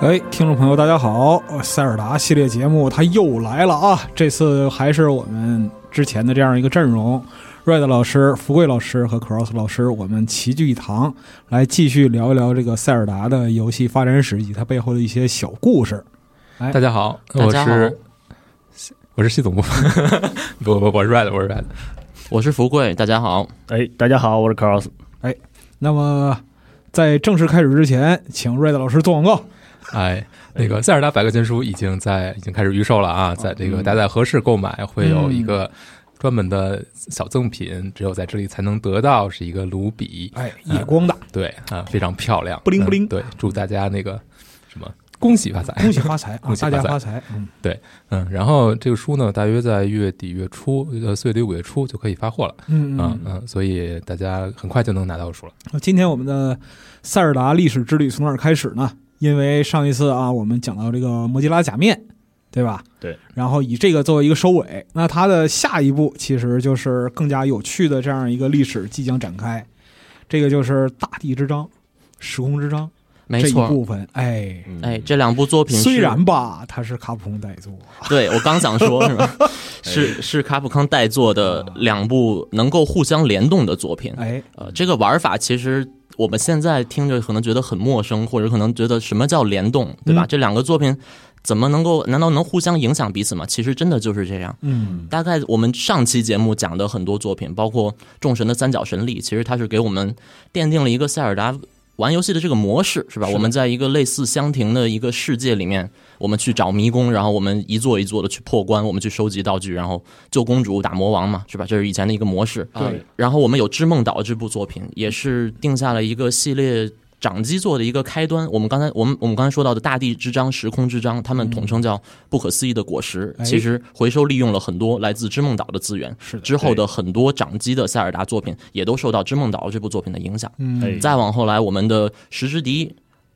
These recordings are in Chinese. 哎，听众朋友，大家好！呃塞尔达系列节目它又来了啊！这次还是我们之前的这样一个阵容，Red 老师、福贵老师和 Cross 老师，我们齐聚一堂，来继续聊一聊这个塞尔达的游戏发展史以及它背后的一些小故事。大家好，大我家好是我是系统部， 不不，我是 Red，我是 Red。我是福贵，大家好。哎，大家好，我是 Cross。那么，在正式开始之前，请 Red 老师做广告。 哎，那个《塞尔达百科全书》已经在已经开始预售了啊，在这个大家在合适购买会有一个专门的小赠品，只有在这里才能得到，是一个卢比，哎，夜光的，对啊，非常漂亮，布灵布灵嗯对，祝大家那个什么恭喜发财，恭喜发财啊！哎 恭喜大发财家发财，嗯，嗯，然后这个书呢，大约在月底月初，呃，四月底五月初就可以发货了，嗯嗯嗯，所以大家很快就能拿到书了。那今天我们的塞尔达历史之旅从哪儿开始呢？因为上一次啊，我们讲到这个摩吉拉假面，对吧？对。然后以这个作为一个收尾，那它的下一步其实就是更加有趣的这样一个历史即将展开，这个就是大地之章、时空之章没这一错，部分。哎，哎，这两部作品是虽然吧，它是卡普空代做， 对我刚想说，是 吧？是是卡普康代做的两部能够互相联动的作品。哎，呃，这个玩法其实我们现在听着可能觉得很陌生，或者可能觉得什么叫联动，对吧？嗯这两个作品怎么能够？难道能互相影响彼此吗？其实真的就是这样。嗯，大概我们上期节目讲的很多作品，包括《众神的三角神力》，其实它是给我们奠定了一个塞尔达玩游戏的这个模式，是吧？是的我们在一个类似香亭的一个世界里面，我们去找迷宫，然后我们一座一座的去破关，我们去收集道具，然后救公主、打魔王嘛，是吧？这是以前的一个模式。对啊然后我们有《织梦岛》这部作品，也是定下了一个系列。掌机做的一个开端，我们刚才我们我们刚才说到的大地之章、时空之章，他们统称叫不可思议的果实。哎其实回收利用了很多来自织梦岛的资源，是的，之后的很多掌机的塞尔达作品也都受到织梦岛这部作品的影响。嗯哎，再往后来，我们的《石之笛》、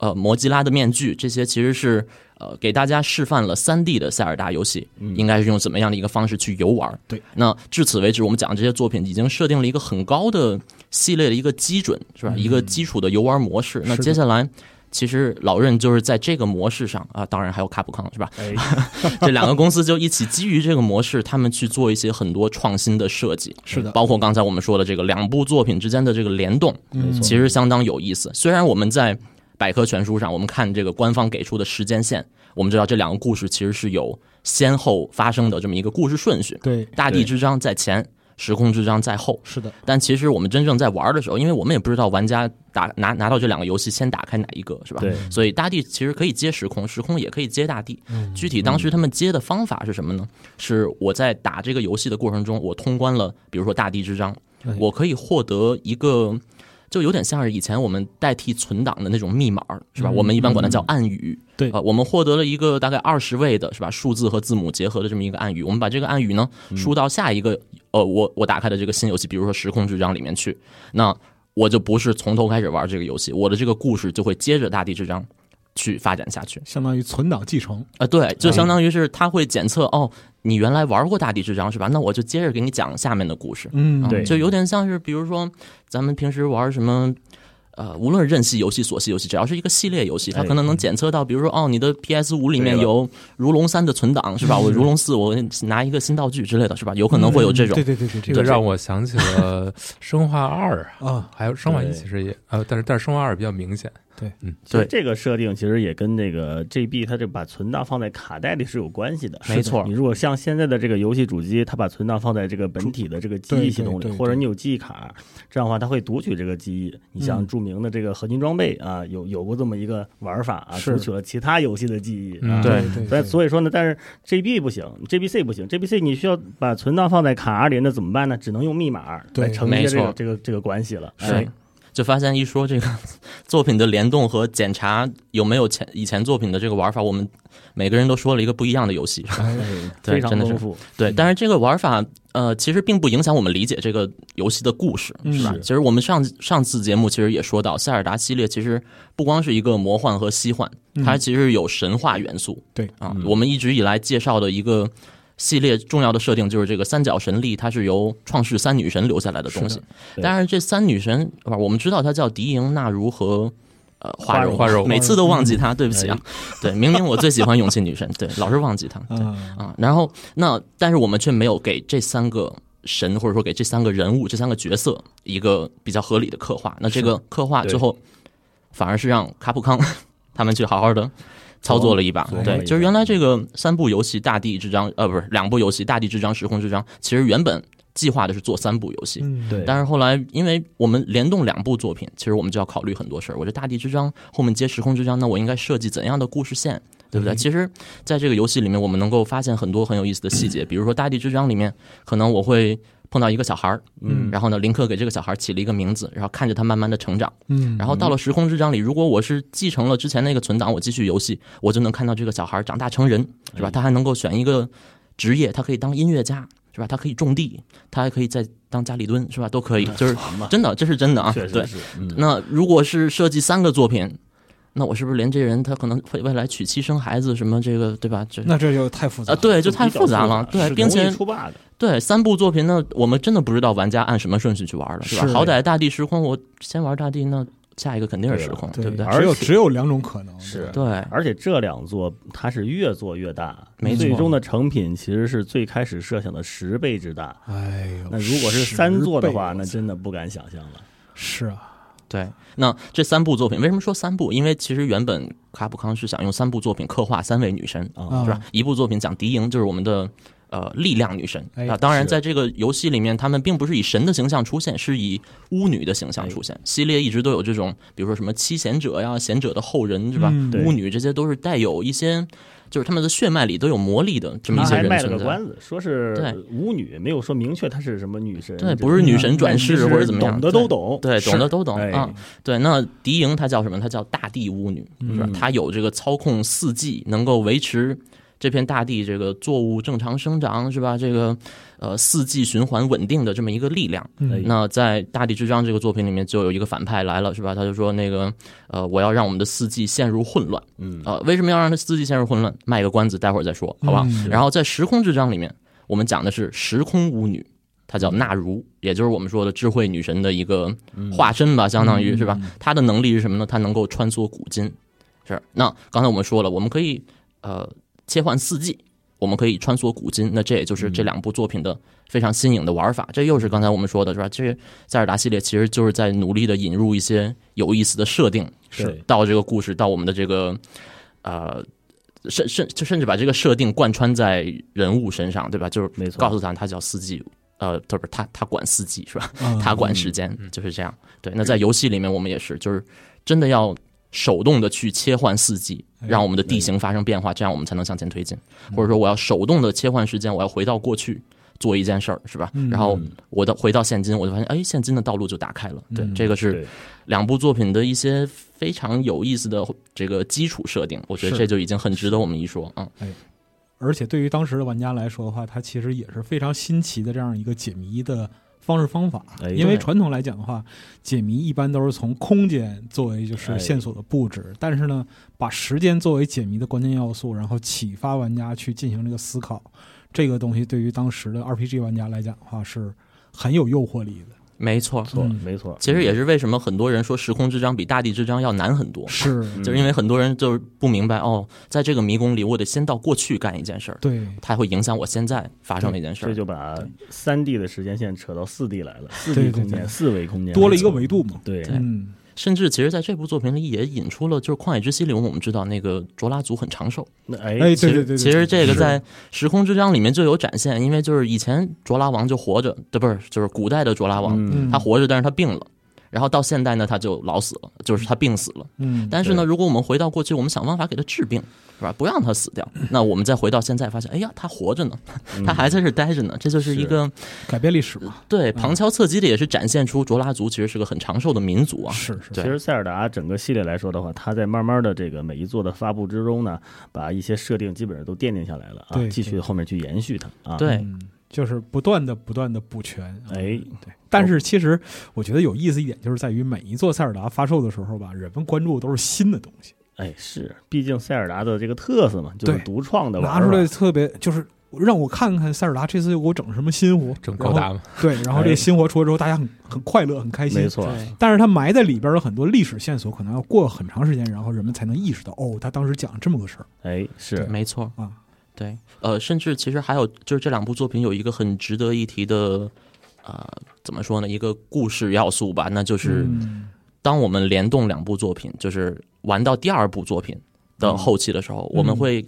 呃，《摩吉拉的面具》这些其实是呃给大家示范了三 D 的塞尔达游戏应该是用怎么样的一个方式去游玩。嗯对，那至此为止，我们讲的这些作品已经设定了一个很高的系列的一个基准，是吧？一个基础的游玩模式。那嗯是的接下来。其实老任就是在这个模式上啊，当然还有卡普康是吧？哎， 这两个公司就一起基于这个模式，他们去做一些很多创新的设计，是的，包括刚才我们说的这个两部作品之间的这个联动，没错其实相当有意思。虽然我们在百科全书上，我们看这个官方给出的时间线，我们知道这两个故事其实是有先后发生的这么一个故事顺序，对，大地之章在前，时空之章在后。是的，但其实我们真正在玩的时候，因为我们也不知道玩家打拿拿到这两个游戏先打开哪一个，是吧？对，所以大地其实可以接时空，时空也可以接大地。具体当时他们接的方法是什么呢？是我在打这个游戏的过程中，我通关了，比如说大地之章哎，我可以获得一个。就有点像是以前我们代替存档的那种密码，是吧？我们一般管它叫暗语。对啊，我们获得了一个大概二十位的是吧？数字和字母结合的这么一个暗语，我们把这个暗语呢输到下一个呃，我我打开的这个新游戏，比如说《时空之章》里面去，那我就不是从头开始玩这个游戏，我的这个故事就会接着《大地之章》去发展下去。相当于存档继承，啊，对，就相当于是他会检测哦，你原来玩过《大地之章》是吧？那我就接着给你讲下面的故事。嗯啊对就有点像是比如说咱们平时玩什么。呃，无论是任系游戏、锁系游戏，只要是一个系列游戏，它可能能检测到，比如说，哦，你的 PS 五里面对了有《如龙三》的存档是吧？我《如龙四》我拿一个新道具之类的是吧？有可能会有这嗯种对。对对对，这个让我想起了《生化二》啊，啊，还有《生化一对》，其实也呃，但是但是《生化二》比较明显。所以对这个设定其实也跟这个 GB 它这把存档放在卡带里是有关系的。没错你如果像现在的这个游戏主机，它把存档放在这个本体的这个记忆系统对对里，对或者你有记忆卡，这样的话它会读取这个记忆。你像嗯著名的这个合金装备啊，有有过这么一个玩法啊，是读取了其他游戏的记忆嗯啊。对对所以对，所以说呢，但是 GB 不行，GBC 不行，GBC 你需要把存档放在卡里，那怎么办呢？只能用密码对来承接这没个错这个这个关系了。是哎就发现一说这个 作品的联动和检查有没有前以前作品的这个玩法，我们每个人都说了一个不一样的游戏。哎 对非常真的是丰富。对，但是这个玩法呃，其实并不影响我们理解这个游戏的故事，是吧？其实我们上上次节目其实也说到，塞尔达系列其实不光是一个魔幻和西幻，它其实有神话元素。对啊，我们一直以来介绍的一个。系列重要的设定就是这个三角神力，它是由创世三女神留下来的东西是。对当然，这三女神，啊我们知道她叫迪莹、纳茹和呃花花柔每次都忘记她，对不起啊。对，明明我最喜欢勇气女神，对，老是忘记她。对，嗯，啊，然后那但是我们却没有给这三个神或者说给这三个人物、这三个角色一个比较合理的刻画。那这个刻画对最后反而是让卡普康 他们去好好的操作了一把琢磨。了对一，就是下原来这个三部游戏《大地之章》呃，不是两部游戏《大地之章》《时空之章》，其实原本计划的是做三部游戏，嗯对，但是后来，因为我们联动两部作品，其实我们就要考虑很多事儿。我这大地之章后面接时空之章，那我应该设计怎样的故事线，对不对？其实，在这个游戏里面，我们能够发现很多很有意思的细节，比如说大地之章里面，可能我会。碰到一个小孩儿，嗯然后呢，林克给这个小孩儿起了一个名字，然后看着他慢慢的成长，嗯，然后到了时空之章里，如果我是继承了之前那个存档，我继续游戏，我就能看到这个小孩长大成人，是吧？他还能够选一个职业，他可以当音乐家，是吧？他可以种地，他还可以在当家里蹲，是吧？都可以， 就是真的，这是真的啊。确实对，是。那如果是设计三个作品，那我是不是连这人他可能会未来娶妻生孩子什么这个，对吧？这那这就太复杂啊，了，对，就太比较复杂了，对，是并容且易出 bug，对，三部作品呢，我们真的不知道玩家按什么顺序去玩了，是吧？是好歹大地时空，我先玩大地，那下一个肯定是时空，对不对？啊只有而且只有两种可能，是对，嗯而且这两座它是越做越大，没错最终的成品其实是最开始设想的十倍之哦大。哎呦，那如果十是三座的倍话，我那操真的不敢想象了。是啊，对，那这三部作品为什么说三部？因为其实原本卡普康是想用三部作品刻画三位女神，啊是吧？一部作品讲狄莹，就是我们的呃力量女神哎啊。当然，是在这个游戏里面，她们并不是以神的形象出现，是以巫女的形象出哎现。系列一直都有这种，比如说什么七贤者呀、贤者的后人是吧？嗯对巫女这些都是带有一些，就是他们的血脉里都有魔力的这么他一些还人卖了个存在。关子，说对是舞女，没有说明确她是什么女神，对，不是女嗯神转世或者怎么样，懂的对都懂。对，懂的是都懂哎啊。对，那狄莹她叫什么？她叫大地巫女，是嗯吧？她有这个操控四季，能够维持这片大地这个作物正常生长，是吧？这个呃四季循环稳定的这么一个力量。嗯那在《大地之章》这个作品里面，就有一个反派来了，是吧？他就说那个呃，我要让我们的四季陷入混乱。嗯呃，为什么要让它四季陷入混乱？卖个关子，待会儿再说，好不好？然后在《时空之章》里面，我们讲的是时空巫女，她叫纳茹，也就是我们说的智慧女神的一个化身吧，相当于是吧？她的能力是什么呢？她能够穿梭古今。是，那刚才我们说了，我们可以呃切换四季，我们可以穿梭古今，那这也就是嗯这两部作品的非常新颖的玩法。这又是刚才我们说的是吧？这塞尔达系列其实就是在努力的引入一些有意思的设定，是到这个故事，到我们的这个呃。甚甚就甚至把这个设定贯穿在人物身上，对吧？就是没错告诉他他叫四季，呃，不是他他管四季是吧？嗯嗯他管时间，就是这样。对，那在游戏里面我们也是，就是真的要手动的去切换四季，哎让我们的地形发生变化，这样我们才能向前推进。或者说，我要手动的切换时间，我要回到过去做一件事儿，是吧？然后我的回到现今，我就发现，哎，现今的道路就打开了。对，这个是对两部作品的一些非常有意思的这个基础设定，我觉得是这就已经很值得我们一说啊。而且对于当时的玩家来说的话，它其实也是非常新奇的这样一个解谜的方式方法。哎因为对传统来讲的话，解谜一般都是从空间作为就是哎线索的布置，但是呢，把时间作为解谜的关键要素，然后启发玩家去进行这个思考，这个东西对于当时的 RPG 玩家来讲的话是很有诱惑力的。没错，错，没错。嗯嗯其实也是为什么很多人说时空之章比大地之章要难很多，是，就是因为很多人就是不明白哦，在这个迷宫里，我得先到过去干一件事儿，对，它会影响我现在发生的一件事这儿。就把三 D 的时间线扯到四 D 来了，四对 D 对空对间、四维空间多了一个维度嘛，对，嗯，甚至其实在这部作品里也引出了，就是《旷野之息》里我们知道那个卓拉族很长寿，那哎，哎，对其对实对，其实这个是在《时空之章》里面就有展现，因为就是以前卓拉王就活着，对，不是就是古代的卓拉王，嗯，嗯他活着，但是他病了。然后到现代呢，他就老死了，就是他病死了。嗯，但是呢，对如果我们回到过去，我们想办法给他治病，是吧？不让他死掉。那我们再回到现在，发现，哎呀，他活着呢，嗯他还在这儿待着呢。这就是一个改变历史嘛，对旁敲侧击的，也是展现出卓拉族其实是个很长寿的民族啊。是是，对其实塞尔达整个系列来说的话，它在慢慢的这个每一座的发布之中呢，把一些设定基本上都奠定下来了啊对，继续对后面去延续它啊。，对，嗯，就是不断的不断的补全，啊哎，对。但是其实我觉得有意思一点，就是在于每一座塞尔达发售的时候吧，人们关注都是新的东西，哎是，毕竟塞尔达的这个特色嘛，就是对独创的玩拿法出来特别就是。让我看看塞尔达这次又给我整什么新活，整然高后达嘛，对，然后这哎个新活出来之后，大家很很快乐，很开心没。错，但是它埋在里边的很多历史线索，可能要过很长时间，然后人们才能意识到，哦，他当时讲了这么个事儿。哎是对，没错啊。对，呃，甚至其实还有就是这两部作品有一个很值得一提的，呃，怎么说呢？一个故事要素吧，那就是嗯当我们联动两部作品，就是玩到第二部作品的嗯后期的时候，我们会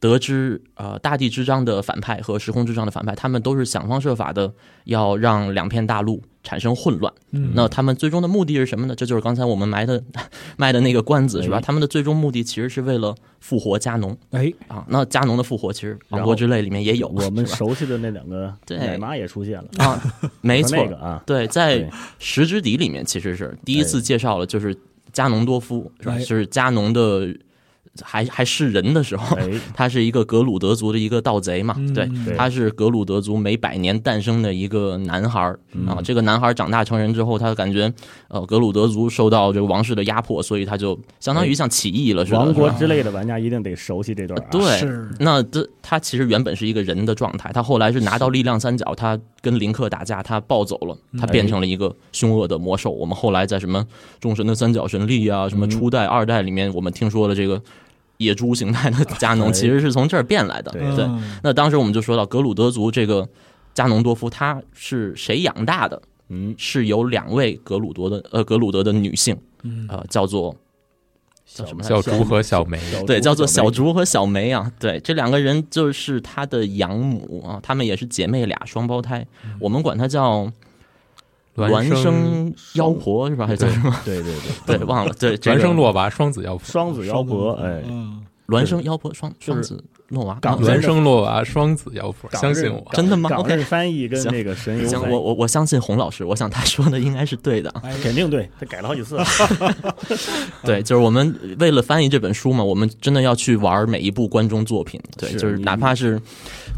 得知，呃，大地之章的反派和时空之章的反派，他们都是想方设法的要让两片大陆产生混乱。嗯，那他们最终的目的是什么呢？这就是刚才我们埋的 卖的那个关子，是吧？哎他们的最终目的其实是为了复活加农哎，啊。那加农的复活，其实《王然国后之泪》里面也有，我们是吧熟悉的那两个对奶妈也出现了，啊， 没和错，那个啊，对，在对《石之笛》里面其实是第一次介绍了，就是加农多夫是吧？哎就是加农的还还是人的时候，哎他是一个格鲁德族的一个盗贼嘛，嗯对，对他是格鲁德族每百年诞生的一个男孩儿、嗯啊。这个男孩儿长大成人之后，他感觉呃格鲁德族受到这个王室的压迫，所以他就相当于像起义了似的，哎王是吧国之类的玩家一定得熟悉这段啊。对是，那这他其实原本是一个人的状态，他后来是拿到力量三角，他跟林克打架，他暴走了，他变成了一个凶恶的魔兽。我们后来在什么众神的三角神力啊，什么初代、二代里面，我们听说了这个野猪形态的加农，哎其实是从这儿变来的。对对，嗯那当时我们就说到格鲁德族这个加农多夫，他是谁养大的？嗯，是由两位格鲁德的呃格鲁德的女性，啊嗯呃，叫做叫什么来着小猪和小梅，对，叫做小梅竹和小梅啊。对，这两个人就是她的养母啊，她们也是姐妹俩，双胞胎。嗯我们管她叫孪生生妖婆是吧？还是 叫什么？对对对，对，忘了。对，这孪个生洛娃双子妖婆，双子妖婆，哎，嗯孪生妖婆双就双是子诺娃。港啊人孪生洛娃双子妖婆，相信我，真的吗港 OK 日翻译跟行那个神游嗯行，翻译我我我相信洪老师，我想他说的应该是对的啊。哎，肯定对，他改了好几次了。嗯对，就是我们为了翻译这本书嘛，我们真的要去玩每一部关中作品。对，是就是你哪怕是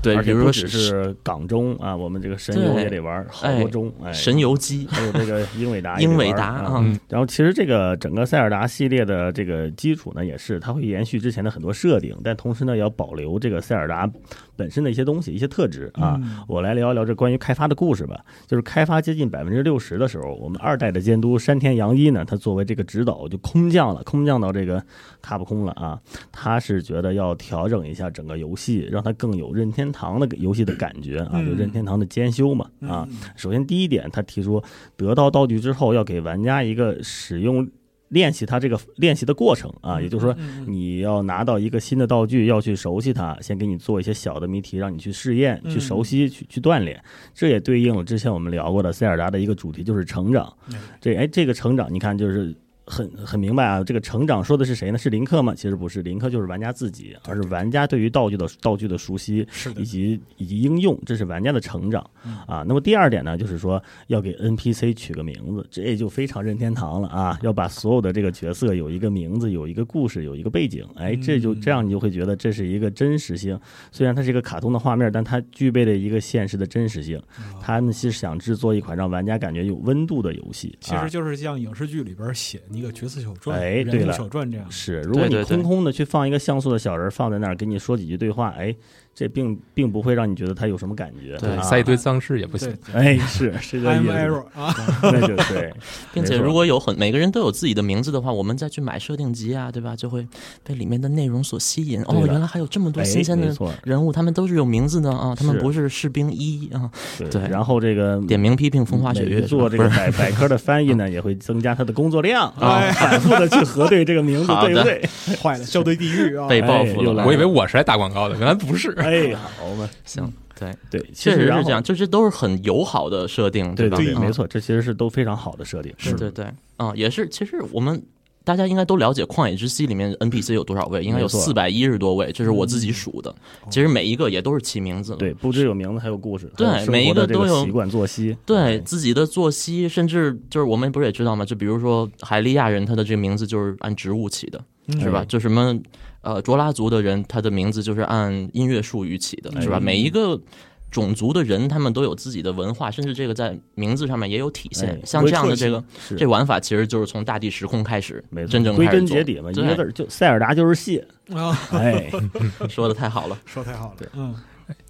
对，而比且如不说《只是港中啊，我们这个神游对也得玩好多中，哎，神游记》还有这个 英伟达也得英玩，伟达啊。啊，嗯然后其实这个整个塞尔达系列的这个基础呢，也是它会延续之前的很多设定，但同时呢，也要保留这个塞尔达本身的一些东西、一些特质啊。嗯我来聊一聊这关于开发的故事吧。就是开发接近百分之六十的时候，我们二代的监督山田洋一呢，他作为这个指导就空降了，空降到这个卡普空了啊。他是觉得要调整一下整个游戏，让它更有任天堂的游戏的感觉啊，嗯就任天堂的兼修嘛啊。嗯首先第一点，他提出得到道具之后要给玩家一个使用。练习它这个练习的过程嗯啊，也就是说，你要拿到一个新的道具，要去熟悉它，先给你做一些小的谜题，让你去试验、嗯去熟悉、去去锻炼。这也对应了之前我们聊过的塞尔达的一个主题，就是成长嗯。这哎，这个成长，你看就是。很很明白啊，这个成长说的是谁呢？是林克吗？其实不是，林克就是玩家自己，而是玩家对于道具的道具的熟悉，是的嗯以，及以及应用，这是玩家的成长啊。那么第二点呢，就是说要给 NPC 取个名字，这也就非常任天堂了啊，要把所有的这个角色有一个名字，有一个故事，有一个背景，哎，这就嗯这样你就会觉得这是一个真实性。虽然它是一个卡通的画面，但它具备了一个现实的真实性。哦他们是想制作一款让玩家感觉有温度的游戏，其啊实就是像影视剧里边写，你一个角色小传、哎对人物了小传这样。是，如果你对对空空的去放一个像素的小人儿放在那儿，给你说几句对话，哎，这并并不会让你觉得他有什么感觉。对啊塞一堆脏事也不对行。哎，是是这意，I'm 思， error 啊，那就 对，并且没错如果有很每个人都有自己的名字的话，我们再去买设定集啊，对吧？就会被里面的内容所吸引。哦对，的原来还有这么多哎新鲜没的错，人物，他们都是有名字的啊，他们是不是士兵一啊。对然后这个点名批评风花雪每月一做这是啊个吧百百科的翻译呢，也会增加他的工作量哎啊，反复的去核对这个名字好对不的对？啊坏了，校对地狱啊不是，被报复哎又了。来了我以为我是来打广告的，原来不是。 哎，好嘛，行，对，对，确实是然后这样，，就这都是很友好的设定，对吧？对对，嗯没错，这其实是都非常好的设定，对对对，啊，也是，其实我们。大家应该都了解《旷野之息》里面 NPC 有多少位，应该有没错嗯四百一十多位，这是我自己数的。其实每一个也都是起名字的，对，不只有名字，还有故事，对还有生每一活的个这都个有习惯作息，对哎，自己的作息，甚至就是我们不是也知道吗？就比如说海利亚人，他的这个名字就是按植物起的，是吧？就什么呃卓拉族的人，他的名字就是按音乐术语起的，是吧？哎每一个种族的人，他们都有自己的文化，甚至这个在名字上面也有体现。哎像这样的这个是这玩法，其实就是从大地时空开始没，错，真正归开始根做结底嘛，一对个字儿就塞尔达就是蟹，啊，哎， 说的太好了，说太好了，嗯，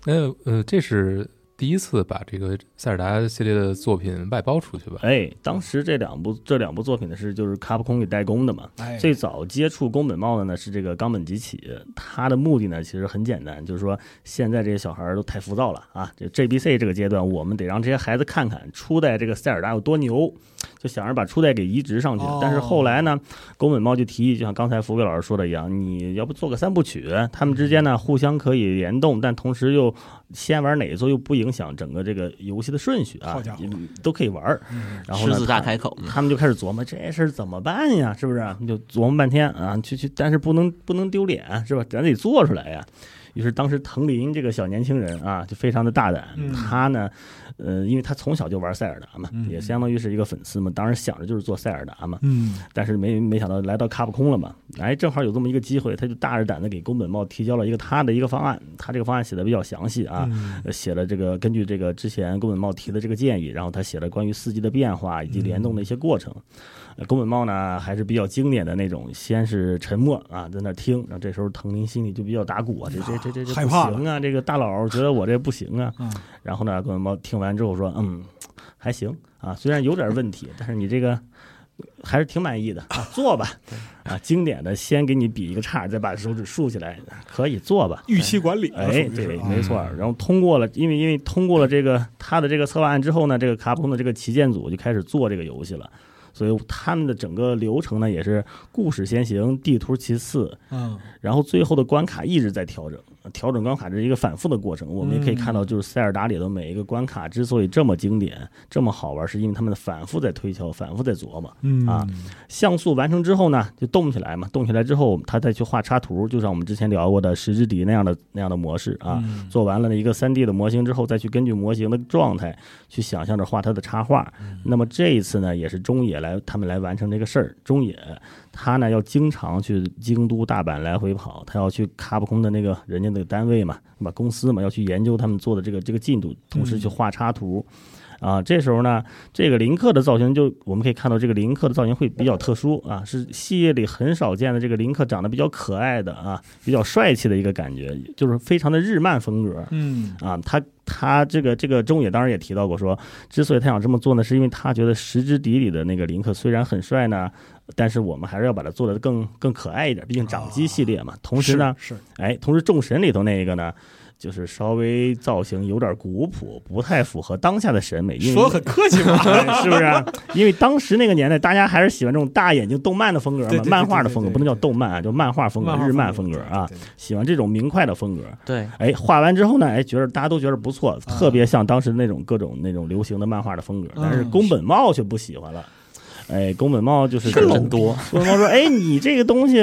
那呃，这是第一次把这个塞尔达系列的作品外包出去吧？哎，当时这两部这两部作品呢是就是卡普空给代工的嘛，哎，最早接触宫本茂的呢是这个冈本吉起，他的目的呢其实很简单，就是说现在这些小孩儿都太浮躁了啊，这 JBC 这个阶段，我们得让这些孩子看看初代这个塞尔达有多牛，就想着把初代给移植上去。哦但是后来呢，宫本茂就提议，就像刚才福贵老师说的一样，你要不做个三部曲，他们之间呢互相可以联动，但同时又先玩哪一座又不影响整个这个游戏的顺序啊好家伙，嗯都可以玩儿。然后狮呢，子大他开口，他们就开始琢磨这事儿怎么办呀，是不是？就琢磨半天啊，去去，但是不能不能丢脸，是吧？咱得做出来呀。于是当时藤林这个小年轻人啊，就非常的大胆，嗯他呢，呃，因为他从小就玩塞尔达嘛，也相当于是一个粉丝嘛，当时想着就是做塞尔达嘛，嗯，但是没没想到来到卡普空了嘛，哎，正好有这么一个机会，他就大着胆子给宫本茂提交了一个他的一个方案，他这个方案写的比较详细啊，嗯呃写了这个根据这个之前宫本茂提的这个建议，然后他写了关于四季的变化以嗯及联动的一些过程。呃宫本茂呢还是比较经典的那种，先是沉默啊，在那听，然后这时候藤林心里就比较打鼓啊，这这这这这害不怕行啊，这个大佬觉得我这不行啊，嗯然后呢，宫本茂听完之后说，嗯，还行啊，虽然有点问题，但是你这个。还是挺满意的啊，做吧，啊，经典的先给你比一个叉，再把手指竖起来，可以做吧，预期管理啊，哎，属于是对，啊没错。然后通过了，因为因为通过了这个他的这个策划案之后呢，这个卡普空的这个旗舰组就开始做这个游戏了。所以他们的整个流程呢，也是故事先行，地图其次，嗯，然后最后的关卡一直在调整，调整关卡这是一个反复的过程。我们也可以看到，就是塞尔达里的每一个关卡之所以这么经典、这么好玩，是因为他们反复在推敲、反复在琢磨。嗯啊，像素完成之后呢，就动起来嘛，动起来之后，他再去画插图，就像我们之前聊过的十之敌那样的那样的模式啊。做完了一个三 D 的模型之后，再去根据模型的状态去想象着画他的插画。那么这一次呢，也是中野来他们来完成这个事儿。中野他呢要经常去京都、大阪来回跑，他要去卡普空的那个人家的单位嘛，对吧？公司嘛，要去研究他们做的这个这个进度，同时去画插图。啊，这时候呢，这个林克的造型就我们可以看到，这个林克的造型会比较特殊啊，是系列里很少见的。这个林克长得比较可爱的啊，比较帅气的一个感觉，就是非常的日漫风格。嗯，啊，他他这个这个中野当然也提到过说，之所以他想这么做呢，是因为他觉得《十之敌》里的那个林克虽然很帅呢，但是我们还是要把它做得更更可爱一点，毕竟掌机系列嘛。同时呢，啊是，是哎，同时《众神》里头那一个呢，就是稍微造型有点古朴，不太符合当下的审美，因为说得很客气嘛， 哎是不是啊？因为当时那个年代，大家还是喜欢这种大眼睛动漫的风格对对，嘛对漫画的对对风格，对不能叫动漫啊，就漫画风格、日漫风格啊，对对对喜欢这种明快的风格。对，哎，画完之后呢，哎，觉得大家都觉得不啊错，特别像当时那种各种那种流行的漫画的风格。嗯但是宫本茂却不喜欢了，哎，宫本茂就是事儿真多。宫本茂说：“哎，你这个东西，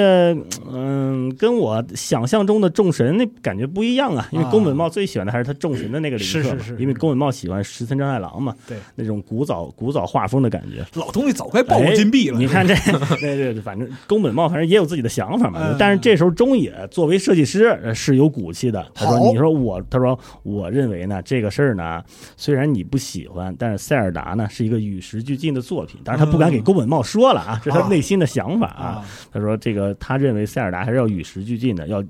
嗯，跟我想象中的众神那感觉不一样啊。因为啊宫本茂最喜欢的还是他众神的那个林克嘛，是是是因为宫本茂喜欢石森章太郎嘛，对，那种古早古早画风的感觉。”老东西早该报我金币了，哎 你看这，对对对，反正宫本茂反正也有自己的想法嘛。嗯但是这时候中野作为设计师呃是有骨气的，他好说：“你说我，他说我认为呢，这个事儿呢，虽然你不喜欢，但是塞尔达呢是一个与时俱进的作品。当然他不敢嗯给宫本茂说了啊，这是他内心的想法啊。啊，他说这个他认为塞尔达还是要与时俱进的，要呃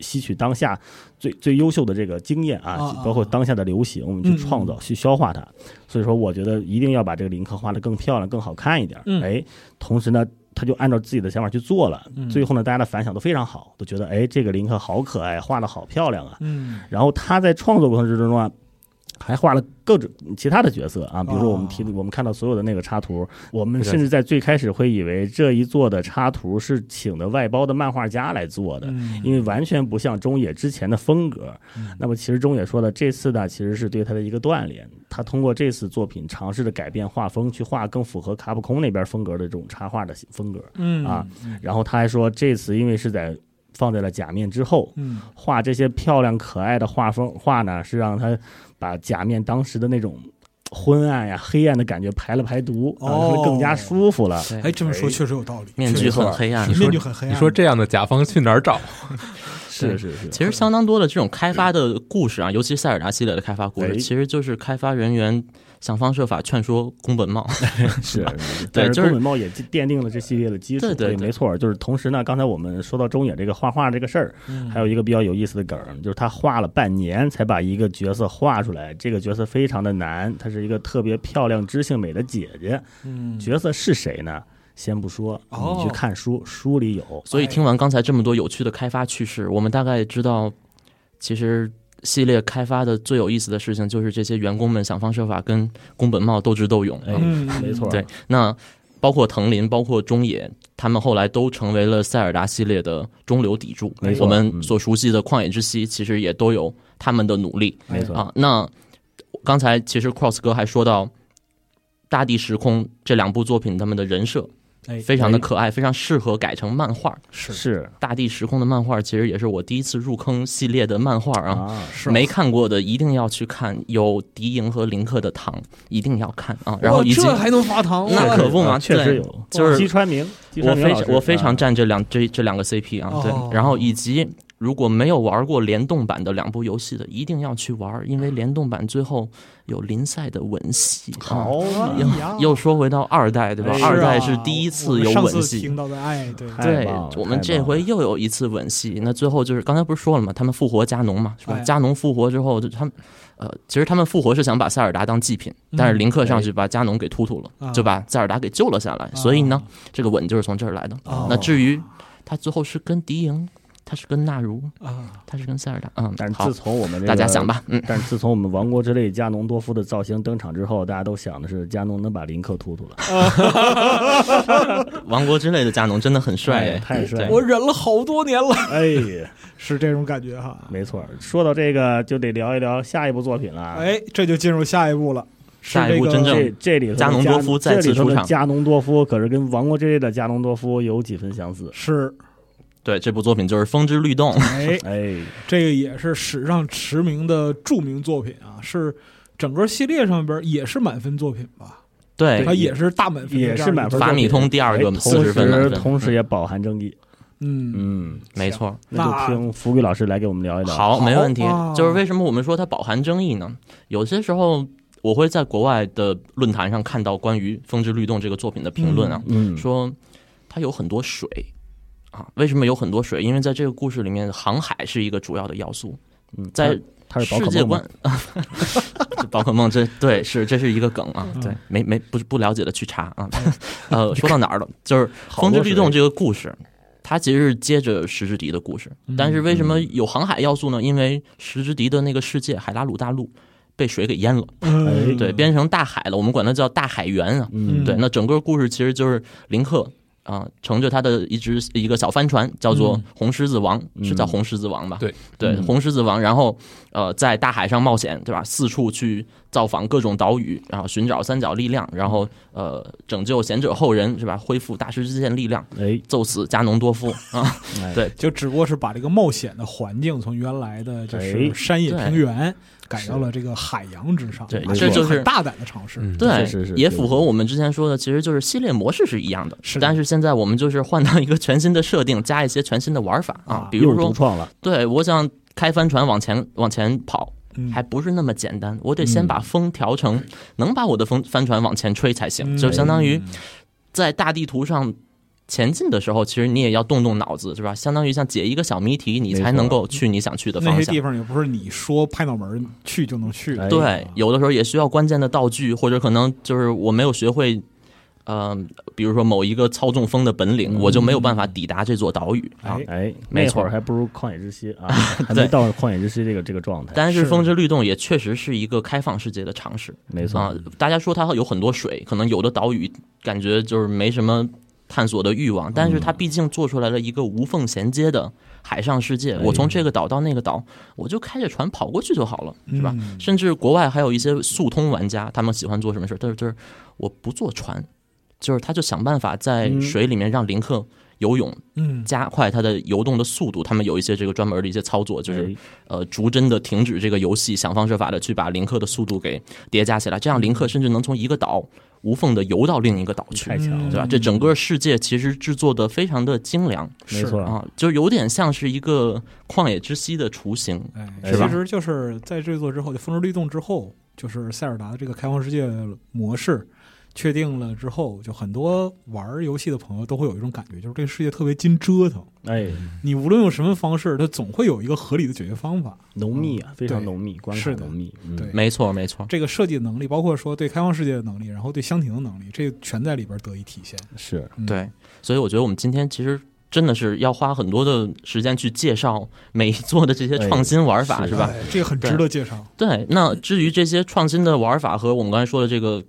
吸取当下最最优秀的这个经验啊，啊啊嗯包括当下的流行，我们去创造、去消化它。所以说，我觉得一定要把这个林克画的更漂亮、更好看一点。嗯哎，同时呢。他就按照自己的想法去做了，嗯最后呢，大家的反响都非常好，都觉得哎，这个林克好可爱，画的好漂亮啊。嗯然后他在创作过程之中啊，还画了各种其他的角色啊，比如说我们提、我们看到所有的那个插图，我们甚至在最开始会以为这一座的插图是请的外包的漫画家来做的。嗯因为完全不像中野之前的风格，那么其实中野说的这次呢，其实是对他的一个锻炼。他通过这次作品尝试着改变画风，去画更符合卡普空那边风格的这种插画的风格。嗯啊，然后他还说，这次因为是在放在了假面之后，嗯画这些漂亮可爱的画风画呢，是让他把假面当时的那种昏暗呀、黑暗的感觉排了排毒，哦然后会更加舒服了。对哎，这么说确实有道理，面确实具有道很理黑啊暗你。说面具很黑暗。你说这样的甲方去哪儿找？是是是，其实相当多的这种开发的故事啊，尤其塞尔达系列的开发故哎事，其实就是开发人员想方设法劝说宫本茂。哎是，对但是就宫是本茂也奠定了这系列的基础。对对对没错，就是同时呢，刚才我们说到中野这个画画这个事儿，嗯还有一个比较有意思的梗儿，就是他画了半年才把一个角色画出来，这个角色非常的难，她是一个特别漂亮、知性美的姐姐。嗯角色是谁呢？先不说，哦你去看书，书里有。所以听完刚才这么多有趣的开发趣事，我们大概知道，其实系列开发的最有意思的事情就是这些员工们想方设法跟宫本茂斗智斗勇。哎嗯，没错，对，那包括藤林，包括中野，他们后来都成为了塞尔达系列的中流砥柱没。我错嗯们所熟悉的《旷野之息》其实也都有他们的努力没错，啊。那刚才其实 Cross 哥还说到。大地时空这两部作品，他们的人设哎，非常的可爱，非常适合改成漫画。是是大地时空的漫画其实也是我第一次入坑系列的漫画啊，啊，是没看过的一定要去看，有敌营和林克的糖一定要看啊，然哇后以及这还能发糖啊，那可不嘛，确实对。有，就是姬川明，姬我川明非老师常我非常啊站这两这这两个 CP 啊，哦对，然后以及如果没有玩过联动版的两部游戏的，一定要去玩，因为联动版最后有林赛的吻戏，啊好嘛，哎呀又说回到二代对吧哎？是啊二代是第一次有我们上吻次戏听，到的，哎，对，太对棒了，我们太这棒回了又有一次吻戏。那最后就是刚才不是说了吗？他们复活加农嘛，是吧？哎加农复活之后，就他们呃，其实他们复活是想把塞尔达当祭品，嗯但是林克上去把加农给突突了，哎就把塞尔达给救了下来。所以呢，这个吻就是从这儿来的。啊哦那至于他最后是跟敌营，他是跟纳茹，啊，他是跟塞尔达，嗯，但是好自，从我们这大家个想。吧，嗯， 但是自从我们王国之泪加农多夫的造型登场之后，大家都想的是加农能把林克突突了，王国之类的加农真的很帅哎哎，太帅了对我忍了好多年了，哎，是这种感觉哈。没错。说到这个，就得聊一聊下一部作品了。，哎，这就进入下一步了，是下一步这个真正这这里头的加农多夫再次这里头的出场加农多夫可是跟王国之泪的加农多夫有几分相似。是对，这部作品就是《风之律动》， 哎，哎，这个也是史上驰名的著名作品啊，是整个系列上边也是满分作品吧？对它，也是大满分，也是满分作品。法米通第二个40哎分同满时分嗯同时也饱含争议。嗯，嗯，没错。那那就听福贵老师来给我们聊一聊。好，没问题啊。就是为什么我们说它饱含争议呢？有些时候我会在国外的论坛上看到关于《风之律动》这个作品的评论啊，嗯，说它有很多水啊。为什么有很多水？因为在这个故事里面，航海是一个主要的要素。嗯在他他是宝世可界梦吗观，这 宝可梦这对是这是一个梗啊，对，没没不不了解的去查啊。呃，说到哪儿了？就是《好多风之律动》水这个故事，它其实是接着石之笛的故事，但是为什么嗯有航海要素呢？因为石之笛的那个世界海拉鲁大陆被水给淹了，嗯对，变成大海了，我们管它叫大海源啊。嗯对，那整个故事其实就是林克啊、乘着他的一只一个小帆船，叫做红狮子王，嗯是叫红狮子王吧？对对，嗯红狮子王，然后呃，在大海上冒险，对吧？四处去造访各种岛屿，然后寻找三角力量，然后呃，拯救贤者后人，是吧？恢复大师之剑力量，哎，揍死加农多夫 啊！哎对就只不过是把这个冒险的环境从原来的就哎是山野对平原改到了这个海洋之上，对啊这就是很大胆的尝试。嗯对，是是是也是符合我们之前说的，其实就是系列模式是一样的，是的但是现在我们就是换到一个全新的设定，加一些全新的玩法啊啊，比又如独说，创了，对我想开帆船往前往前跑，嗯还不是那么简单，我得先把风调成能把我的风帆船往前吹才行，嗯就相当于在大地图上前进的时候，其实你也要动动脑子，是吧？相当于像解一个小谜题，你才能够去你想去的那方些向地。方也不是你说拍脑门儿去就能去的。哎对，有的时候也需要关键的道具，或者可能就是我没有学会，呃，比如说某一个操纵风的本领，我就没有办法抵达这座岛屿啊。哎哎，没那错会儿还不如旷野之息啊，还没到旷野之息这个这个状态。但是是风之律动也确实是一个开放世界的尝试没错，啊！大家说它有很多水，可能有的岛屿感觉就是没什么探索的欲望，但是嗯它毕竟做出来了一个无缝衔接的海上世界。哎我从这个岛到那个岛，我就开着船跑过去就好了，哎是吧？嗯甚至国外还有一些速通玩家，他们喜欢做什么事儿？就是就是我不坐船，就是他就想办法在嗯水里面让林克游泳，嗯，加快他的游动的速度。他们有一些这个专门的一些操作，就是哎呃逐帧的停止这个游戏，想方设法的去把林克的速度给叠加起来，这样林克甚至能从一个岛无缝的游到另一个岛去太，强嗯了，对吧？这整个世界其实制作的非常的精良没错，啊，就有点像是一个旷野之息的雏形。哎，是吧其实就是在这座之后，就《风之律动》之后，就是塞尔达这个开放世界模式确定了之后，就很多玩儿游戏的朋友都会有一种感觉，就是这个世界特别经折腾。哎，你无论用什么方式，它总会有一个合理的解决方法。浓密啊，非常对浓密，关卡是的浓密，嗯对没错，没错，这个设计能力，包括说对开放世界的能力，然后对箱庭的能力，这全在里边得以体现。是嗯，对，所以我觉得我们今天其实。真的是要花很多的时间去介绍每一座的这些创新玩法，哎是吧？哎？这个很值得介绍。对，那至于这些创新的玩法和我们刚才说的这个。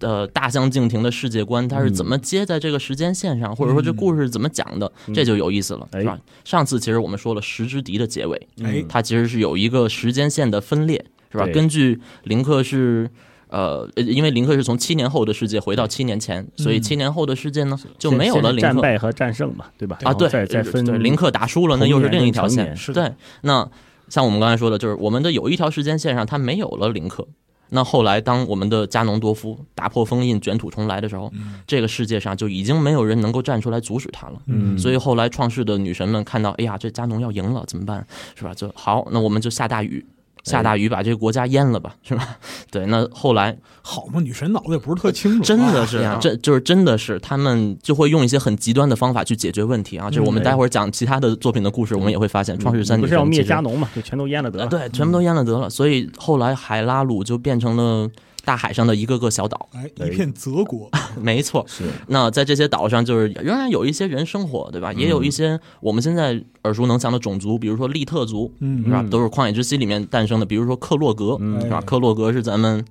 呃，大相径庭的世界观，它是怎么接在这个时间线上，或者说这故事是怎么讲的，嗯这就有意思了，哎是吧？上次其实我们说了《十之敌》的结尾，哎嗯它其实是有一个时间线的分裂，是吧？对根据林克是呃，呃因为林克是从七年后的世界回到七年前，所以嗯七年后的世界呢就先没有先了是林战克败和战胜嘛，对吧？啊，对，再再对分对林克打输了，那童又是年另跟一条成线年。是的对，那像我们刚才说的，就是我们的有一条时间线上，它没有了林克。那后来，当我们的加农多夫打破封印、卷土重来的时候，这个世界上就已经没有人能够站出来阻止他了。嗯所以后来创世的女神们看到，哎呀，这加农要赢了，怎么办？是吧？就好，那我们就下大雨，哎下大雨把这个国家淹了吧，是吧？ 对，那后来好嘛，女神脑子也不是特清楚啊，真的是啊，这就是真的是他们就会用一些很极端的方法去解决问题嗯啊。就是我们待会儿讲其他的作品的故事，我们也会发现《创世三》不是要灭加农嘛，就嗯全都淹了得了。对，全部都淹了得了。所以后来海拉鲁就变成了大海上的一个个小岛， 哎，一片泽国。没错。是那在这些岛上，就是仍然有一些人生活，对嗯吧？也有一些我们现在耳熟能详的种族，比如说利特族，嗯是吧？嗯都是旷野之息里面诞生的，比如说克洛格，嗯是吧？哎克洛格是咱们。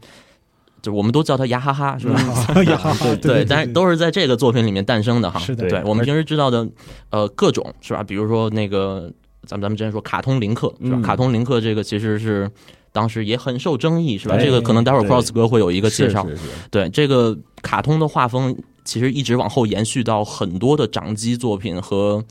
就是我们都叫他牙哈哈，是吧？哎 呀，对对，但是都是在这个作品里面诞生的哈。是的，对对我们平时知道的，呃，各种是吧？比如说那个，咱们咱们之前说卡通林克是吧？嗯卡通林克这个其实是当时也很受争议是吧？哎这个可能待会儿对 Cross 哥会有一一个介绍。是是对这个卡通的画风，其实一直往后延续到很多的掌机作品和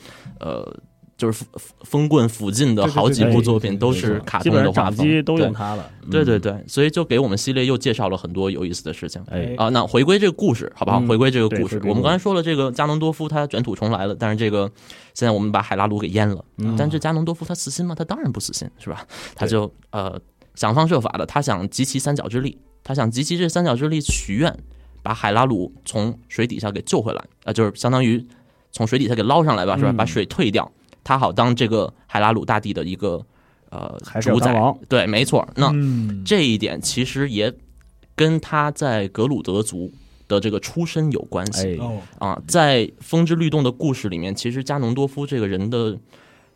呃。就是风风棍附近的对对好几对部对作品都是卡基通本的上画掌风，机都对用它了。对对嗯，对，所以就给我们系列又介绍了很多有意思的事情。哎，啊，那回归这个故事，好不好？嗯回归这个故对回事，归我们故事刚才说了，这个加农多夫他卷土重来了，但是这个现在我们把海拉鲁给淹了，嗯但这加农多夫他死心吗？他当然不死心，是吧？他对就呃想方设法的，他想集齐三角之力，他想集齐这三角之力许愿，把海拉鲁从水底下给救回来，啊、就是相当于从水底下给捞上来吧，是吧？嗯把水退掉，他好当这个海拉鲁大帝的一个呃还是要主当宰。王。对，没错。那、嗯，这一点其实也跟他在格鲁德族的这个出身有关系、哎，哦，啊。在《风之律动》的故事里面，其实加农多夫这个人的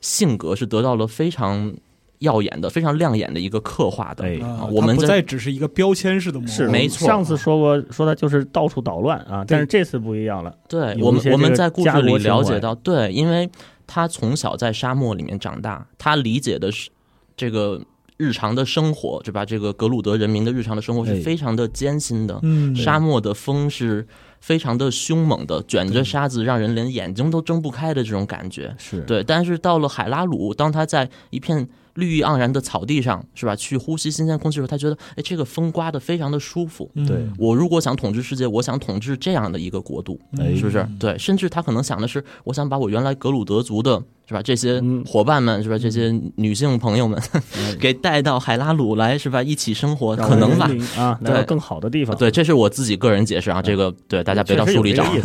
性格是得到了非常耀眼的、非常亮眼的一个刻画的。哎啊啊我它们不在再只是一个标签式的模是式，没错上次说过，说他就是到处捣乱啊，但是这次不一样了。对有我一们些，我这们个在故家事里国情了解怀到，对，因为他从小在沙漠里面长大，他理解的是这个日常的生活，对吧？这个格鲁德人民的日常的生活是哎非常的艰辛的。嗯，沙漠的风是非常的凶猛的，卷着沙子，让人连眼睛都睁不开的这种感觉。是，对，但是到了海拉鲁，当他在一片绿意盎然的草地上，是吧？去呼吸新鲜空气的时候，他觉得，哎，这个风刮得非常的舒服。嗯对我如果想统治世界，我想统治这样的一个国度，嗯哎是不是？对，甚至他可能想的是，我想把我原来格鲁德族的，是吧？这些嗯伙伴们，是吧？这些女性朋友们， 给带到海拉鲁来，是吧？一起生活，可能吧？啊，来到对更好的地方，对，这是我自己个人解释啊，这个对大家别到书里找。确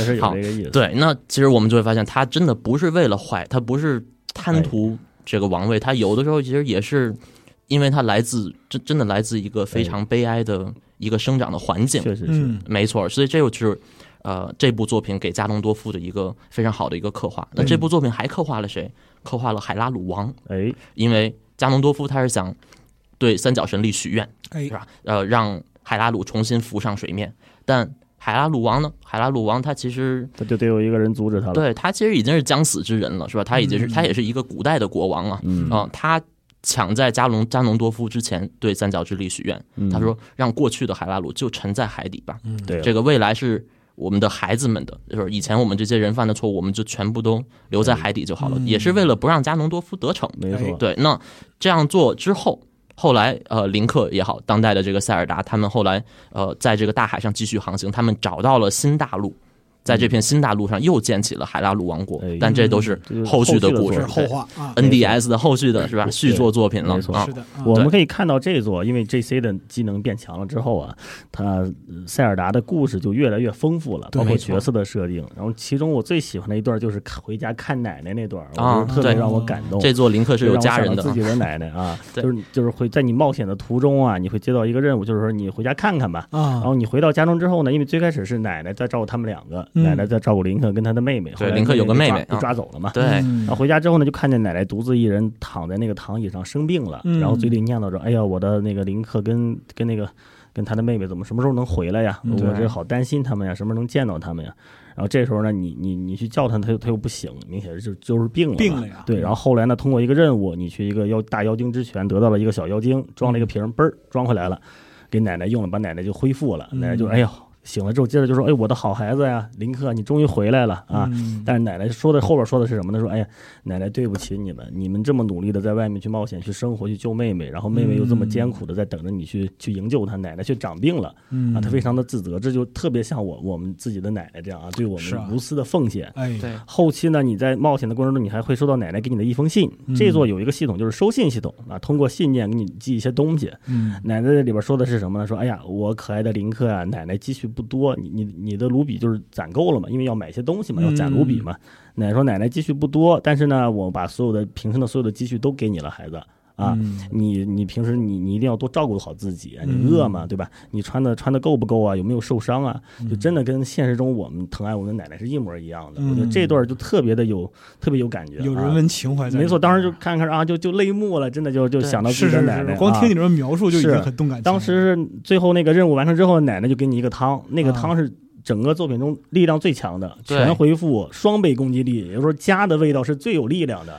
实有这个意思， 对，那其实我们就会发现，他真的不是为了坏，他不是哎贪图这个王位，他有的时候其实也是因为他来自真真的来自一个非常悲哀的一个生长的环境。哎确实是。嗯，没错，所以这就是呃这部作品给加隆多夫的一个非常好的一个刻画。那嗯这部作品还刻画了谁？刻画了海拉鲁王，哎，因为加隆多夫他是想对三角神力许愿，哎是，吧？呃，让海拉鲁重新浮上水面，但。海拉鲁王呢？海拉鲁王他其实他就得有一个人阻止他了。对他其实已经是将死之人了，是吧？他已经是、他也是一个古代的国王了，嗯啊、他抢在加隆加农多夫之前对三角之力许愿，嗯他说让过去的海拉鲁就沉在海底吧，嗯对啊这个未来是我们的孩子们的，就是以前我们这些人犯的错误，我们就全部都留在海底就好了，嗯也是为了不让加农多夫得逞。没错，对，那这样做之后。后来，呃，林克也好，当代的这个塞尔达，他们后来，呃，在这个大海上继续航行，他们找到了新大陆，在这片新大陆上又建起了海拉鲁王国哎，但这都是这就是后续的故后续事的是，后话啊，没错 NDS 的后续的是吧？续作作品了没错啊是，的，啊我们可以看到这座，因为 JC 的技能变强了之后啊，他呃塞尔达的故事就越来越丰富了，对包括没错角色的设定。然后其中我最喜欢的一段就是看回家看奶奶那段，啊我觉得特别对让我感动。这座林克是有家人的就让啊我想到自己，的奶奶啊， 对就是你就是会在你冒险的途中啊，你会接到一个任务，就是说你回家看看吧。啊然，后你回到家中之后呢，因为最开始是奶奶在照顾他们两个，嗯奶奶在照顾林克跟他的妹妹。后来林克有个妹妹被抓被啊抓走了嘛。对，嗯然后回家之后呢，就看见奶奶独自一人躺在那个躺椅上生病了，嗯然后嘴里念叨着：“哎呀，我的那个林克跟跟那个跟他的妹妹怎么什么时候能回来呀？嗯我这好担心他们呀，什么时候能见到他们呀？”然后这时候呢，你你你去叫他，他又他又不醒，明显就就是病了嘛，病了呀对，然后后来呢，通过一个任务，你去一个妖大妖精之泉得到了一个小妖精，装了一个瓶，嘣儿装回来了，给奶奶用了，把奶奶就恢复了，嗯奶奶就哎呦醒了之后，接着就说：“哎，我的好孩子呀，林克，你终于回来了啊！”嗯但是奶奶说的后边说的是什么呢？说哎呀，奶奶对不起你们，你们这么努力的在外面去冒险、去生活、去救妹妹，然后妹妹又这么艰苦的在等着你去去营救她，奶奶却长病了嗯啊，她非常的自责，这就特别像我我们自己的奶奶这样啊，对我是啊们无私的奉献。哎，对后期呢，你在冒险的过程中，你还会收到奶奶给你的一封信。这嗯座有一个系统，就是收信系统啊，通过信件给你寄一些东西。嗯奶奶在里边说的是什么呢？说，哎呀，我可爱的林克啊，奶奶积蓄不多，你你你的卢比就是攒够了嘛，因为要买一些东西嘛，要攒卢嗯比嘛。奶奶说，奶奶积蓄不多，但是呢，我把所有的平生的所有的积蓄都给你了，孩子啊。嗯你你平时你你一定要多照顾好自己，啊你饿吗？对吧？你穿的穿的够不够啊？有没有受伤啊？嗯就真的跟现实中我们疼爱我们的奶奶是一模一样的。我觉得这段就特别的有特别有感觉，嗯有啊人文情怀在里面，没错，当时就看看啊，就就泪目了，真的就就对想到自是己的是奶是奶。是，光听啊你这么描述就已是经很动感情了。当时是最后那个任务完成之后，奶奶就给你一个汤，那个汤是整个作品中力量最强的，嗯对全恢复双倍攻击力，也就是说家的味道是最有力量的。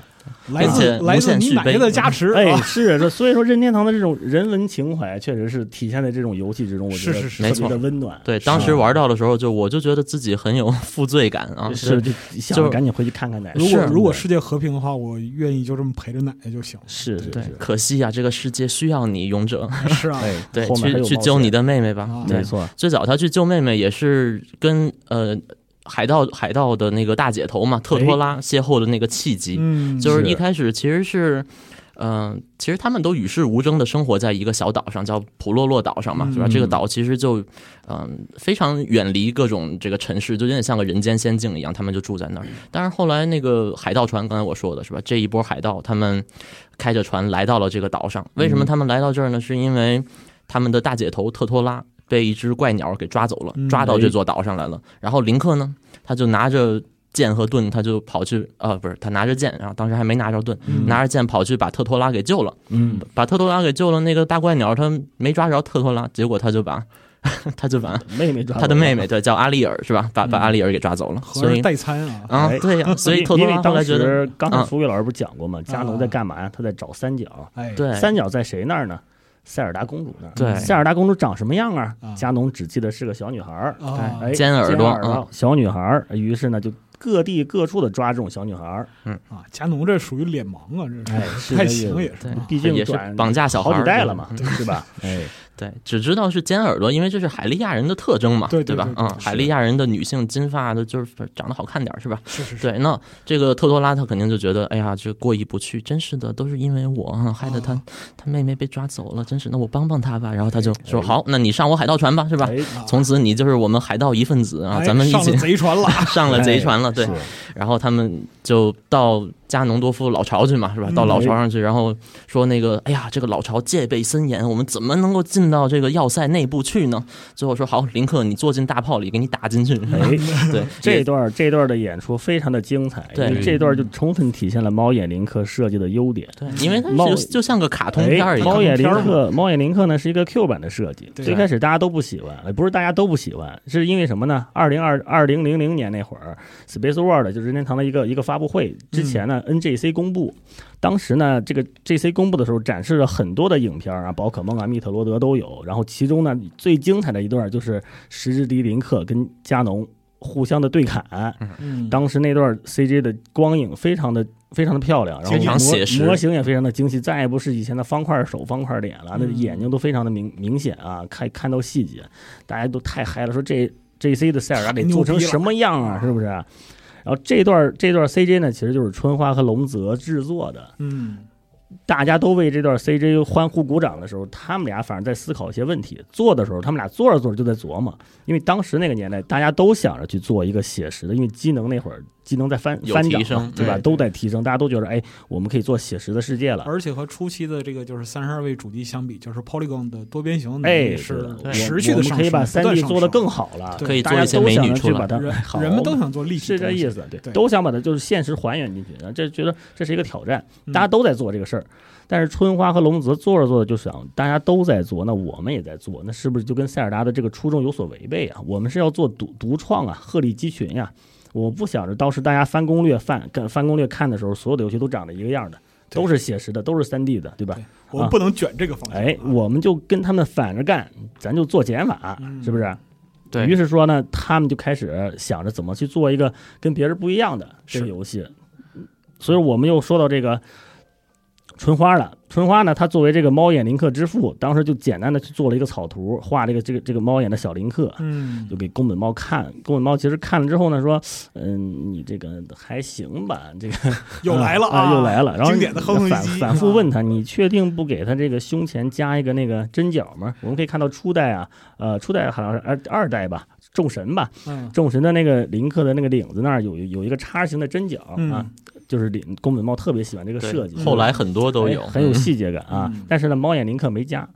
来并且自无来自限你续奶奶杯的加持，哎，哦啊是这，所以说任天堂的这种人文情怀确实是体现在这种游戏之中，我觉是得是是特没别错的温暖。对，当时玩到的时候，就我就觉得自己很有 负罪感啊，是就想着赶紧回去看看奶奶。如果是如果世界和平的话，我愿意就这么陪着奶奶就 行了。是是对是，，可惜啊，这个世界需要你勇者，是啊，哎，对，后面还去有去冒救险你，的妹妹吧啊，对没，错，最早他去救妹妹也是跟呃海盗海盗的那个大姐头嘛特托拉邂逅的那个契机， 嗯， 就是是一开始其实是。嗯、其实他们都与世无争的生活在一个小岛上，叫普洛洛岛上嘛，是吧？嗯这个岛其实就，嗯、非常远离各种这个城市，就有点像个人间仙境一样，他们就住在那儿。但是后来那个海盗船，刚才我说的是吧？这一波海盗他们开着船来到了这个岛上，为什么他们来到这儿呢？是因为他们的大姐头特托拉被一只怪鸟给抓走了嗯，抓到这座岛上来了。然后林克呢，他就拿着剑和盾，他就跑去，呃，不是，他拿着剑，然后当时还没拿着盾，拿着剑跑去把特托拉给救了，嗯，把特托拉给救了。那个大怪鸟他没抓着特托拉，结果他就把， 他就把妹妹抓嗯他的走了嗯妹妹，对，叫阿丽尔是吧？把把阿丽尔给抓走了，合所着以。代餐啊，啊哎，对呀、 所以因特因托为拉后当来觉得，时刚才嗯福贵老师不讲过嘛，加农在啊干嘛呀？他在找三角，哎，对，三嗯角在谁那儿呢？塞尔达公主那儿。对塞尔达公主长什么样啊啊？加农只记得是个小女孩儿，啊，哎，尖耳朵嗯尖小女孩儿。于是呢，就各地各处的抓这种小女孩儿，啊，家奴这属于脸盲啊，这哎，是是不太这行意也是啊对，嗯毕竟也是转绑架思小孩好儿几代了嘛，嗯对吧？哎，对，只知道是尖耳朵，因为这是海利亚人的特征嘛，对对对吧对？对嗯，是海利亚人的女性金发的，就是长得好看点儿，是吧？是是是，对，那这个特多拉他肯定就觉得，哎呀，这过意不去，真是的，都是因为我啊害得他、哦哎他妹妹被抓走了，真是，那我帮帮他吧。然后他就说，好，那你上我海盗船吧，是吧？哎啊从此你就是我们海盗一份子啊，哎咱们一上起了贼 哎船了， 上了贼船了，对是。然后他们就到加农多夫老巢去嘛，是吧？到嗯哎老巢上去，然后说那个，哎呀，这个老巢戒备森严，我们怎么能够进到这个要塞内部去呢？最后说好，林克，你坐进大炮里，给你打进去。 哎， 对，这也段这段的演出非常的精彩，对因为这段就充分体现了猫眼林克设计的优点。对，因为它嗯猫就就像个卡通哎片儿，一猫样。眼林克，猫眼林克呢是一个 Q 版的设计，对最开始大家都不喜欢，呃不是大家都不喜欢，是因为什么呢？二零二二零零零年那会儿，Space World 就是任天堂的一个一个发布会之嗯前呢、n g c 公布，当时呢这个 GC 公布的时候展示了很多的影片啊，宝可梦啊、密特罗德都有，然后其中呢最精彩的一段就是石之迪林克跟加农互相的对砍，嗯当时那段 CG 的光影非常的非常的漂亮，然后非常模写实模型也非常的精细，再也不是以前的方块手、方块脸了，那嗯眼睛都非常的明明显啊，看看到细节，大家都太嗨了，说这 JC 的塞尔达得做成什么样啊，是不是？然后这段这段 CG 呢，其实就是春花和龙泽制作的，嗯大家都为这段 CJ 欢呼鼓掌的时候，他们俩反而在思考一些问题。做的时候，他们俩做着做着就在琢磨，因为当时那个年代，大家都想着去做一个写实的，因为机能那会儿机能在翻有翻涨提升嘛，对吧？对都在提升，大家都觉得哎，我们可以做写实的世界了。而且和初期的这个就是三十二位主机相比，就是 Polygon 的多边形能哎，力是是的我持续的我上升，们可以把不三断 D 上做得升更好了，对可以做大家一些都美想女着出去把来。它人好人们都想做立体，是这意。思，对，对都想把它就是现实还原进去，然后这觉得这是一个挑战，嗯大家都在做这个事儿。但是春花和龙泽做着做着就想，大家都在做，那我们也在做，那是不是就跟塞尔达的这个初衷有所违背啊？我们是要做独独创啊，鹤立鸡群呀、我不想着当时大家翻攻略翻跟翻攻略看的时候，所有的游戏都长得一个样的，对都是写实的，都是三 D 的，对吧？对我们不能卷这个方向啊。哎，我们就跟他们反着干，咱就做减法，嗯是不是？对于是说呢，他们就开始想着怎么去做一个跟别人不一样的这个是游戏。所以我们又说到这个春花了。春花呢，她作为这个猫眼林克之父，当时就简单的去做了一个草图，画这个这个这个猫眼的小林克。嗯就给宫本茂看，宫本茂其实看了之后呢，说，嗯，你这个还行吧，这个又来了啊，啊，又来了。然后经典的哼啊哼唧反唧反复问他，你确定不给他这个胸前加一个那个针脚吗？我们可以看到初代啊，呃，初代好像是二二代吧，众神吧，嗯众神的那个林克的那个领子那儿有有一个叉形的针脚嗯啊，就是领宫本茂特别喜欢这个对设计，后来很多都有，哎很有细节感啊嗯。但是呢，猫眼林克没加。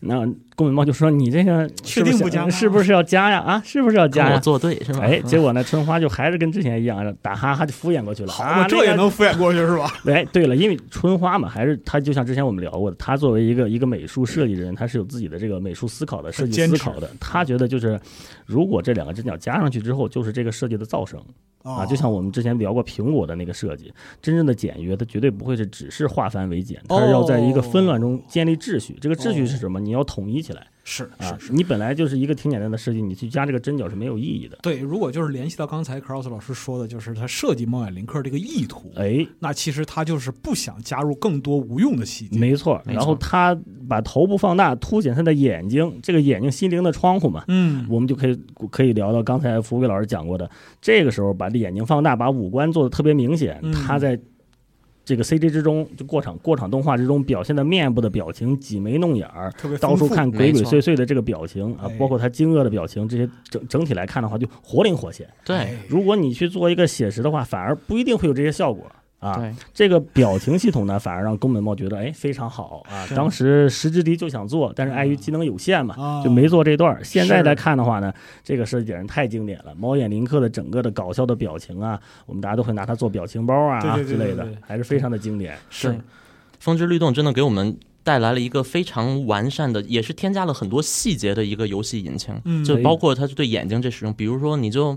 那宫本茂就说：“你这个是 确定是不加吗是不是要加呀？啊，是不是要跟加我呀？”作对是吧？哎，嗯结果呢，春花就还是跟之前一样，打哈哈就敷衍过去了。好啊嘛，这那也个能敷衍过去是 吧？哎，对了，因为春花嘛，还是她就像之前我们聊过的，她作为一个一个美术设计人，她是有自己的这个美术思考的设计坚思持考的。她觉得就是，如果这两个针脚加上去之后，就是这个设计的噪声啊，啊就像我们之前聊过苹果的那个设计，真正的简约，它绝对不会是只是化繁为简，它是要在一哦个纷乱中建立秩序。这个秩序是什么？你要统一起来是啊是！是，你本来就是一个挺简单的设计，你去加这个针脚是没有意义的。对。如果就是联系到刚才 Cross 老师说的，就是他设计猫眼林克这个意图，哎，那其实他就是不想加入更多无用的细节。没错，没然后错他把头部放大，凸显他的眼睛，这个眼睛心灵的窗户嘛，嗯，我们就可以可以聊到刚才福贵老师讲过的，这个时候把眼睛放大，把五官做的特别明显嗯，他在这个 CG 之中，就过场过场动画之中表现的面部的表情、挤眉弄眼儿。特别到处丰富看鬼没鬼错祟祟的这个表情啊哎，包括他惊愕的表情，这些整整体来看的话，就活灵活现。对如果你去做一个写实的话，反而不一定会有这些效果啊。对这个表情系统呢，反而让宫本茂觉得哎非常好啊。是嗯当时石之迪就想做，但是碍于机能有限嘛，啊，就没做这段儿。现在来看的话呢，这个设计简直太经典了。猫眼林克的整个的搞笑的表情啊，我们大家都会拿它做表情包啊对对对之类的对对对，还是非常的经典。是《风之律动》真的给我们带来了一个非常完善的，也是添加了很多细节的一个游戏引擎，嗯哎就包括它是对眼睛这使用，比如说你就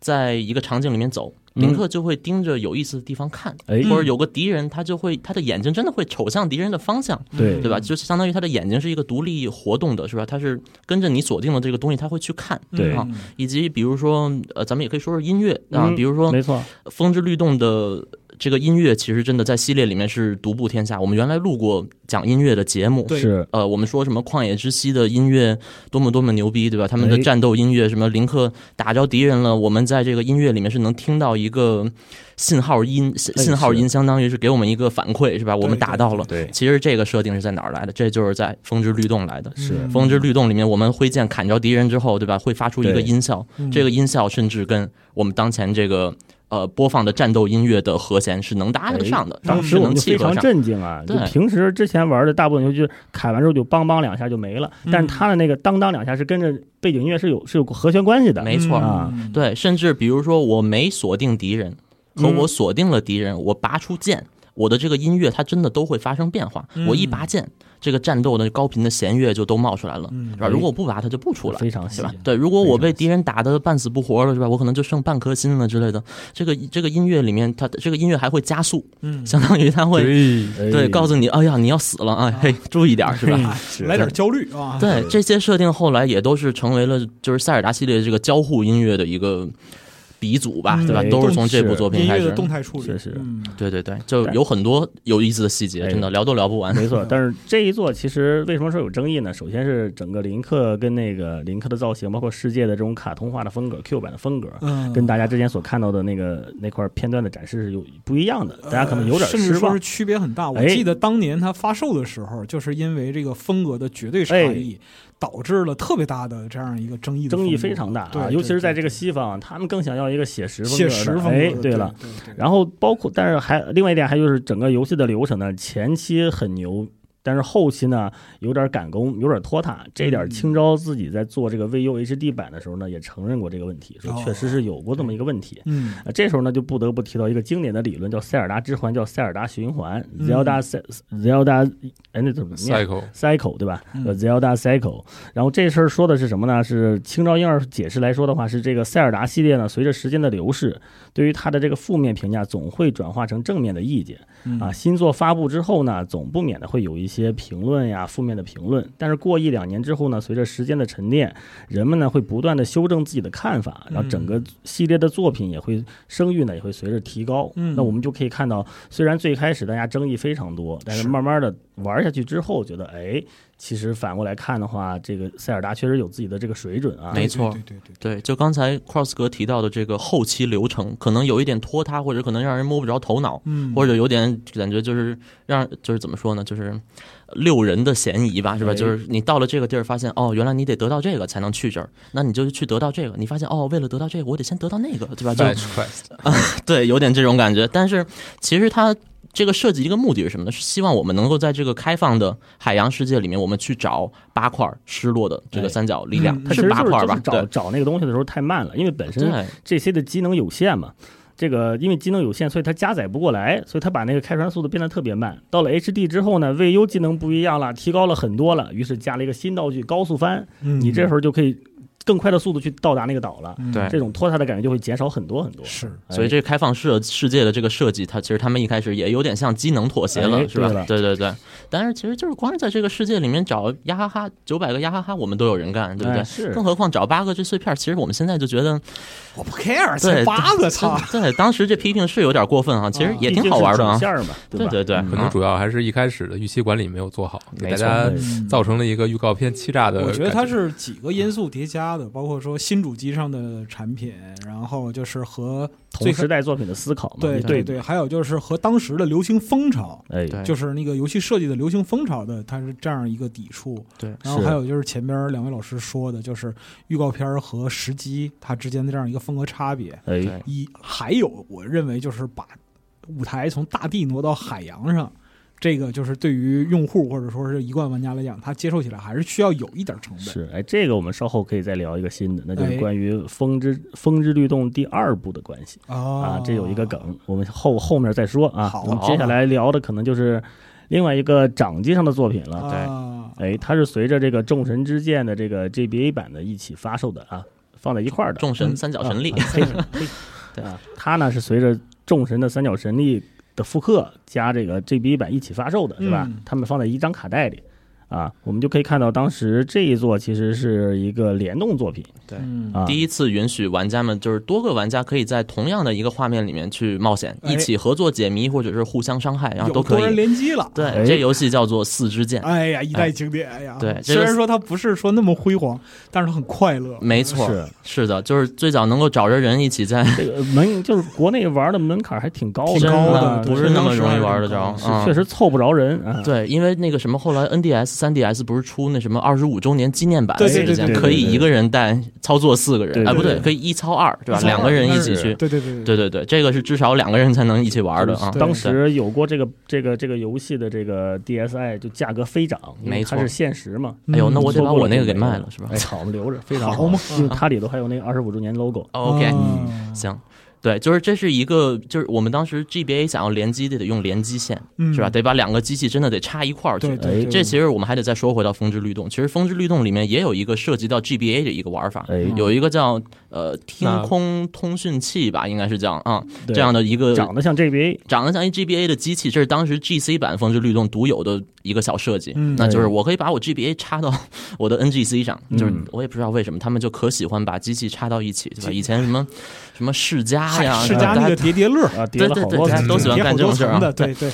在一个场景里面走，林嗯克就会盯着有意思的地方看，哎或者有个敌人，他就会他的眼睛真的会瞅向敌人的方向，对嗯对吧？就是相当于他的眼睛是一个独立活动的，是吧？他是跟着你锁定的这个东西，他会去看。对啊，以及比如说，呃，咱们也可以说说音乐啊，嗯比如说没错， 《风之律动》的这个音乐，其实真的在系列里面是独步天下。我们原来录过讲音乐的节目，对是呃，我们说什么《旷野之息》的音乐多么多么牛逼，对吧？他们的哎战斗音乐，什么林克打着敌人了，我们在这个音乐里面是能听到一个信号音，信哎信号是音相当于是给我们一个反馈，是吧？我们对打到了。对其实这个设定是在哪儿来的？这就是在《风之律动》来的。是《风之律动》里面，我们挥剑砍着敌人之后，对吧？会发出一个对嗯音效，嗯这个音效甚至跟我们当前这个呃播放的战斗音乐的和弦是能搭得上的，哎当时是我能们就契非合常上。震惊啊！就对平时之前玩的大部分游戏，就是砍完之后就梆梆两下就没了，嗯但是他的那个当当两下是跟着背景音乐是有是有和弦关系的，没错啊嗯对，甚至比如说我没锁定敌人，嗯和我锁定了敌人，我拔出剑，我的这个音乐它真的都会发生变化。嗯我一拔剑，这个战斗的高频的弦乐就都冒出来了，嗯是吧？如果我不拔，它就不出来。嗯哎非常是细吧？对，如果我被敌人打得半死不活了，是吧？我可能就剩半颗心了之类的。这个这个音乐里面，它这个音乐还会加速，嗯相当于它会对，对告诉你，哎呀，你要死了，哎啊嘿，注意点儿，是嗯吧？是哎来点焦虑啊，对，这些设定后来也都是成为了就是塞尔达系列这个交互音乐的一个鼻祖吧，嗯对吧？哎都是从这部作品音开乐的始。动态处理，是是嗯对对对，就有很多有意思的细节，哎真的聊都聊不 完。没错，但是这一座其实为什么说有争议呢？首先是整个林克跟那个林克的造型，包括世界的这种卡通化的风格、Q 版的风格，嗯，跟大家之前所看到的那个那块片段的展示是有不一样的，大家可能有点呃甚至失说望是。区别很大。我哎记得当年它发售的时候，就是因为这个风格的绝对差异，导致了特别大的这样一个争议的风哎争格，议非常大对啊，对尤其是在对这个西方，他们更想要一个写实风格写的。实风格的。哎，对了，，对对然后包括，但是还另外一点，还就是整个游戏的流程呢，前期很牛，但是后期呢有点赶工，有点拖沓。这一点嗯青招自己在做这个 VU HD 版的时候呢，也承认过这个问题，说哦确实是有过这么一个问题。嗯，啊，这时候呢，就不得不提到一个经典的理论，叫塞尔达之环，叫塞尔达循环嗯，Zelda Ce- Zelda，哎，那怎么念？ ，cycle， cycle 对吧？嗯呃，Zelda cycle。然后这事儿说的是什么呢？是青招要是解释来说的话，是这个塞尔达系列呢，随着时间的流逝，对于它的这个负面评价总会转化成正面的意见嗯啊。新作发布之后呢，总不免的会有一些评论呀、负面的评论。但是过一两年之后呢，随着时间的沉淀，人们呢会不断的修正自己的看法，然后嗯整个系列的作品也会声誉呢也会随着提高。嗯那我们就可以看到，虽然最开始大家争议非常多，但是是慢慢的玩下去之后，觉得哎，其实反过来看的话，这个塞尔达确实有自己的这个水准啊。没错对，对对对对，就刚才 Cross 哥提到的这个后期流程，可能有一点拖沓，或者可能让人摸不着头脑，嗯，或者有点感觉就是让就是怎么说呢，就是六人的嫌疑吧，是吧？哎就是你到了这个地儿，发现哦，原来你得得到这个才能去这儿，那你就去得到这个。你发现哦，为了得到这个，我得先得到那个，对吧？就 batch quest， 对，有点这种感觉。但是其实它这个设计一个目的是什么呢？是希望我们能够在这个开放的海洋世界里面，我们去找八块失落的这个哎三角力量，嗯它其实八就是块就吧是？找对找那个东西的时候太慢了，因为本身对。这些的机能有限嘛。这个因为机能有限，所以它加载不过来，所以它把那个开船速度变得特别慢。到了 HD 之后呢，VU 技能不一样了，提高了很多了，于是加了一个新道具高速帆，嗯你这时候就可以更快的速度去到达那个岛了。嗯对这种拖沓的感觉就会减少很多很多。是哎所以这个开放世世界的这个设计，它其实他们一开始也有点向机能妥协了，哎是吧对了对对对。但是其实就是光是在这个世界里面找呀哈哈九百个呀哈哈，我们都有人干，对不对？哎是更何况找八个这碎片，其实我们现在就觉得，我不 care，才对，八个操，对，对当时这批评是有点过分啊，其实也挺好玩的啊毕竟是主。线儿嘛，嗯对吧？对嗯对，可能主要还是一开始的预期管理没有做好，给没大错家对造成了一个预告片欺诈的感。我觉得它是几个因素叠加的，包括说新主机上的产品，然后就是和最同时代作品的思考嘛，对对，对对，还有就是和当时的流行风潮，哎，对就是那个游戏设计的流行风潮的，它是这样一个抵触。对然后是还有就是前边两位老师说的，就是预告片儿和时机它之间的这样一个风格差别。哎对，一还有，我认为就是把舞台从大地挪到海洋上，这个就是对于用户或者说是一贯玩家来讲，他接受起来还是需要有一点成本。是哎，这个我们稍后可以再聊一个新的，那就哎是关于《风之风之律动》第二部的关系啊啊，这有一个梗，我们后后面再说啊。好我们接下来聊的可能就是另外一个掌机上的作品了。啊，哎，它是随着这个《众神之剑》的这个 GBA 版的一起发售的啊，放在一块儿的。众神三角神力啊，嘿嘿对啊，它呢是随着众神的三角神力的复刻加这个 GB 一版一起发售的，是吧嗯？他们放在一张卡带里。啊，我们就可以看到，当时这一座其实是一个联动作品嗯啊。第一次允许玩家们就是多个玩家可以在同样的一个画面里面去冒险，哎一起合作解谜或者是互相伤害，然后都有可多人以。联机了。对，哎这游戏叫做《四支箭》，哎呀，一代经典哎呀！对这虽个然说它不是说那么辉煌，但是它很快乐。没错，是是的，就是最早能够找着人一起在这个门就是国内玩的门槛还挺高的，挺高的啊对不是那么容易玩得着当，是嗯确实凑不着人啊。对，因为那个什么，后来 NDS、3DS 不是出那什么二十五周年纪念版对的对时对对间，对可以对对一个人带操作四个对人，对哎，不对，对可以一操二，对一吧？操二两个人一起去，对对对对对对，这个是至少两个人才能一起玩的啊。对当时有过这个这个这个游戏的这个 DSI 就价格飞涨，因为没错它是限时嘛。对，哎呦，那我得错把过了我那个就给没有卖了，是吧哎，好，我们留着，非常好嘛因为它里头还有那个二十五周年 logo。哦？OK，嗯行。对，就是这是一个，就是我们当时 GBA 想要联机，得得用联机线，嗯是吧？得把两个机器真的得插一块儿去。对对，对这其实我们还得再说回到《风之律动》，其实《风之律动》里面也有一个涉及到 GBA 的一个玩法，哎，有一个叫呃那天空通讯器吧，应该是叫啊、对这样的一个长得像 GBA，长得像一 GBA 的机器，这是当时 GC 版《风之律动》独有的一个小设计。嗯那就是我可以把我 GBA 插到 我的 NGC 上，嗯就是我也不知道为什么他们就可喜欢把机器插到一起，对吧？以前什么什么世嘉嗨呀，世嘉大那家个叠叠乐，啊，叠了对好对多对层都喜欢叠好干这多种事儿啊层的，对对。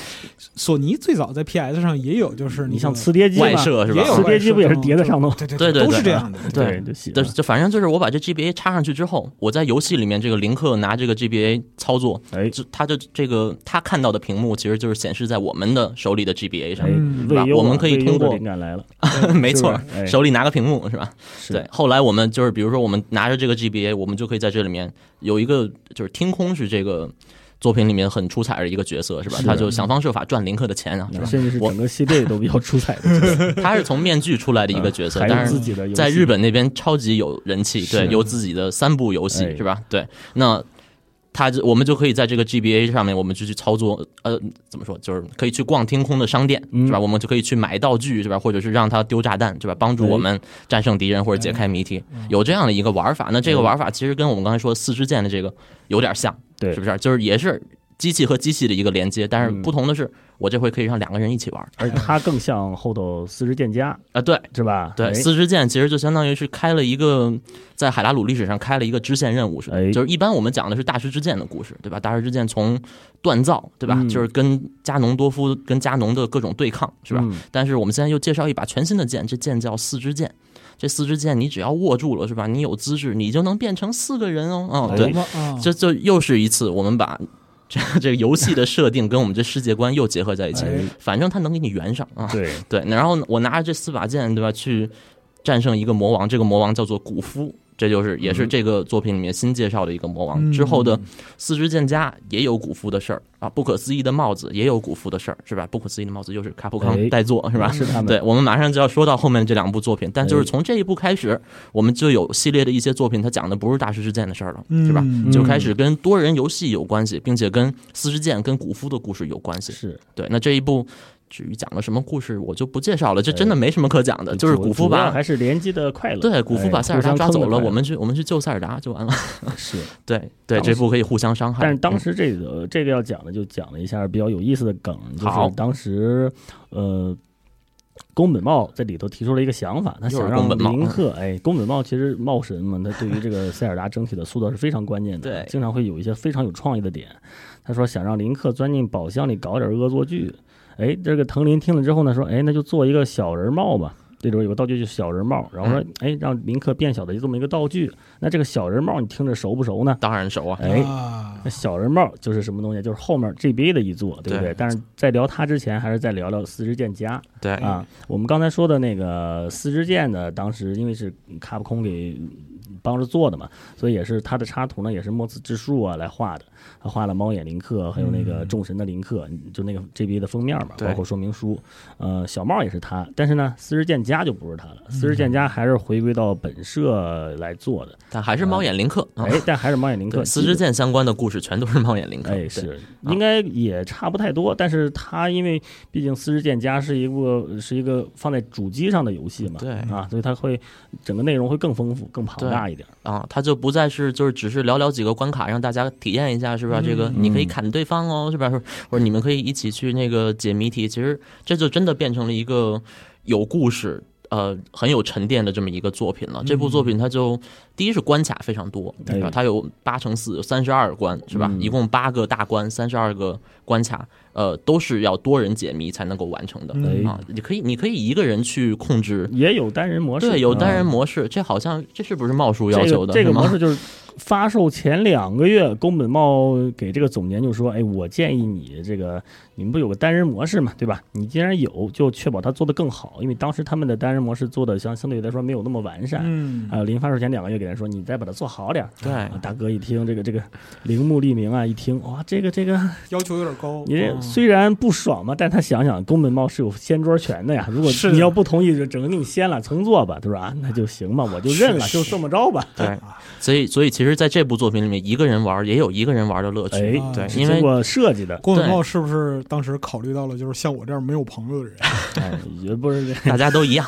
索尼最早在 PS 上也有，就是你那像个磁碟嗯机外嘛设是吧也？有嗯磁碟机不也是叠在上头对对对对都对是这样的。对。就行就。就反正就是我把这 GBA 插上去之后，我在游戏里面这个林克拿这个 GBA 操作，哎就他就这个他看到的屏幕其实就是显示在我们的手里的 GBA 上哎，，嗯未对忧吧我啊们可以未忧通的过灵感来了， 没错是，不是哎手里拿个屏幕是吧？是对，，后来我们就是比如说我们拿着这个 GBA，我们就可以在这里面有一个就是天空是这个作品里面很出彩的一个角色是吧？是啊嗯他就想方设法赚林克的钱啊，是那吧？甚至是整个系列都比较出彩的角色 他是从面具出来的一个角色，还但有是自。己的游戏在日本那边超级有人气，是对，有自己的三部游戏哎是吧？对，那他就我们就可以在这个 GBA 上面，我们就去操作，呃，怎么说，就是可以去逛天空的商店，嗯是吧？我们就可以去买道具，是吧？或者是让他丢炸弹，是吧？帮助我们战胜敌人或者解开谜哎题，嗯有这样的一个玩法。那这个玩法其实跟我们刚才说的四支箭的这个有点像，对是不是？就是也是机器和机器的一个连接，但是嗯不同的是，我这回可以让两个人一起玩而且它更像后头四十剑家，啊，对。是吧？对，哎四支箭其实就相当于是开了一个在海拉鲁历史上开了一个支线任务似哎的，就是一般我们讲的是大师之剑的故事，对吧？大师之剑从锻造，对吧嗯？就是跟加农多夫跟加农的各种对抗，是吧？嗯但是我们现在又介绍一把全新的剑，这剑叫四支剑。这四支剑你只要握住了，是吧？你有资质，你就能变成四个人哦。哎哦，对，啊，这就又是一次我们把。这这个游戏的设定跟我们这世界观又结合在一起哎，反正它能给你圆上啊。对，对，然后我拿着这四把剑，对吧，去战胜一个魔王，这个魔王叫做古夫，这就是也是这个作品里面新介绍的一个魔王。嗯之后的四支剑家也有古夫的事儿啊，不可思议的帽子也有古夫的事儿，是吧？不可思议的帽子又是卡普哎康代 作，是吧？是他们对，我们马上就要说到后面这两部作品，但就是哎从这一部开始，我们就有系列的一些作品，它讲的不是大师之剑的事儿了，是吧？嗯就开始跟多人游戏有关系，并且跟四支剑、跟古夫的故事有关系。是对，那这一部至于讲了什么故事，我就不介绍了，这真的没什么可讲的，就是古夫哎主要把还是联机的快乐，对古夫哎把塞尔达抓走了，我。互相坑们去我们去救塞尔达就完了。的快乐是，对对，当时这部可以互相伤害，但是当嗯时这个这个要讲的就讲了一下比较有意思的梗，就好是当时呃。宫本茂在里头提出了一个想法，他又是想让宫本茂嗯林克，哎，宫本茂其实茂神嘛，他对于这 个塞尔达整体的塑造是非常关键的，对经常会有一些非常有创意的点。他说想让林克钻进宝箱里搞点恶作剧，哎，这个藤林听了之后呢，说，哎，那就做一个小人帽吧，这种有个道具就是小人帽，然后嗯说，哎，让林克变小的这么一个道具，那这个小人帽你听着熟不熟呢？当然熟啊，哎，啊那小人帽就是什么东西？就是后面 GBA 的一座，对不对？对但是在聊它之前，还是再聊聊四支箭家对啊。我们刚才说的那个四支箭呢，当时因为是卡普空给帮着做的嘛，所以也是它的插图呢，也是墨子之树啊来画的。他画了猫眼林克，还有那个众神的林克，就那个 GBA 的封面嘛，对包括说明书。呃，小帽也是他，但是呢，四支箭家就不是他了。四支箭家还是回归到本社来做的，但还是猫眼林克啊哎，，但还是猫眼林克哦对，。四支基本箭相关的故事全都是猫眼林克，哎，对是，啊应该也差不太多，但是它因为毕竟《四支剑家》是一部是一个放在主机上的游戏嘛，对啊，所以它会整个内容会更丰富、更庞大大一点。啊，它就不再是就是只是寥寥几个关卡，让大家体验一下，是吧？这嗯个你可以砍对方哦，是吧？ 或者你们可以一起去那个解谜题。其实这就真的变成了一个有故事。呃，很有沉淀的这么一个作品了。这部作品它就第一是关卡非常多，嗯对是吧？它有八乘四，有三十二关，是吧？嗯一共八个大关，三十二个关卡，呃，都是要多人解谜才能够完成的、嗯哎啊。你可以，你可以一个人去控制，也有单人模式，对，有单人啊模式，这好像这是不是茂叔要求的？这个这个是吗模式就是发售前两个月，宫本茂给这个总监就说：“哎，我建议你这个，你们不有个单人模式嘛，对吧？你既然有，就确保它做得更好，因为当时他们的单人模式做的相相对来说没有那么完啊善。嗯还有呃临发售前两个月给他说，你再把它做好点儿。对啊大哥一听这个这个铃木利明啊，一听哇，这个这个哦要求有点高。 你这嗯虽然不爽嘛，但他想想宫本茂是有掀桌权的呀。如果是的你要不同意，就整个给你掀了，重做吧。他说啊，那就行吧，我就认了，是就这么着吧。 对，啊所以所以其实在这部作品里面，一个人玩儿也有一个人玩儿的乐哎趣，，对，是因经为过设计的，郭文茂是不是当时考虑到了，就是像我这样没有朋友的人？哎，也不是大家都一样，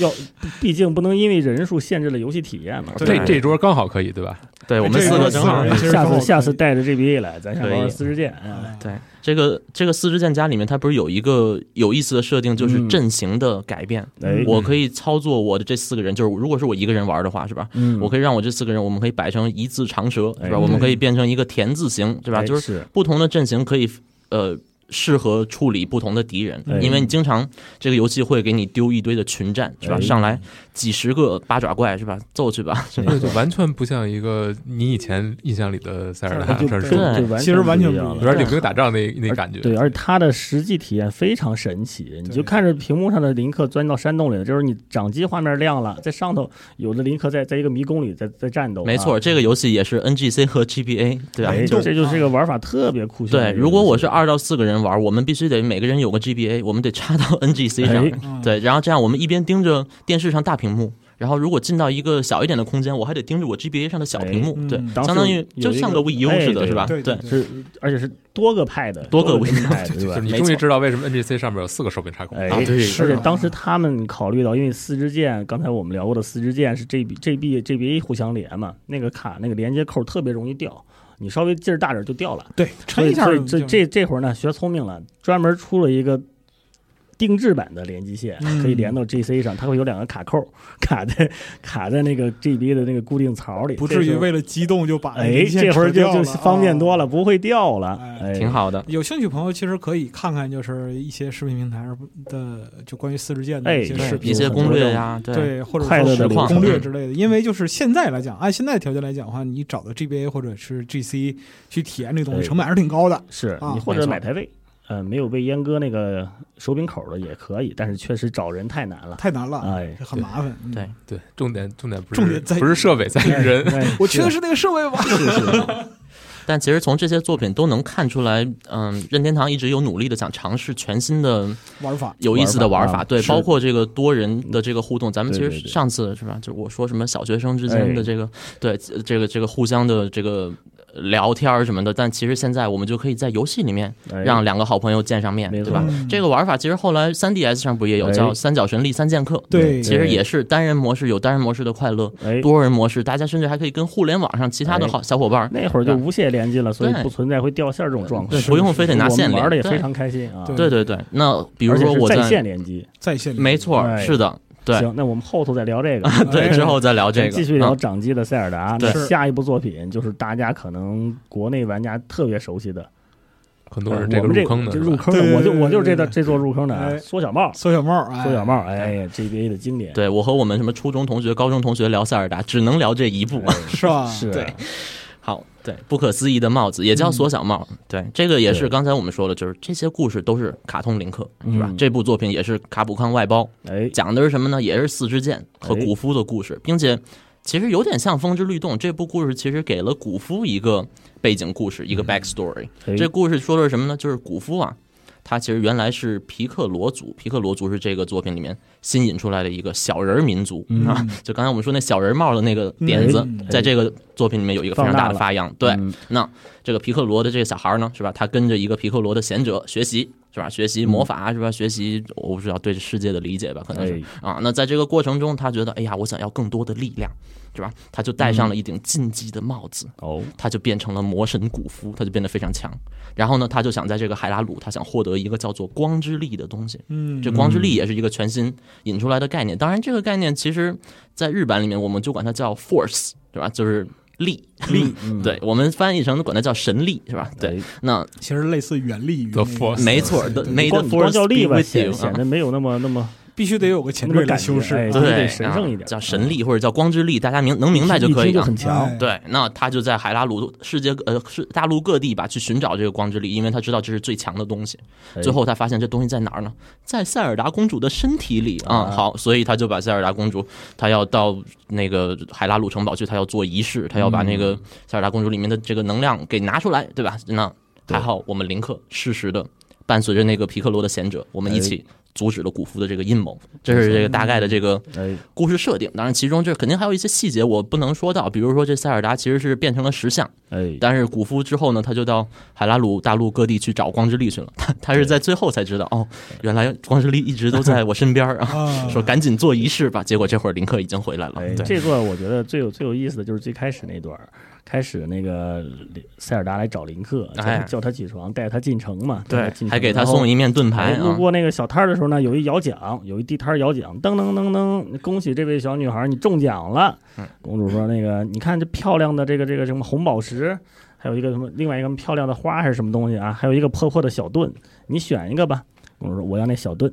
要，毕竟不能因为人数限制了游戏体验嘛。对这这桌刚好可以，对吧？对我们这四个个正好四个。人其实下刚好次下次可以带着 GBA 来，咱想玩可玩以四支箭啊。哎对这个这个四支箭家里面，它不是有一个有意思的设定，就是嗯阵型的改变。哎，嗯我可以操作我的这四个人，就是如果是我一个人玩儿的话，是吧？嗯我可以让我这四个人，我们可以摆成一字长蛇，是哎吧？我们可以变成一个田字形，对吧？哎就是是不同的阵型可以呃适合处理不同的敌人哎，因为你经常这个游戏会给你丢一堆的群战是吧？哎上来几十个八爪怪是吧？揍去吧！是对，就完全不像一个你以前印象里的塞尔达 就传对说，对完其实完全不不一一样样有点领兵打仗那那感觉。对，啊而且它的实际体验非常神奇，你就看着屏幕上的林克钻到山洞里了，就是你掌机画面亮了，在上头有的林克在在一个迷宫里在在战斗、啊，没错，，这个游戏也是 NGC 和 GBA 对吧？哎，动这就是一个玩法特别酷炫对，的一个游戏。如果我是二到四个人玩，我们必须得每个人有个 GBA，我们得插到 NGC 上，哎嗯，对，然后这样我们一边盯着电视上大屏幕，然后如果进到一个小一点的空间，我还得盯着我 GBA 上的小屏幕，哎对嗯，当时相当于有就一像个个 VU 哎似的，对是吧？对对是，而且是多个派的，多个个 Win 派的，对就是吧？你没终于错知道为什么 NGC 上面有四个手柄插孔。哎，啊对而是且啊当时他们考虑到，因为四支箭，刚才我们聊过的四支箭是 GB、GB、GBA 互相连嘛，那个卡那个连接扣特别容易掉，你稍微劲儿大点儿就掉了。对，所抻以一下所以就这这这会儿呢，学聪明了，专门出了一个定制版的连接线，嗯可以连到 GC 上，它会有两个卡扣， 卡在卡在那个 GB 的那个固定槽里，不至这于时候为了激动就把哎，离线这会儿扯就掉就方便多了，啊不会掉了，哎哎，挺。好的。有兴趣朋友其实可以看看，就是一些视频平台上的就关于四支箭的哎一些对视一频，啊些很多攻略这种呀，对对，或者快说乐的是流程嗯攻略之类的。因为就是现在来讲，按现在条件来讲的话，你找到 GBA 或者是 GC 去体验这东对西，成本还是挺高的。是啊你或没者错买台位，呃，没有被阉割那个手柄口的也可以，但是确实找人太难了。太难了，哎，很麻烦。嗯对对，重点重点不是重点在于不是设备，在于人。哎我缺的是那个设备吧？是是，但其实从这些作品都能看出来，嗯，任天堂一直有努力的想尝试全新的、 玩法有意思的玩玩法法，啊对，是包括这个多人的这个互动。咱们其对对实对哎上次是吧，就我说什么小学生之间的这个，对，这这个这个互相的这个聊天儿什么的，但其实现在我们就可以在游戏里面哎让两个好朋友见上面，没对错吧？嗯这个玩法其实后来三 DS 上不也有哎叫三角神力三剑客？对，其实也是单人模式有单人模式的快乐，哎，多人模式，大家甚至还可以跟互联网上其他的好小伙伴儿那会儿就无线连接了，所以对不存在会掉线儿这种状况对，。不用非得拿线我们连，玩的也对非常开心啊。对对对对。那比比如说我在在线连接，在线里没错儿，哎是 的，对行，那我们后头再聊这个。对，之后再聊这咱个，哎继续聊嗯掌机的塞尔达。对那是下一部作品就是大家可能国内玩家特别熟悉的，很呃多我人这们这个入坑的就是入吧，坑对的，对我就对我就是这对这座入坑的啊哎缩小帽，缩小帽，哎缩小帽，哎呀，GBA 的经典。对我和我们什么初中同学、高中同学聊塞尔达，只能聊这一部。哎是啊吧？ 是对好，对，不可思议的帽子也嗯叫缩小帽，对，这个也是刚才我们说的，就是这些故事都是卡通林克，是吧嗯？这部作品也是卡普康外包，哎，讲的是什么呢？也是四支箭和哎古夫的故事，并且其实有点像《风之律动》这部故事，其实给了古夫一个背景故事，一个 backstory。哎这故事说的是什么呢？就是古夫啊，他其实原来是皮克罗族，皮克罗族是这个作品里面新引出来的一个小人儿民族、啊。就刚才我们说那小人帽的那个点子，嗯在这个作品里面有一个非常大的发扬。对，嗯那这个皮克罗的这个小孩儿呢，是吧？他跟着一个皮克罗的贤者学习，是吧？学习魔法啊是吧？学习我不知道对世界的理解吧，可能是哎，啊。那在这个过程中，他觉得哎呀，我想要更多的力量，是吧？他就戴上了一顶禁忌的帽子，哦，他就变成了魔神古夫，他就变得非常强。然后呢，他就想在这个海拉鲁，他想获得一个叫做光之力的东西。嗯这光之力也是一个全新引出来的概念。当然，这个概念其实在日版里面，我们就管它叫 force，对吧？就是力，力。嗯， 对我们翻译成管它叫神力，是吧？哎对，那其实类似原力与 The 那个 Force 没错，the made 光光 force 叫力 be 吧， with 显 you 显啊。得没有那么那么必须得有个前那缀么来感修觉，饰哎，啊就对，得神圣一点，啊嗯叫神力或者叫光之力，大家明能明白就一可以啊听就了很。强，哎对，那他就在海拉鲁世界呃是大陆各地吧去寻找这个光之力，因为他知道这是最强的东西。哎最后他发现这东西在哪儿呢？在塞尔达公主的身体里啊、啊好，所以他就把塞尔达公主，她要到那个海拉鲁城堡去，她要做仪式，她要把那嗯个塞尔达公主里面的这个能量给拿出来，对吧？那还好，我们林克适时的伴随着那个皮克罗的贤者，我哎们一起阻止了古夫的这个阴谋。这是这嗯个大概的这个哎，故事设定，当然其中这肯定还有一些细节我不能说到，比如说这塞尔达其实是变成了石像，哎，但是古夫之后呢，他就到海拉鲁大陆各地去找光之力去了。他他是在最后才知道，哦，原来光之力一直都在我身边儿啊，啊，说赶紧做仪式吧。结果这会儿林克已经回来了，哎，对，这段我觉得最有最有意思的就是最开始那段儿，开始那个林塞尔达来找林克，叫他哎叫他起床，带他进城嘛，带他进城还给他然后送一面盾牌哎路啊，过那个小摊儿的时候呢，有一摇奖，有一地摊儿摇奖，噔噔噔噔，恭喜这位小女孩儿，你中奖了。嗯公主说：“那个，你看这漂亮的这个这个什么红宝石，还有一个什么另外一个漂亮的花还是什么东西啊，还有一个破破的小盾，你选一个吧。”公主说：“我要那小盾。”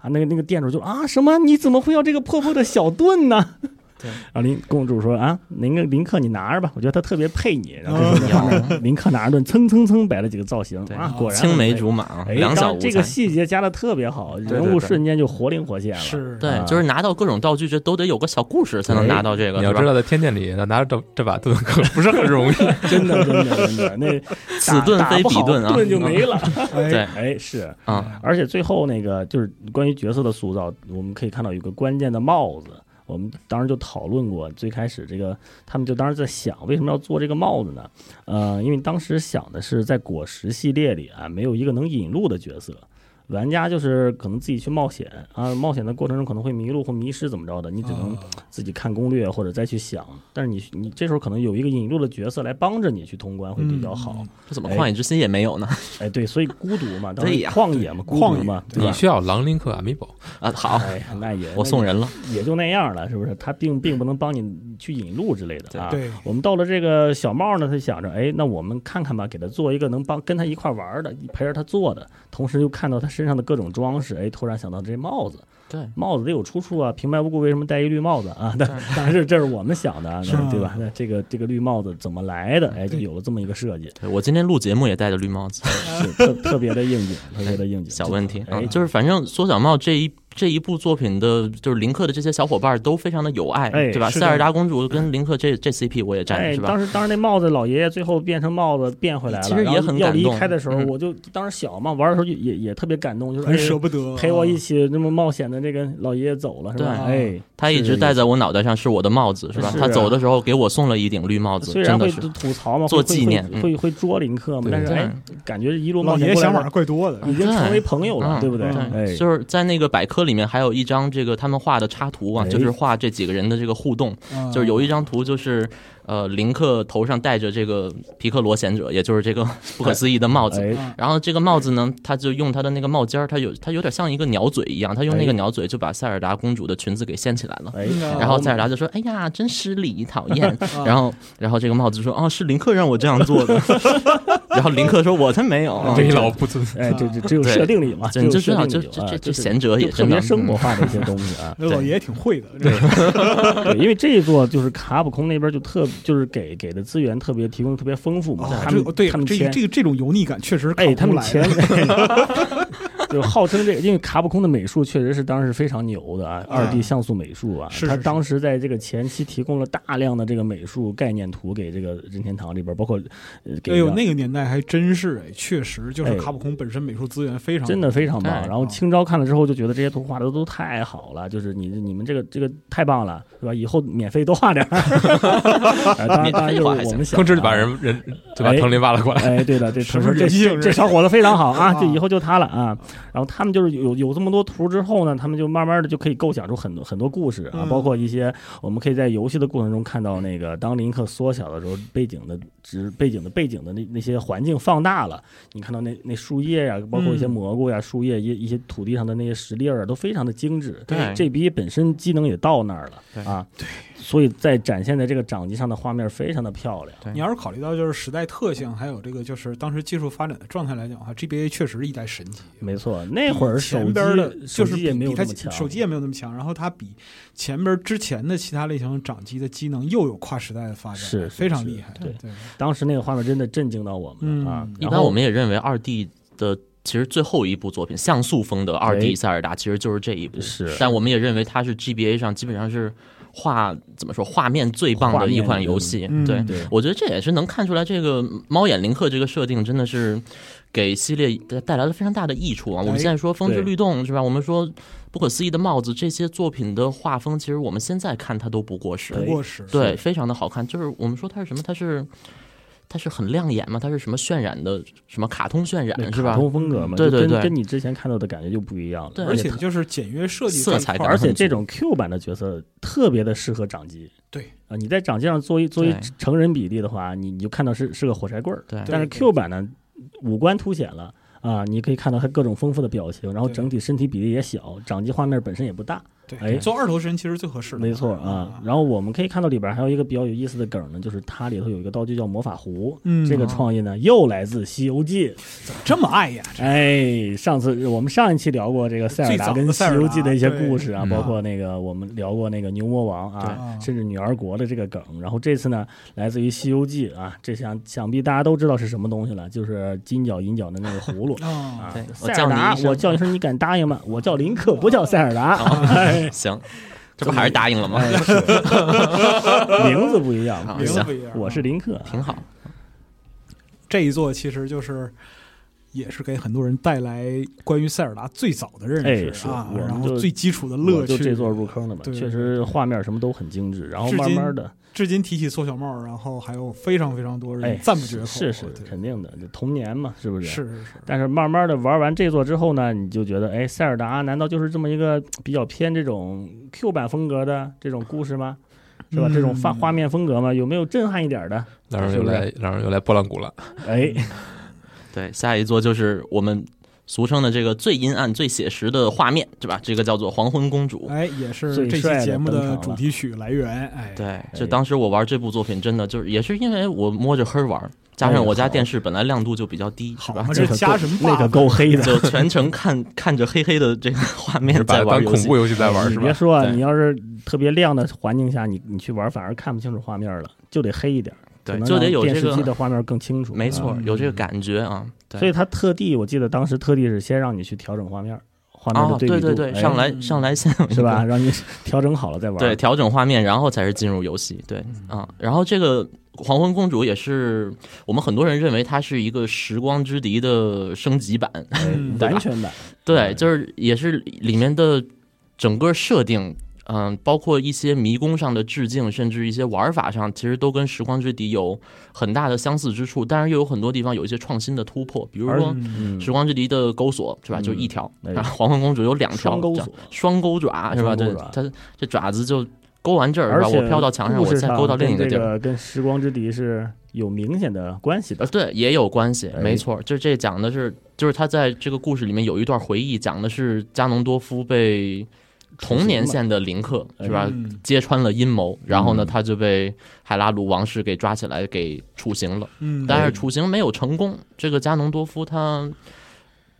啊，那个那个店主就啊什么？你怎么会要这个破破的小盾呢？ 对，然后林公主说啊，林克林克你拿着吧，我觉得他特别配你。然后这时候哦林克拿着盾，蹭蹭蹭摆了几个造型对啊，果然青梅很配竹马，啊哎，两小当无这猜。个细节加的特别好，对人物对瞬啊间就活灵活现了。是对，哎就是拿到各种道具，这都得有个小故事才能拿到这个，你要是吧知道，在天剑里拿着这把盾可不是很容易。真的，真的，真的，那 此盾打非打不彼好盾啊盾就没了。哎对哎，是，啊，而且最后那个就是关于角色的塑造，我们可以看到有个关键的帽子。我们当时就讨论过，最开始这个他们就当时在想，为什么要做这个帽子呢？呃，因为当时想的是在果实系列里啊，没有一个能引路的角色，玩家就是可能自己去冒险啊，冒险的过程中可能会迷路或迷失怎么着的，你只能自己看攻略或者再去想。但是你你这时候可能有一个引路的角色来帮着你去通关会比较好。这怎么哎旷野之心也没有呢？哎，对，所以孤独嘛，当时对呀旷野嘛，孤旷独野嘛，对你吧？需要狼林克 Amiibo，啊，好，哎，那也我送人了。那也就那样了，是不是？他并并不能帮你去引路之类的啊。哎对我们到了这个小帽呢，他想着，哎，那我们看看吧，给他做一个能帮跟他一块玩的，陪着他做的，同时又看到他身上的各种装饰，哎，突然想到这帽子，对，帽子得有出处啊，平白无故为什么戴一绿帽子啊？ 但当然是这是我们想的，啊，是那啊对吧？那这个这个绿帽子怎么来的？哎，就有了这么一个设计，对我今天录节目也戴着绿帽子。是特特别的应景，特别的应景。小问 题，哎嗯，就是反正缩小帽这一这一部作品的，就是林克的这些小伙伴都非常的有爱，哎对吧？是塞的尔达公主跟林克这这 CP 我也站哎，是吧当？时当时那帽子老爷爷最后变成帽子变回来了，其实也然后很要感动离开的时候，嗯我就当时小嘛，玩的时候就也也特别感动，就是很舍哎不得，陪我一起那么冒险的这个老爷爷走了，是吧？哎对，他一直戴在我脑袋上是我的帽子，是吧？是啊他走的时候给我送了一顶绿帽子，虽啊真然的会是。吐槽嘛，做会会纪念会嗯会会捉林克嘛，对但是对哎，感觉一路啊冒老险爷过来想了法怪多的，已经成为朋友了，嗯对不对？嗯哎，就是在那个百科里面还有一张这个他们画的插图啊，哎啊就是画这几个人的这个互动，嗯就是有一张图就是，呃，林克头上戴着这个皮克罗贤者，也就是这个 不可思议的帽嗯子，哎，然后这个帽子呢，他就用他的那个帽尖儿，他有他有点像一个鸟嘴一样，他用那个哎鸟嘴就把塞尔达公主的裙子给掀起来了。哎，嗯然后塞尔达就说：“哎呀，真失礼，讨厌。”然后，然后这个帽子说：“哦，是林克让我这样做的。” 然后林克说：“我才没 有。啊为老不尊。哎，这这只有对设定里嘛，”真就就知道，这这这这贤者也特真的嗯别生活化的一些东西啊。那老爷爷挺会的，对 对，因为这一座就是卡普空那边就特就是给给的资源特别提供特别丰富嘛，哦，他这们个对他们这前这个这种油腻感确实看哎不他们出来前的， 就号称这个，因为卡普空的美术确实是当时非常牛的啊，二 D 像素美术啊，嗯是他是是当时在这个前期提供了大量的这个美术概念图给这个任天堂里边，包括呃给哎呦，让那个年代还真是哎，确实就是哎卡普空本身美术资源非常真的非常棒太。然后青招看了之后就觉得这些图画的都太好了，就是你你们这个这个太棒了，是吧？以后免费多画点儿。呃当然当然就是我们想吭哧的就啊把人人就把藤林挖了 过来。哎，对了，这是他不说是这人性这是这小伙子非常好啊，啊就以后就他了啊。然后他们就是有有这么多图之后呢，他们就慢慢的就可以构想出很多很多故事啊，嗯包括一些我们可以在游戏的过程中看到那个当林克缩小的时候，背景的只背景的背景的那那些环境放大了，你看到那那树叶呀、包括一些嗯蘑菇呀、树叶一一些土地上的那些石粒儿啊，都非常的精致。对这笔本身机能也到那儿对了啊，对，所以在展现在这个掌机上的画面非常的漂亮。你要是考虑到就是时代特性，还有这个就是当时技术发展的状态来讲的话，GBA 确实是一代神机。没错，那会儿手前机边的就手是机也比没有比它那么强，手机也没有那么强，然后它比前边之前的其他类型掌机的机能又有跨时代的发展，是是非常是厉害。对对，当时那个画面真的震惊到我们了啊嗯！一然般后我们也认为二 D 的其实最后一部作品像素风的二 D 塞尔达其实就是这一部，是但我们也认为它是 GBA 上基本上是画怎么说画面最棒的一款游戏，面对嗯。对我觉得这也是能看出来，这个猫眼林克这个设定真的是给系列带来了非常大的益处啊！我们现在说《风之律动》是吧？我们说《不可思议的帽子》这些作品的画风，其实我们现在看它都不过时，不哎过时。对，非常的好看。就是我们说它是什么？它是它是很亮眼嘛？它是什么渲染的？什么卡通渲那染是卡吧？通风格嘛，对对就跟对跟你之前看到的感觉就不一样了。对而且就是简约设计这色彩块感儿而且这种 Q 版的角色特别的适合掌机。对啊，你在掌机上做一做一对成人比例的话，你你就看到是是个火柴棍儿，对但是 Q 版呢，五官凸显了。啊，你可以看到它各种丰富的表情，然后对整体身体比例也小，掌机画面本身也不大，对哎做二头身其实最合适的。嗯没错啊。然后我们可以看到里边还有一个比较有意思的梗呢，就是它里头有一个道具叫魔法壶，嗯这个创意呢又来自《西游记》。这么爱呀，哎，上次我们上一期聊过这个塞尔达跟《西游记》的一些故事啊，最早的塞尔达对包括那个我们聊过那个牛魔王啊，对。甚至女儿国的这个梗。然后这次呢，来自于《西游记》啊，这想想必大家都知道是什么东西了，就是金角银角的那个葫芦啊，啊对，塞尔我叫达你一，声我叫一声，你敢答应吗？我叫林克，不叫塞尔达。哦行，这不还是答应了吗？ 哎名字不一样，啊名字行不一样。我是林克。啊挺好。这一座其实就是。也是给很多人带来关于塞尔达最早的认哎识是啊，我们然就后最基础的乐我趣。就这座入坑的嘛，对确实画面什么都很精致，然后至慢今慢的，至今提起缩小帽，然后还有非常非常多哎人，赞不绝口。是是对肯定的，就童年嘛，是不是？。是是是，但是慢慢的玩完这座之后呢，你就觉得，哎，塞尔达难道就是这么一个比较偏这种 Q 版风格的这种故事吗？是吧？嗯这种画画面风格吗？有没有震撼一点的？老人又来，老人又来拨浪鼓了。哎，对，下一座就是我们俗称的这个最阴暗、最写实的画面，对吧？这个叫做《黄昏公主》。哎，也是最这帅的期节目登的场主了题曲来源。哎，对，就当时我玩这部作品，真的就是也是因为我摸着黑玩儿，加哎上我家好电视本来亮度就比较低，是好吧嘛，？这这个加什么那个 buff？够黑的。就全程看看着黑黑的这 个画面是把在它玩当游恐戏怖。游戏在玩你是别吧？说啊，对你要是特别亮的环境下，你你去玩反而看不清楚画面了，就得黑一点，可对，能就得让有电这视机个，的画面更清楚。没啊错，有这个感觉啊。对所以他特地，我记得当时特地是先让你去调整画面，画面哦的，比对度，对对，哎上来上来先有一个 是吧？？让你 调整好了再玩。对，，调整画面，然后才是进入游戏。对嗯啊，然后这个《黄昏公主》也是我们很多人认为它是一个《时光之笛》的升级版，嗯对吧哎完全版，嗯对，就是也是里面的整个设定，嗯、包括一些迷宫上的致敬，甚至一些玩法上，其实都跟《时光之笛》有很大的相似之处，但是又有很多地方有一些创新的突破，比如而说嗯嗯《时光之笛》的钩索是吧，嗯就一条，哎啊，黄昏公主有两条双钩这样索双钩爪是吧？双钩对爪，它这爪子就勾完这儿是而吧？且我飘到墙上，故我事再勾到另一个跟地这儿。个跟《时光之笛》是有明显的关系呃，的。对，也有关系，哎没错，就这讲的是，就是他在这个故事里面有一段回忆，讲的是加农多夫被同年限的林克哎是吧嗯揭穿了阴谋，然后呢，嗯他就被海拉鲁王室给抓起来给处刑了，嗯，哎但是处刑没有成功，这个加农多夫他。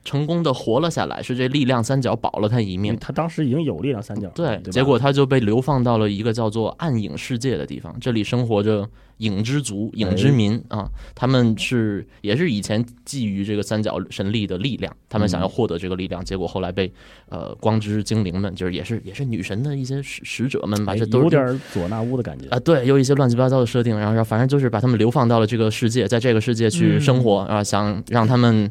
成功的活了下来，是这力量三角保了他一因为命。他当时已经有力量三角了，对，吧结果他就被流放到了一个叫做暗影世界的地方，这里生活着影之族、影之民、哎啊，他们是也是以前觊觎这个三角神力的力量，他们想要获得这个嗯力量，结果后来被呃光之精灵们，就是也是也是女神的一些使使者们吧，这都哎有是点儿左纳乌的感觉啊，对，有一些乱七八糟的设定，然后然后反正就是把他们流放到了这个世界，在这个世界嗯去生活啊、想让他们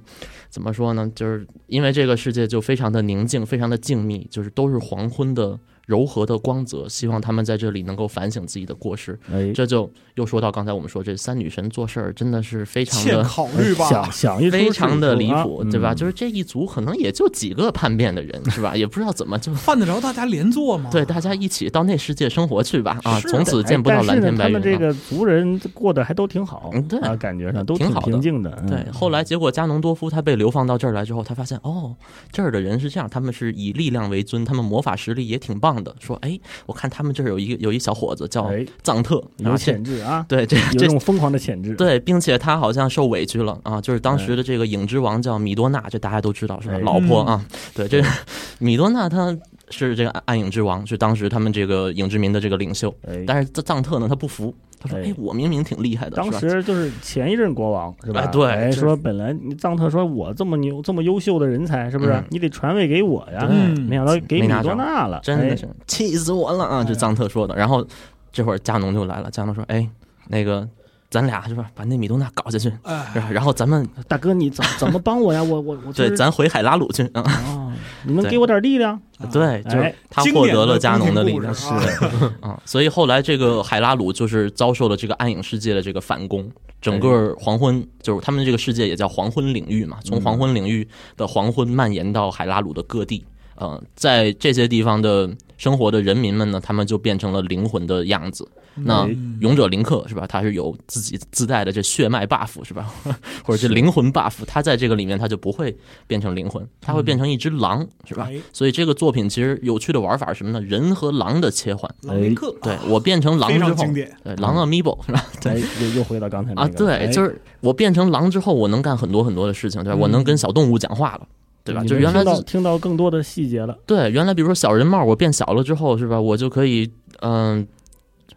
怎么说呢？就是因为这个世界就非常的宁静，非常的静谧，就是都是黄昏的柔和的光泽，希望他们在这里能够反省自己的过失。哎，这就又说到刚才我们说这三女神做事儿真的是非常欠的。考虑吧哎想。想一出啊嗯非常的离谱，对吧？是就是这一族可能也就几个叛变的人，是吧？也不知道怎么就犯得着大家连坐吗？对大家一起到那世界生活去吧啊！是从的此见不哎到但是蓝呢天白云。他啊。们这个族人过得还都挺好，嗯对啊，感觉上都挺好的平静的，嗯对，后来结果加农多夫他被流放到这儿来之后，他发现哦，这儿的人是这样，他们是以力量为尊，他们魔法实力也挺棒的。说，哎，我看他们这儿有一个有一小伙子叫哎，藏特，有啊潜质啊，对， 这有一这种疯狂的潜质，，对，并且他好像受委屈了啊，就是当时的这个影之王叫米多纳，这大家都知道是吧？哎老婆啊，对，这 米多纳他是这个暗影之王，是当时他们这个影之民的这个领袖，哎，但是藏特呢，他不服，他说，哎哎，我明明挺厉害的，当是吧时就是前一任国王是吧？哎对哎就是说本来你藏特说我这么牛、这么优秀的人才，是不是、嗯你得传位给我呀？嗯没想到给米没拿多着纳了，真哎的是气死我了啊！这藏特说的。然后这会儿加农就来了，加农说：“哎，那个咱俩是吧，把那米多纳搞下去，哎，然后然后咱们大哥，你怎 怎么帮我呀？我我我就对是咱回海拉鲁去啊。啊，你能对给我点力量？啊”对，就是哎他经获典得了的加农的宫力廷量故事啊，啊，所以后来这个海拉鲁就是遭受了这个暗影世界的这个反攻。整个黄昏就是他们这个世界也叫黄昏领域嘛，从黄昏领域的黄昏蔓延到海拉鲁的各地。呃，在这些地方的生活的人民们呢，他们就变成了灵魂的样子。那嗯勇者林克是吧？他是有自己自带的这血脉 buff 是吧？ 或者这灵魂 buff，他在这个里面他就不会变成灵魂，他会变成一只狼是吧哎？所以这个作品其实有趣的玩法是什么呢？人和狼的切换。老林克，对我变成狼非之常后经，典。嗯对狼 amiibo 是吧？哎，又又回到刚才那啊，个了对，哎就是我变成狼之后，我能干很多很多的事情，对吧？我能跟小动物讲话了。对吧？嗯你就能原来听就是到听到更多的细节了，对，原来比如说小人帽，我变小了之后，是吧？我就可以，嗯、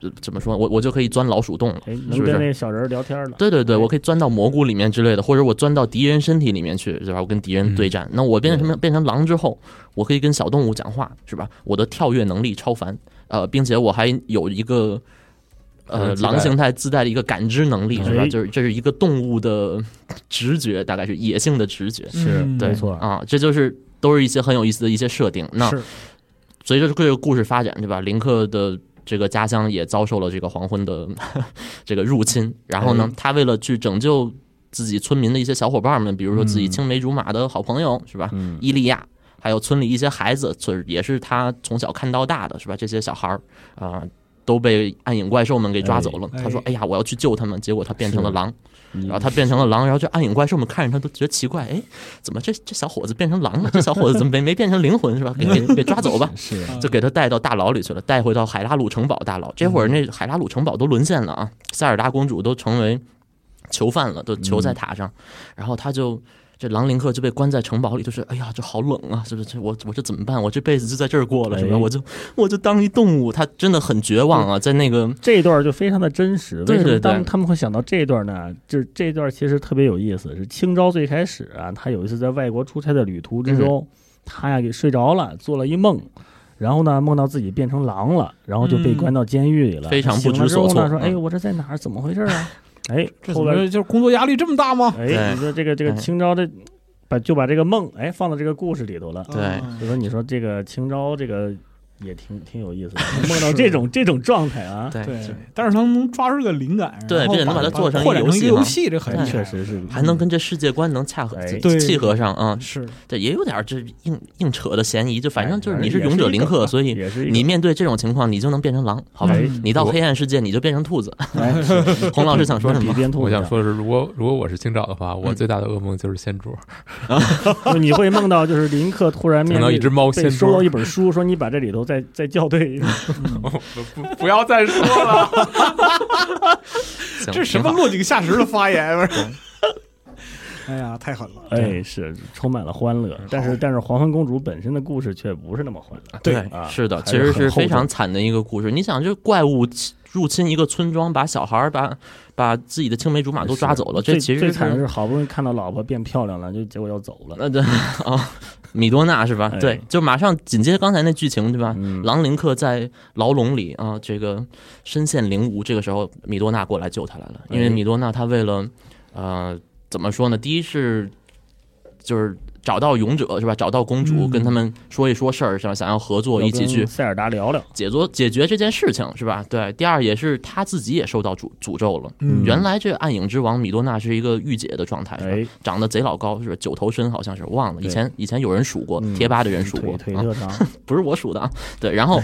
呃怎么说？我我就可以钻老鼠洞了。哎，能是不是跟那小人聊天了，对对对，我可以钻到蘑菇里面之类的，或者我钻到敌人身体里面去，对吧？我跟敌人对战。那我变成什么？变成狼之后，我可以跟小动物讲话，是吧？我的跳跃能力超凡，呃，并且我还有一个。呃，嗯自带狼形态自带的一个感知能力是吧？哎就是这是一个动物的直觉，大概是野性的直觉是嗯没错，啊，这就是都是一些很有意思的一些设定。那是随着这个故事发展，对吧？林克的这个家乡也遭受了这个黄昏的 这个入侵，然后呢，他为了去拯救自己村民的一些小伙伴们，比如说自己青梅竹马的好朋友，是吧？嗯，伊利亚，还有村里一些孩子，村也是他从小看到大的，是吧？这些小孩儿啊、都被暗影怪兽们给抓走了。哎他说：“哎呀，我要去救他们。”结果他变成了是狼，你然后他变成了狼，然后这暗影怪兽们看着他都觉得奇怪，哎，怎么这这小伙子变成狼了？这小伙子怎么没没变成灵魂是吧？给给给抓走吧， 是就给他带到大牢里去了，带回到海拉鲁城堡大牢。这会儿那海拉鲁城堡都沦陷了啊，塞尔达公主都成为囚犯了，都囚嗯在塔上，然后他就。这狼林克就被关在城堡里，就是哎呀，这好冷啊！是不是？这我我这怎么办？我这辈子就在这儿过了，是吧？哎我就我就当一动物，他真的很绝望啊！在那个这一段就非常的真实。对为什对么对当他们会想到这一段呢？就是这一段其实特别有意思。是清朝最开始啊，他有一次在外国出差的旅途之嗯中，他呀给睡着了，做了一梦。然后呢，梦到自己变成狼了，然后就被嗯关到监狱里了，非常不醒了知之后所措呢，说：“嗯哎，我这在哪儿？怎么回事 啊？”哎，这怎后来么就是工作压力这么大吗？哎，对你说这个这个嗯清朝的，把就把这个梦哎放到这个故事里头了。对啊所以说，你说这个清朝这个也挺挺有 意思的，梦到这种这种状态啊，对嗯对，但是他能抓住个灵感，对然后并且能把它做成一扩展游成一戏个嘛游戏，这很厉害确实是还能跟这世界观能恰合、嗯哎对契合上啊，是这也有点儿这硬硬扯的嫌疑，就反正就是你是哎也勇者一林个克，所以也是一个你面对这种情况，你就能变成狼，好吧哎？你到我黑暗世界，你就变成兔子。 哎，洪老师想 说什比么？边兔我子想大 说的是，如果如果我是清早的话，我最大的噩梦就是掀桌，就是你会梦到就是林克突然面梦到对一只猫被掀收到桌一，本书，说你把这里头再再 校对， 不不要再说了。行这什挺么好 落井下石的发言？不是哎呀，太狠了！哎，是充满了欢嗯乐，但是但是黄昏公主本身的故事却不是那么欢乐，对啊是的，还其实很是厚非常重惨的一个故事。你想，这怪物侵入侵一个村庄，把小孩儿、把把自己的青梅竹马啊都抓走了，这最其最实惨的是是好不容易看到老婆变漂亮了，就结果要走了。呃对啊，米多纳是吧哎？对，就马上紧接刚才那剧情对吧？嗯，狼林克在牢笼里啊，这个身陷囹圄。这个时候，米多纳过来救他来了，因为哎米多纳他为了，呃，怎么说呢？第一是就是找到勇者是吧？找到公主，嗯跟他们说一说事儿是吧？想要合作，一起要去跟塞尔达聊聊。解作解决这件事情是吧？对。第二也是他自己也受到诅诅咒了。嗯原来这暗影之王米多纳是一个御姐的状态，是吧哎，长得贼老高，是吧？九头身好像是忘了，以对前以前有人数过，嗯贴吧的人数过腿腿啊，特长， 不是我数的啊。对，然后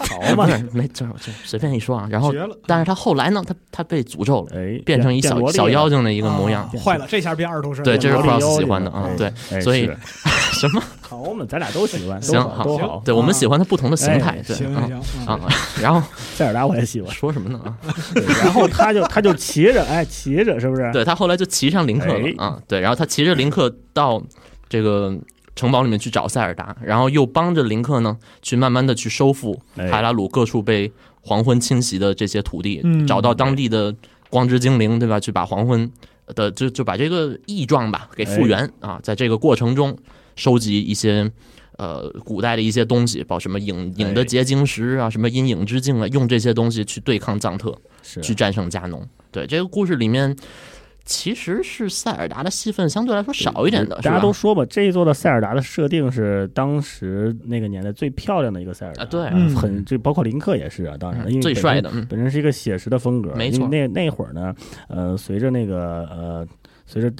好不 嘛，是没这这随便一说啊。然后绝了，但是他后来呢，他他被诅咒了，哎，变成一变小萝莉小了妖精的一个模样啊。坏了，这下变二头身了。对，这是萝莉 Cross 妖喜精欢的了啊哎。对，哎所以是 什么？好嘛，咱俩都喜欢，都行好好都行好。对我们喜欢他不同的形态哎。对行啊行行，啊， 然后塞尔达我也喜欢。说什么呢啊？ 对然后他就他就骑着，哎，骑着是不是？对他后来就骑上林克了、哎啊，对，然后他骑着林克到这个城堡里面去找塞尔达，然后又帮着林克呢去慢慢的去收复哎海拉鲁各处被黄昏侵袭的这些土地，嗯找到当地的光之精灵，对吧？去把黄昏的就就把这个异状吧给复原、哎啊，在这个过程中收集一些。呃，古代的一些东西，包括什么影影的哎结晶石啊，什么阴影之镜啊，用这些东西去对抗藏特。是去战胜加农。对这个故事里面，其实是塞尔达的戏份相对来说少一点的，是大吧家都说吧，这一座的塞尔达的设定是当时那个年代最漂亮的一个塞尔达啊对嗯很这包括林克也是啊，当然了，因为最本身帅的，嗯，本身是一个写实的风格，没因为错那那会儿呢，呃，随着那个呃，随着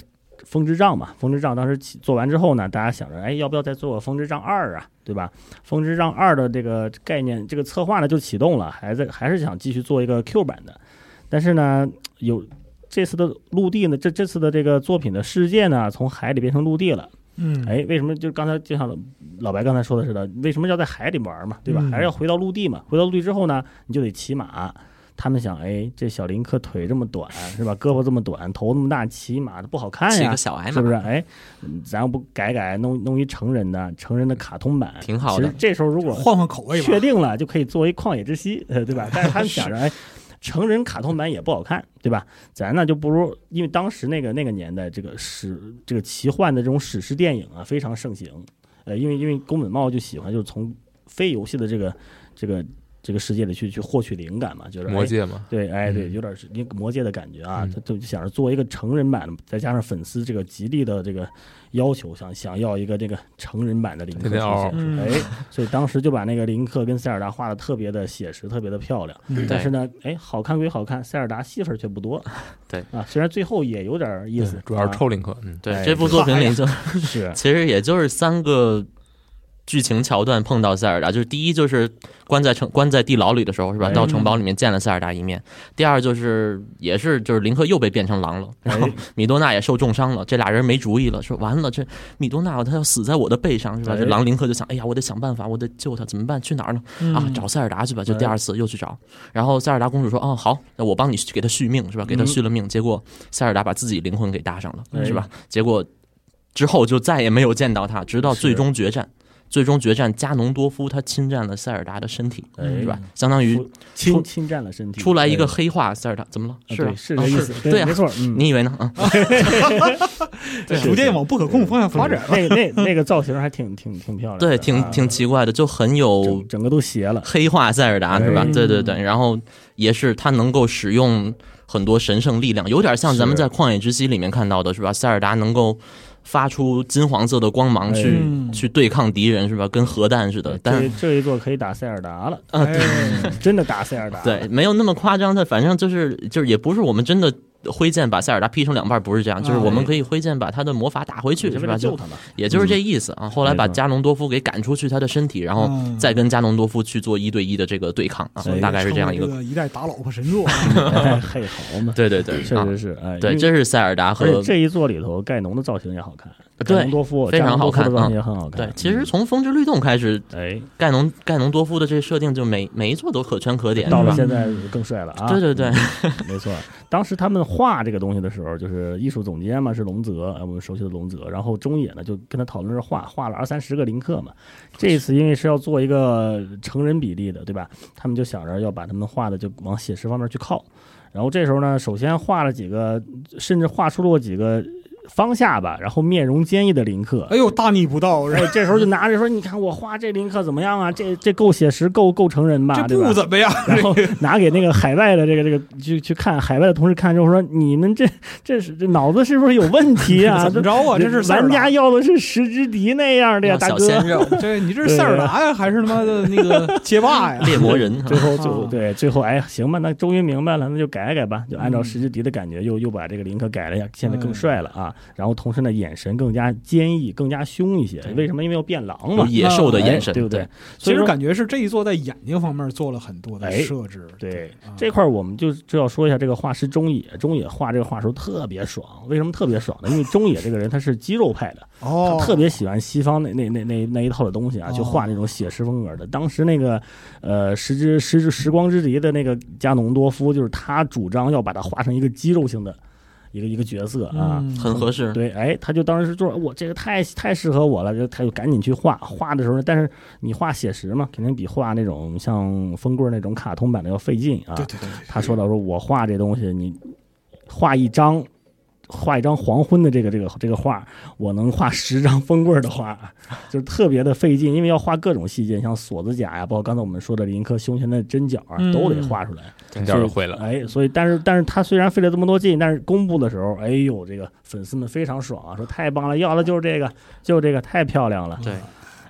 风之杖嘛，风之杖当时起做完之后呢，大家想着，哎，要不要再做个风之杖二啊，对吧？风之杖二的这个概念，这个策划呢就启动了，还在还是想继续做一个 Q 版的，但是呢，有这次的陆地呢，这这次的这个作品的世界呢，从海里变成陆地了。嗯，哎，为什么就刚才就像老白刚才说的似的，为什么要在海里玩嘛，对吧？嗯还是要回到陆地嘛？回到陆地之后呢，你就得骑马。他们想，哎，这小林克腿这么短是吧？胳膊这么短，头那么大，骑马不好看骑呀个，小矮马，是不是？哎，嗯咱要不改改，弄弄一成人的成人的卡通版，挺好的其实这时候如果换换口味吧确。定了，就可以作为旷野之息，呃， 对吧？但是他们想着，哎，成人卡通版也不好看，对吧？咱呢就不如，因为当时那个那个年代，这个史这个奇幻的这种史诗电影啊非常盛行，呃，因为因为宫本茂就喜欢就是从非游戏的这个这个这个世界里去去获取灵感嘛，就是魔。哎戒嘛，对，哎，嗯对，有点是那个魔界的感觉啊，嗯他就想着做一个成人版的，再加上粉丝这个极力的这个要求，想想要一个这个成人版的林克天天出嗷嗷现嗯哎，所以当时就把那个林克跟塞尔达画的特别的写实，特别的漂亮。嗯但是呢，哎，好看归好看，塞尔达戏份却不多。 对啊，虽然最后也有点意思对，主要啊是臭林克，嗯，对哎这部作品里就是 其实也就是三个。剧情桥段碰到塞尔达，就是第一就是关在城关在地牢里的时候是吧？哎到城堡里面见了塞尔达一面。第二就是也是就是林克又被变成狼了，然后哎米多纳也受重伤了，这俩人没主意了，说完了这米多纳他要死在我的背上是吧？哎这狼林克就想，哎呀，我得想办法，我得救他，怎么办？去哪儿呢？嗯啊，嗯找塞尔达去吧。就第二次又去找，然后塞尔达公主说：“哦，好，那我帮你去给他续命，是吧？给他续了命。结果塞尔达把自己灵魂给搭上嗯哎了，是吧？结果之后就再也没有见到他，直到是最终决战。最终决战，加农多夫他侵占了塞尔达的身体，哎是吧？相当于出侵出侵占了身体，出来一个哎黑化塞尔达，怎么了？啊是啊对是啊这意思，对啊没。错，嗯，你以为呢？啊，对逐渐往不可控方向发展。那那那个造型还挺挺挺漂亮的啊，对，挺挺奇怪的，就很有整整个都斜了，黑化塞尔达是吧哎？对对对，然后也是他能够使用很多神圣力量，有点像咱们是在《旷野之息》里面看到的是吧？塞尔达能够发出金黄色的光芒哎去、去对抗敌人是吧？跟核弹似的，呃但这这一座可以打塞尔达了，嗯啊哎，真的打塞尔达，对，没有那么夸张。但反正就是就是也不是我们真的。挥剑把塞尔达劈成两半不是这哎样，就是我们可以挥剑把他的魔法打回去，就是为吧？了救就 他嘛，也就是这意思嗯啊。后来把加农多夫给赶出去他的身体，然后嗯再跟加农多夫去做一对一的这个对抗啊所以，大概是这样一哎个个。一代打老婆神作啊。哎嘿，好嘛，对对对，确啊实是，哎，对，因为这是塞尔达而且和这一座里头，盖农的造型也好看，盖对农多夫，非盖常农好多夫的看作品嗯也很好看。对，其实从《风之律动》开始，哎，盖农盖农多夫的这个设定就每每一座都可圈可点，到是了吧？现在更帅了啊！嗯对对对嗯，没错。当时他们画这个东西的时候，就是艺术总监嘛是龙泽，呃我们熟悉的龙泽。然后中野呢就跟他讨论着画，画了二三十个林克嘛。这次因为是要做一个成人比例的，对吧？他们就想着要把他们画的就往写实方面去靠。然后这时候呢，首先画了几个，甚至画出了几个方下巴，然后面容坚毅的林克。哎呦，大逆不道！哎，这时候就拿着说：“你看我画这林克怎么样啊？这这够写实，够够成人吧？这对吧？不怎么样，然后拿给那个海外的这个这个去去看，海外的同事看之后说：“你们这这是这脑子是不是有问题啊？ 怎么这着啊？这是塞尔玩家达，要的是石之笛那样的呀，要大小哥。鲜肉、这你这是塞尔达呀，哎还是他妈的那个街霸呀？猎魔人” 最后就啊对，最后哎，行吧，那终于明白了，那就改改吧，就按照嗯石之笛的感觉，又又把这个林克改了一下，现在更帅了啊。然后同时呢，眼神更加坚毅，更加凶一些。为什么？因为要变狼有嘛，野兽的眼神，哎对不对对？？其所以实说哎感觉是这一座在眼睛方面做了很多的设置。对啊这块儿我们就就要说一下这个画师中野，中野画这个画的时候特别爽，为什么特别爽呢？因为中野这个人他是肌肉派的，哦，他特别喜欢西方那那那那那一套的东西啊，哦就画那种写实风格的。当时那个呃时之时之时光之敌的那个加农多夫，就是他主张要把它画成一个肌肉性的一个一个角色啊。嗯很合适。对，哎，他就当时说，我这个太太适合我了，就他就赶紧去画。画的时候呢，但是你画写实嘛，肯定比画那种像风棍儿那种卡通版的要费劲啊。对对对，对他说到说，我画这东西，你画一张，画一张黄昏的这个这个这个画，我能画十张风棍儿的画，就是特别的费劲，因为要画各种细节，像锁子甲呀、包括刚才我们说的林克胸前的针脚啊，都得画出来。这点儿就会了。哎，所以但是但是他虽然费了这么多劲，但是公布的时候，哎呦，这个粉丝们非常爽啊，说太棒了，要的就是这个，就是这个，太漂亮了。对，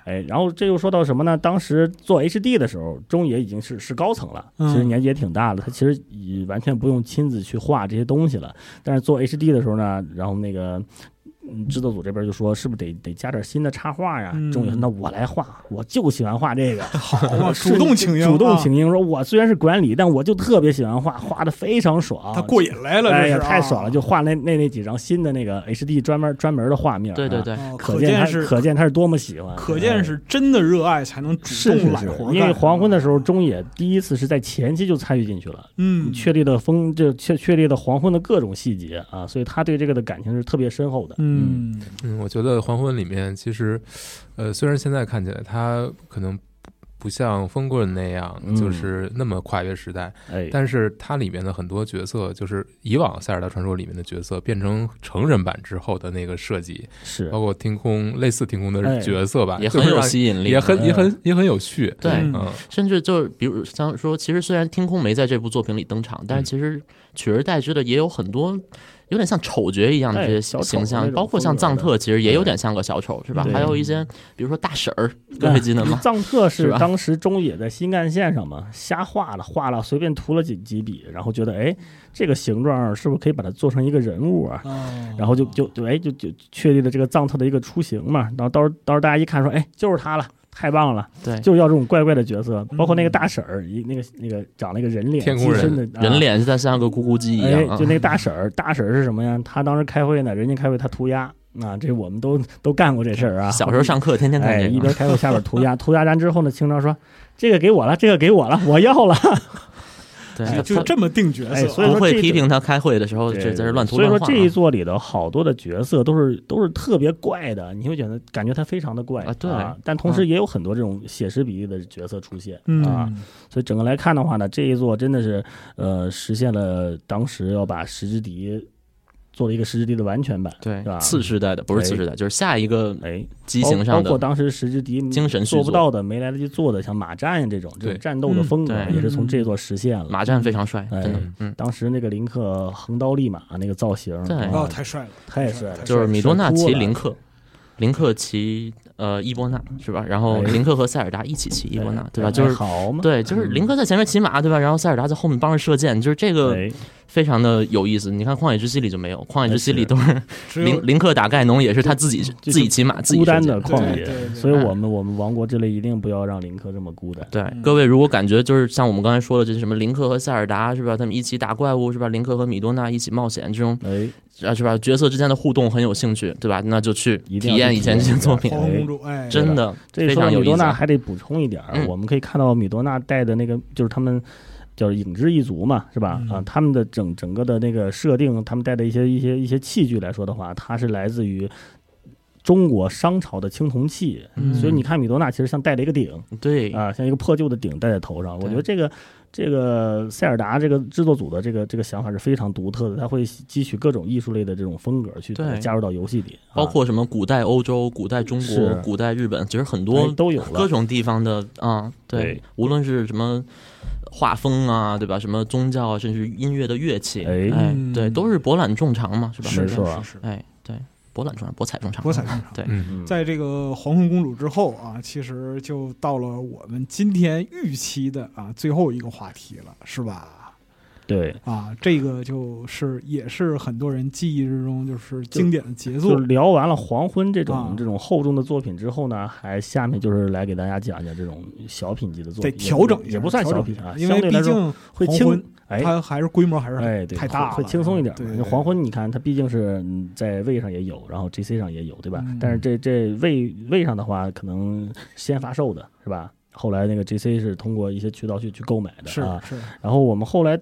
哎，然后这又说到什么呢？当时做 HD 的时候，中野已经是是高层了，嗯其实年纪也挺大了，他其实已完全不用亲自去画这些东西了。但是做 HD 的时候呢，然后那个。嗯制作组这边就说，是不是得得加点新的插画呀？嗯中野说，那我来画，我就喜欢画这个。 好 嘛，是主动请缨，主动啊，请缨，说我虽然是管理，但我就特别喜欢画，画的非常爽。他过瘾来了，哎这呀，是啊太爽了！就画那那那几张新的那个 HD 专门专门的画面啊，对对对，哦可可见他见是可见他是多么喜欢，可见是真的热爱才能哎。主是动是揽是活，因干为黄昏的时候，中野第一次是在前期就参与进去了，嗯，确立了风，这确确立了黄昏的各种细节啊，所以他对这个的感情是特别深厚的。嗯嗯，我觉得《黄昏》里面其实，呃，虽然现在看起来它可能不不像风棍那样，嗯就是那么跨越时代，哎，但是它里面的很多角色，就是以往《塞尔达传说》里面的角色变成成人版之后的那个设计，是包括天空类似天空的哎角色吧，也就很是有让吸引力，也很也哎很也很有趣。对。嗯嗯，甚至就是，比如像说，其实虽然天空没在这部作品里登场，但是嗯其实取而代之的也有很多，有点像丑角一样的哎这些小形丑形象，那种包括像风格藏的特，其实也有点像个小丑，是吧？对还有一些，比如说大婶儿，各位记得 吗？藏特是是吧当时中野在新干线上嘛，瞎画了画了，随便涂了几几笔，然后觉得哎，这个形状是不是可以把它做成一个人物啊？哦然后就就就哎就就确立了这个藏特的一个雏形嘛。然后到时候到时候大家一看说，哎，就是他了。太棒了，对，就是要这种怪怪的角色，包括那个大婶儿，一那个那个长了一个人脸，嗯天空人机身的啊人脸就像像个咕咕鸡一样哎，啊就。那个大婶儿，大婶儿是什么呀？她当时开会呢，人家开会她涂鸦，啊，这我们都都干过这事儿啊。小时候上课天天看哎，这一个边开会下边 涂鸦，涂鸦完之后呢，清朝说这个给我了，这个给我了，我要了。对，啊哎他就这么定角哎色，所以不说会这批个评他开会的时候 这这是乱涂所以乱说画。啊这一座里头好多的角色都是都是特别怪的，你会觉得感觉他非常的怪啊对但同时也有很多这种写实比例的角色出现、啊，嗯，所以整个来看的话呢，这一座真的是呃实现了当时要把石之笛做了一个石之笛的完全版，对是吧次世代的不是次世代，就是下一个哎，机型包上包括的。当时石之笛精神续作做不到的，没来得及做的，像马战呀这种这对种战斗的风格嗯对也是从这座实现了。马战非常帅，哎真的，嗯，当时那个林克横刀立马那个造型，对啊哦，太帅了，太帅了，就是米多纳帅骑哭了林克，林克骑呃伊波纳是吧？然后哎林克和塞尔达一起骑伊波纳，对吧？哎就是好嘛，对，就是林克在前面骑马，对吧？然后塞尔达在后面帮着射箭，就是这个哎，非常的有意思。你看《旷野之息》里就没有，《旷野之息》是啊里都是只有林林克打盖农也是他自己就自己骑马自己嗯孤射单箭的旷对对野，对所以我们我们王国之泪一定不要让林克这么孤单。对，各位如果感觉就是像我们刚才说的，这什么林克和塞尔达是吧？他们一起打怪物是吧？林克和米多纳一起冒险这种哎，啊是吧？角色之间的互动很有兴趣，对吧？那就去一体定要验去以前这体些验作一下品花，哎红公主，哎，真的这非说到常有米意多思纳啊。还得补充一点儿，嗯我们可以看到米多纳带的那个就是他们叫影之一族嘛，嗯是吧？啊，他们的整整个的那个设定，他们带的一些一些一些器具来说的话，它是来自于。中国商朝的青铜器，嗯所以你看米多纳其实像戴了一个顶对，啊，像一个破旧的顶戴在头上。我对觉得这个这个塞尔达这个制作组的这个这个想法是非常独特的，他会汲取各种艺术类的这种风格去对加入到游戏里，啊包括什么古代欧洲、古代中国是、古代日本，其实很哎多都有了各种地方的啊，对对，无论是什么画风啊，对吧？什么宗教啊，甚至音乐的乐器，哎哎嗯，对，都是博览众长嘛，是吧？没错，是哎，对，博览众长，博采众长，博采众长。嗯，嗯在这个黄昏公主之后啊，其实就到了我们今天预期的啊最后一个话题了，是吧？对，啊，这个就是也是很多人记忆之中就是经典的杰就作，聊完了黄昏这种、啊这种厚重的作品之后呢，还下面就是来给大家讲讲这种小品级的作得品，调整一下，也不算调小整一品下啊，因相为对毕来说竟会黄昏轻，哎它还是规模还是很哎，对，太大了会轻松一点嘛。对对那黄昏你看它毕竟是嗯在位上也有，然后 GC 上也有，对吧？嗯但是这这位位上的话，可能先发售的是吧？后来那个 GC 是通过一些渠道去去购买的是啊。是，然后我们后来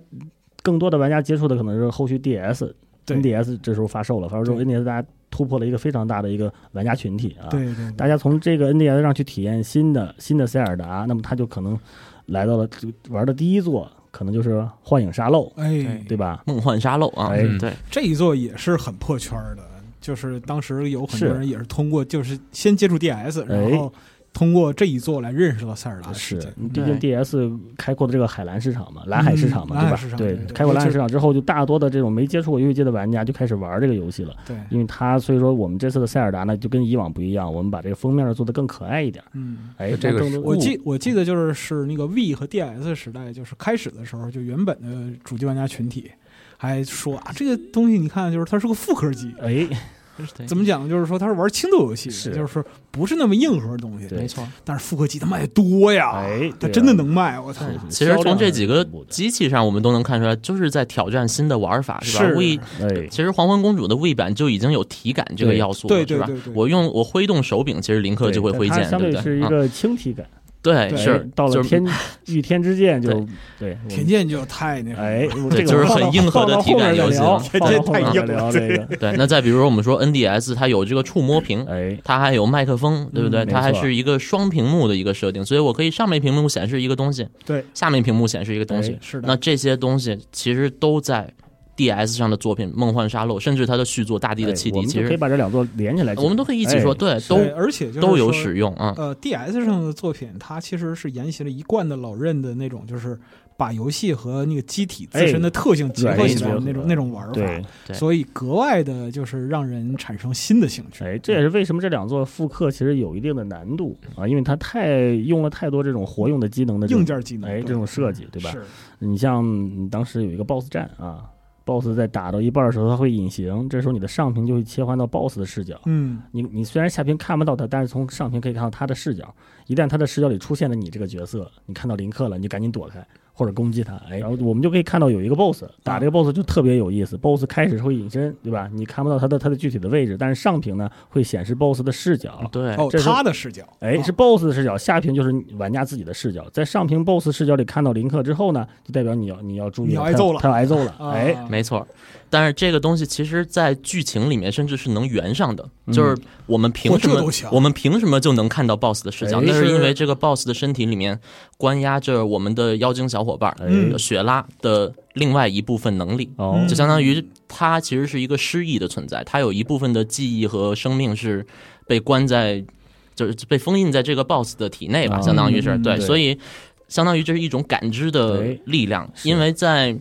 更多的玩家接触的可能是后续 DS。对 NDS 这时候发售了，发售之后对 NDS 大家突破了一个非常大的一个玩家群体啊，对对对大家从这个 NDS 上去体验新的新的塞尔达，那么他就可能来到了这个玩的第一座，可能就是《幻影沙漏》，哎，对吧？梦幻沙漏啊，哎对，这一座也是很破圈儿的，就是当时有很多是人也是通过就是先接触 DS，哎然后通过这一座来认识到塞尔达的世啊是界。，毕竟 DS 开阔的这个海蓝市场嘛，蓝海市场嘛，嗯蓝海市对吧？场对对对，开阔蓝海市场之后，就大多的这种没接触过游戏界的玩家就开始玩这个游戏了，对，因为它所以说我们这次的塞尔达呢，就跟以往不一样，我们把这个封面做得更可爱一点，嗯，哎，这个让更是多我记我记得就是是那个 V 和 DS 时代，就是开始的时候，就原本的主机玩家群体还说啊，这个东西你看，就是它是个复刻机。 哎，对怎么讲？就是说它是玩轻度游戏，是就是说不是那么硬核的东西。对没错。但是复刻机它卖得多呀，哎它对啊真的能卖，我 操！是其实从这几个销量是很恐怖的机器上，我们都能看出来，就是在挑战新的玩法，是吧是？We 哎，其实黄昏公主的 We 版就已经有体感这个对要素了，对对是吧对对？我用我挥动手柄，其实林克就会对挥它剑，相对对不对？是一啊个轻体感。哎对，对是到了就是 天御天之剑就对对我田们剑就太那什么了 哎，我对这个就是放到很硬核的体感游戏了 放到这后面太再聊放到后面硬再了聊这个，对，那再比如说我们说 NDS，它有这个触摸屏，哎，它还有麦克风，对不对？嗯它还没错是一个双屏幕的一个设定，所以我可以上面屏幕显示一个东西，对，下面屏幕显示一个东西哎。是的，那这些东西其实都在 DS 上的作品《梦幻沙漏》，甚至它的续作《大地的汽哎笛我》，们其就可以实把这两座连起来讲，我们都可以一起说，哎对，是都对，而且就是都有说使用啊。呃，DS 上的作品，它其实是沿袭了一贯的老任的那种，就是把游戏和那个机体自身的特性结合起来的那种、哎那种玩对法，，对所以格外的就是让人产生新的兴趣。哎，这也是为什么这两座复刻其实有一定的难度啊，因为它太用了太多这种活用的机能的这种硬件技能，哎，对嗯这种设计对吧？哎是你像你当时有一个 BOSS 战啊。BOSS 在打到一半的时候，它会隐形，这时候你的上屏就会切换到 BOSS 的视角，嗯，你你虽然下屏看不到他，但是从上屏可以看到他的视角。一旦他的视角里出现了你这个角色，你看到林克了，你就赶紧躲开或者攻击他。哎，然后我们就可以看到有一个 BOSS 打这个 BOSS 就特别有意思。BOSS 开始会隐身，对吧？你看不到他的他的具体的位置，但是上屏呢会显示 BOSS 的视角。嗯对，哦，这是他的视角，哎，哦是 BOSS 的视角，下屏就是玩家自己的视角。在上屏 BOSS 视角里看到林克之后呢，就代表你要你要注意你要挨揍了他要挨揍了。啊哎，没错，但是这个东西其实，在剧情里面甚至是能圆上的，就是我们凭什嚯这么都行，我们凭什么就能看到 BOSS 的视角？哎那是是因为这个 BOSS 的身体里面关押着我们的妖精小伙伴、嗯雪拉的另外一部分能力，哎哦，嗯就相当于它其实是一个失忆的存在，它有一部分的记忆和生命是被关在，就是被封印在这个 BOSS 的体内吧，啊相当于是嗯对，对所以相当于这是一种感知的对力量，是因为在。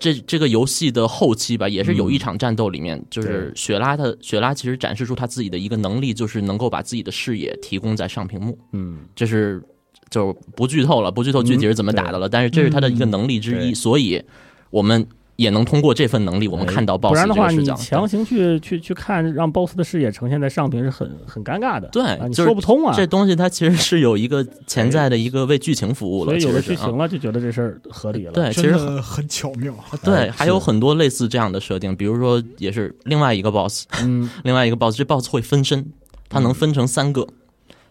这这个游戏的后期吧，也是有一场战斗里面，就是雪拉的雪拉其实展示出她自己的一个能力，就是能够把自己的视野提供在上屏幕，嗯，这是就不剧透了，不剧透具体是怎么打的了，但是这是他的一个能力之一，嗯对所以我们也能通过这份能力，我们看到 BOSS 哎不然的话，这个你视角强行去去去看，让 BOSS 的视野呈现在上屏是很很尴尬的。对啊，你就说是不通啊。这东西它其实是有一个潜在的一个为剧情服务所了，以有了其实剧是啊情了，就觉得这事儿合理了。哎对，其真实的很巧妙。啊对，还有是很多类似这样的设定，比如说也是另外一个 boss， 嗯，另外一个 boss，这 boss 会分身，它能分成三个。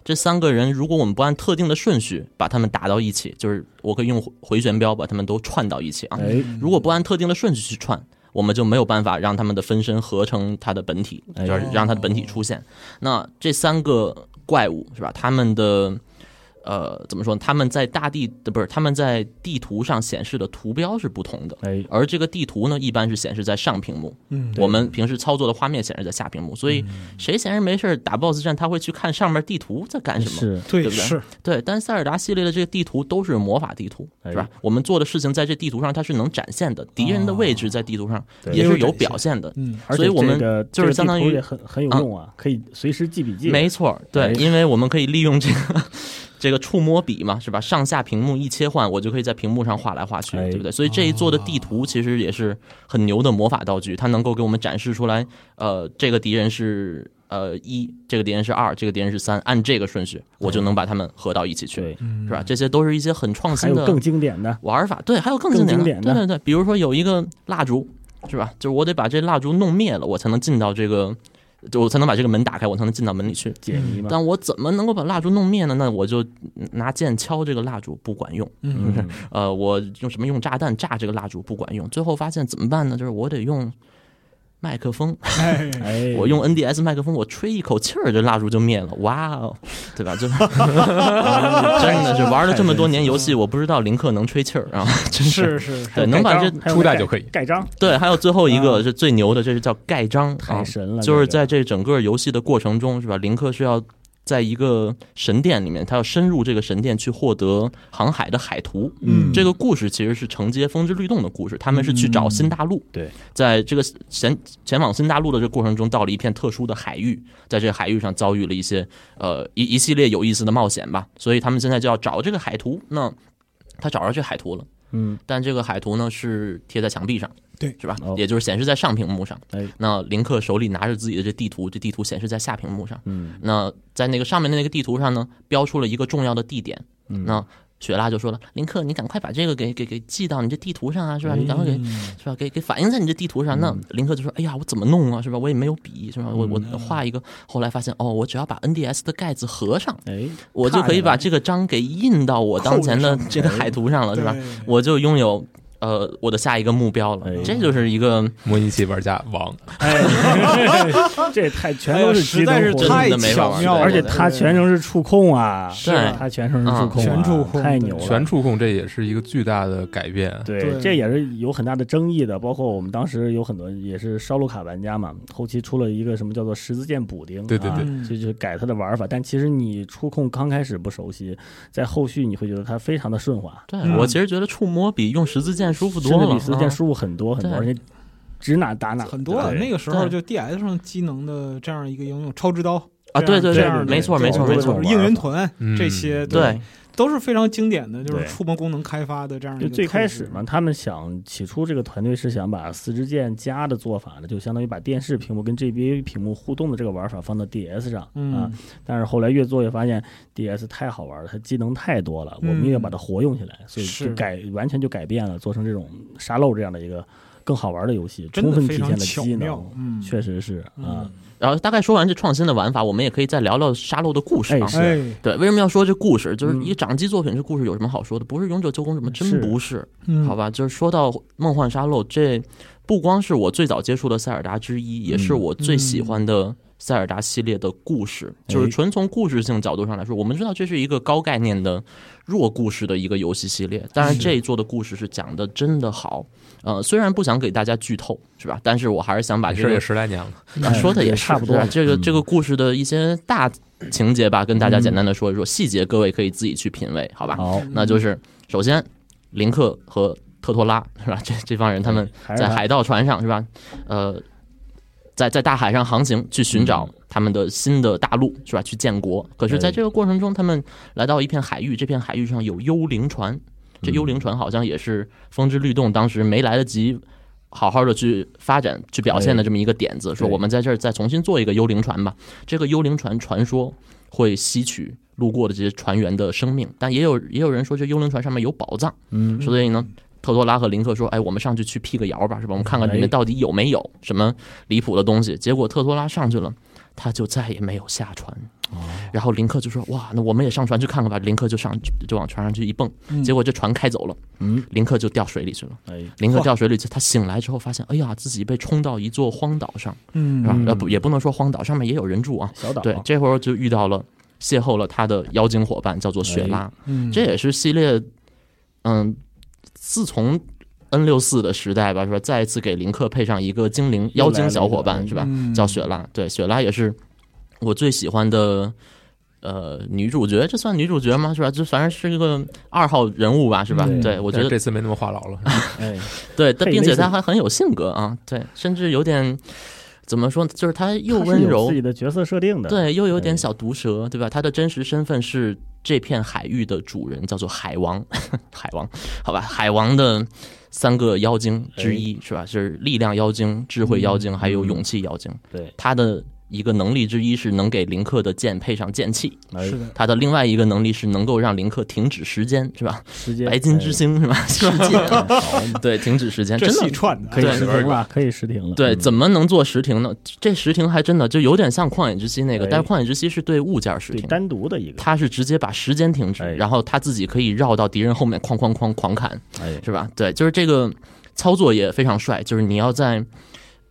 这三个人，如果我们不按特定的顺序把他们打到一起，就是我可以用回回旋镖把他们都串到一起啊。哎如果不按特定的顺序去串，我们就没有办法让他们的分身合成它的本体，哎就是让它的本体出现。那这三个怪物是吧？他们的呃，怎么说呢？他们在大地呃不是他们在地图上显示的图标是不同的。哎，而这个地图呢，一般是显示在上屏幕，嗯，我们平时操作的画面显示在下屏幕，所以谁闲着没事儿打 BOSS 战，他会去看上面地图在干什么？是对对不对是，对，但塞尔达系列的这个地图都是魔法地图，哎是吧？我们做的事情在这地图上它是能展现的，敌人的位置在地图上哦对也是有表现的。嗯，而所且以我们这个就是相当于这个地图也很很有用啊，可以随时记笔记。没错儿，对，哎因为我们可以利用这个这个触摸笔嘛，是吧？上下屏幕一切换，我就可以在屏幕上画来画去，哎对不对？所以这一做的地图其实也是很牛的魔法道具，它能够给我们展示出来，呃，这个敌人是呃一，这个敌人是二，这个敌人是三，按这个顺序，我就能把他们合到一起去，对，嗯是吧？这些都是一些很创还新有的更经典的，玩法，对，还有更更经典的，经典的对对对，比如说有一个蜡烛，是吧？就是我得把这蜡烛弄灭了，我才能进到这个，就我才能把这个门打开，我才能进到门里去。解谜嘛。但我怎么能够把蜡烛弄灭呢？那我就拿剑敲这个蜡烛不管用，嗯嗯，呃，我用什么用炸弹炸这个蜡烛不管用，最后发现怎么办呢？就是我得用麦克风， 哎，哎，我用 NDS 麦克风，我吹一口气儿，这蜡烛就灭了，哇哦，对 吧？就真的是玩了这么多年游戏，我不知道林克能吹气儿啊，真是是对，是，能把这还有初代盖就可以盖章，对，还有最后一个啊是最牛的，这是叫盖章，太啊神了，就是这个在这整个游戏的过程中，是吧？林克是要在一个神殿里面，他要深入这个神殿去获得航海的海图。嗯这个故事其实是承接《风之律动》的故事，他们是去找新大陆。嗯对，在这个前前往新大陆的这个过程中，到了一片特殊的海域，在这个海域上遭遇了一些呃一一系列有意思的冒险吧。所以他们现在就要找这个海图。那他找着这海图了。嗯，但这个海图呢是贴在墙壁上，对是吧？哦也就是显示在上屏幕上。哎那林克手里拿着自己的这地图，这地图显示在下屏幕上。嗯，那在那个上面的那个地图上呢，标出了一个重要的地点。嗯那雪拉就说了：“林克，你赶快把这个给给给记到你这地图上啊，是哎吧？你赶快给、是吧？给给反映在你这地图上。”嗯那林克就说：“哎呀，我怎么弄啊？是吧？我也没有笔，是吧？我我画一个。后来发现哦，我只要把 NDS 的盖子合上，哎，我就可以把这个章给印到我当前扣在上的面这个哎海图上了，是吧？对我就拥有呃我的下一个目标了哎。这就是一个模拟器玩家王，这也太全哎都呦，是实机在动是活动太真的没法巧玩妙了，而且它全程是触控啊，是啊它全程是触控啊，全触控太牛了，全触控这也是一个巨大的改变。对对，这也是有很大的争议的。包括我们当时有很多也是烧录卡玩家嘛，后期出了一个什么叫做十字键补丁啊，对对对嗯就就改它的玩法。但其实你触控刚开始不熟悉，在后续你会觉得它非常的顺滑，对、嗯我其实觉得触摸比用十字剑舒服甚多至了。比十字键啊舒服很多很多，对而且指哪打哪，很多了。对那个时候对就 DS 上机能的这样一个应用，超直刀啊对对这对样的没错这没错种没错这种应援团嗯这些，对，都是非常经典的，就是对触摸功能开发的这样一就个最开始特质嘛，，他们想起初这个团队是想把四支箭加的做法呢，就相当于把电视屏幕跟 GBA 屏幕互动的这个玩法放到 DS 上、啊嗯。，但是后来越做越发现 DS 太好玩了，它机能太多了，我嗯们也要把它活用起来，所以是就改完全就改变了，做成这种沙漏这样的一个更好玩的游戏，真充的分体非现常了巧机妙能，，嗯，确实是啊，然后大概说完这创新的玩法，我们也可以再聊聊沙漏的故事啊。哎是哎，对，为什么要说这故事？就是嗯一个掌机作品，这故事有什么好说的？不是《勇者救公主》吗？真是不是，嗯好吧？就是说到《梦幻沙漏》，这不光是我最早接触的塞尔达之一，也是嗯我最喜欢的塞尔达系列的故事。就是纯从故事性角度上来说，我们知道这是一个高概念的弱故事的一个游戏系列。当然，这一座的故事是讲的真的好。呃，虽然不想给大家剧透，是吧？但是我还是想把也这是个也十来年了，啊哎说的也是差不多是吧这个嗯这个故事的一些大情节吧，跟大家简单的说一说，细节各位可以自己去品味，好吧？好，那就是首先，林克和特托拉是吧？这这帮人他们还是在它海盗船上是吧？呃，在在大海上航行，去寻找嗯他们的新的大陆是吧？去建国。可是，在哎这个过程中，他们来到一片海域，这片海域嗯上有幽灵船，这幽灵船好像也是《风之律动》当时没来得及好好的去发展、去表现的哎这么一个点子，说对我们在这儿再重新做一个幽灵船吧。这个幽灵船传说会吸取路过的这些船员的生命，但也有也有人说这幽灵船上面有宝藏，嗯，所以呢。特托拉和林克说：“哎，我们上去去辟个谣吧，是吧？我们看看里哎面到底有没有什么离谱的东西。”结果特托拉上去了，他就再也没有下船。哦然后林克就说：“哇，那我们也上船去看看吧。”林克就上就往船上去一蹦，结果这船开走了，嗯，林克就掉水里去了。哎，林克哇掉水里，他醒来之后发现，哎呀，自己被冲到一座荒岛上，是吧嗯，？呃，不，也不能说荒岛，上面也有人住啊。小岛对，这会儿就遇到了邂逅了他的妖精伙伴，叫做哎雪拉。嗯这也是系列，嗯，自从 N 六四的时代吧，是吧？再一次给林克配上一个精灵又来妖了精小伙一伴，个是吧？嗯叫雪拉。对，雪拉也是我最喜欢的。呃，女主角，这算女主角吗？是吧？这反正是一个二号人物吧，是吧？嗯对，我我觉得这次没那么话痨了。哎，对，但佩并雷且斯他还很有性格啊，对，甚至有点怎么说，就是他又它是温有柔自，己的角色设定的，对，又有点哎小毒舌，对吧？他的真实身份是这片海域的主人，叫做海王， 海王，好吧，海王的三个妖精哎之一、是吧？是力量妖精、智慧妖精，还有勇气妖精。嗯对，他的一个能力之一是能给林克的剑配上剑气，哎是的，他的另外一个能力是能够让林克停止时间，是吧？时间哎白金之星、是吧？ 世界， 对，停止时间，这哎真的戏串的可以对实停了，可以实停了，对，嗯怎么能做实停呢？这实停还真的就有点像旷野之息那个，哎但是旷野之息是对物件实对停，单独的一个，它是直接把时间停止哎，然后他自己可以绕到敌人后面哐哐哐狂砍，哎，是吧？对，就是这个操作也非常帅，就是你要在。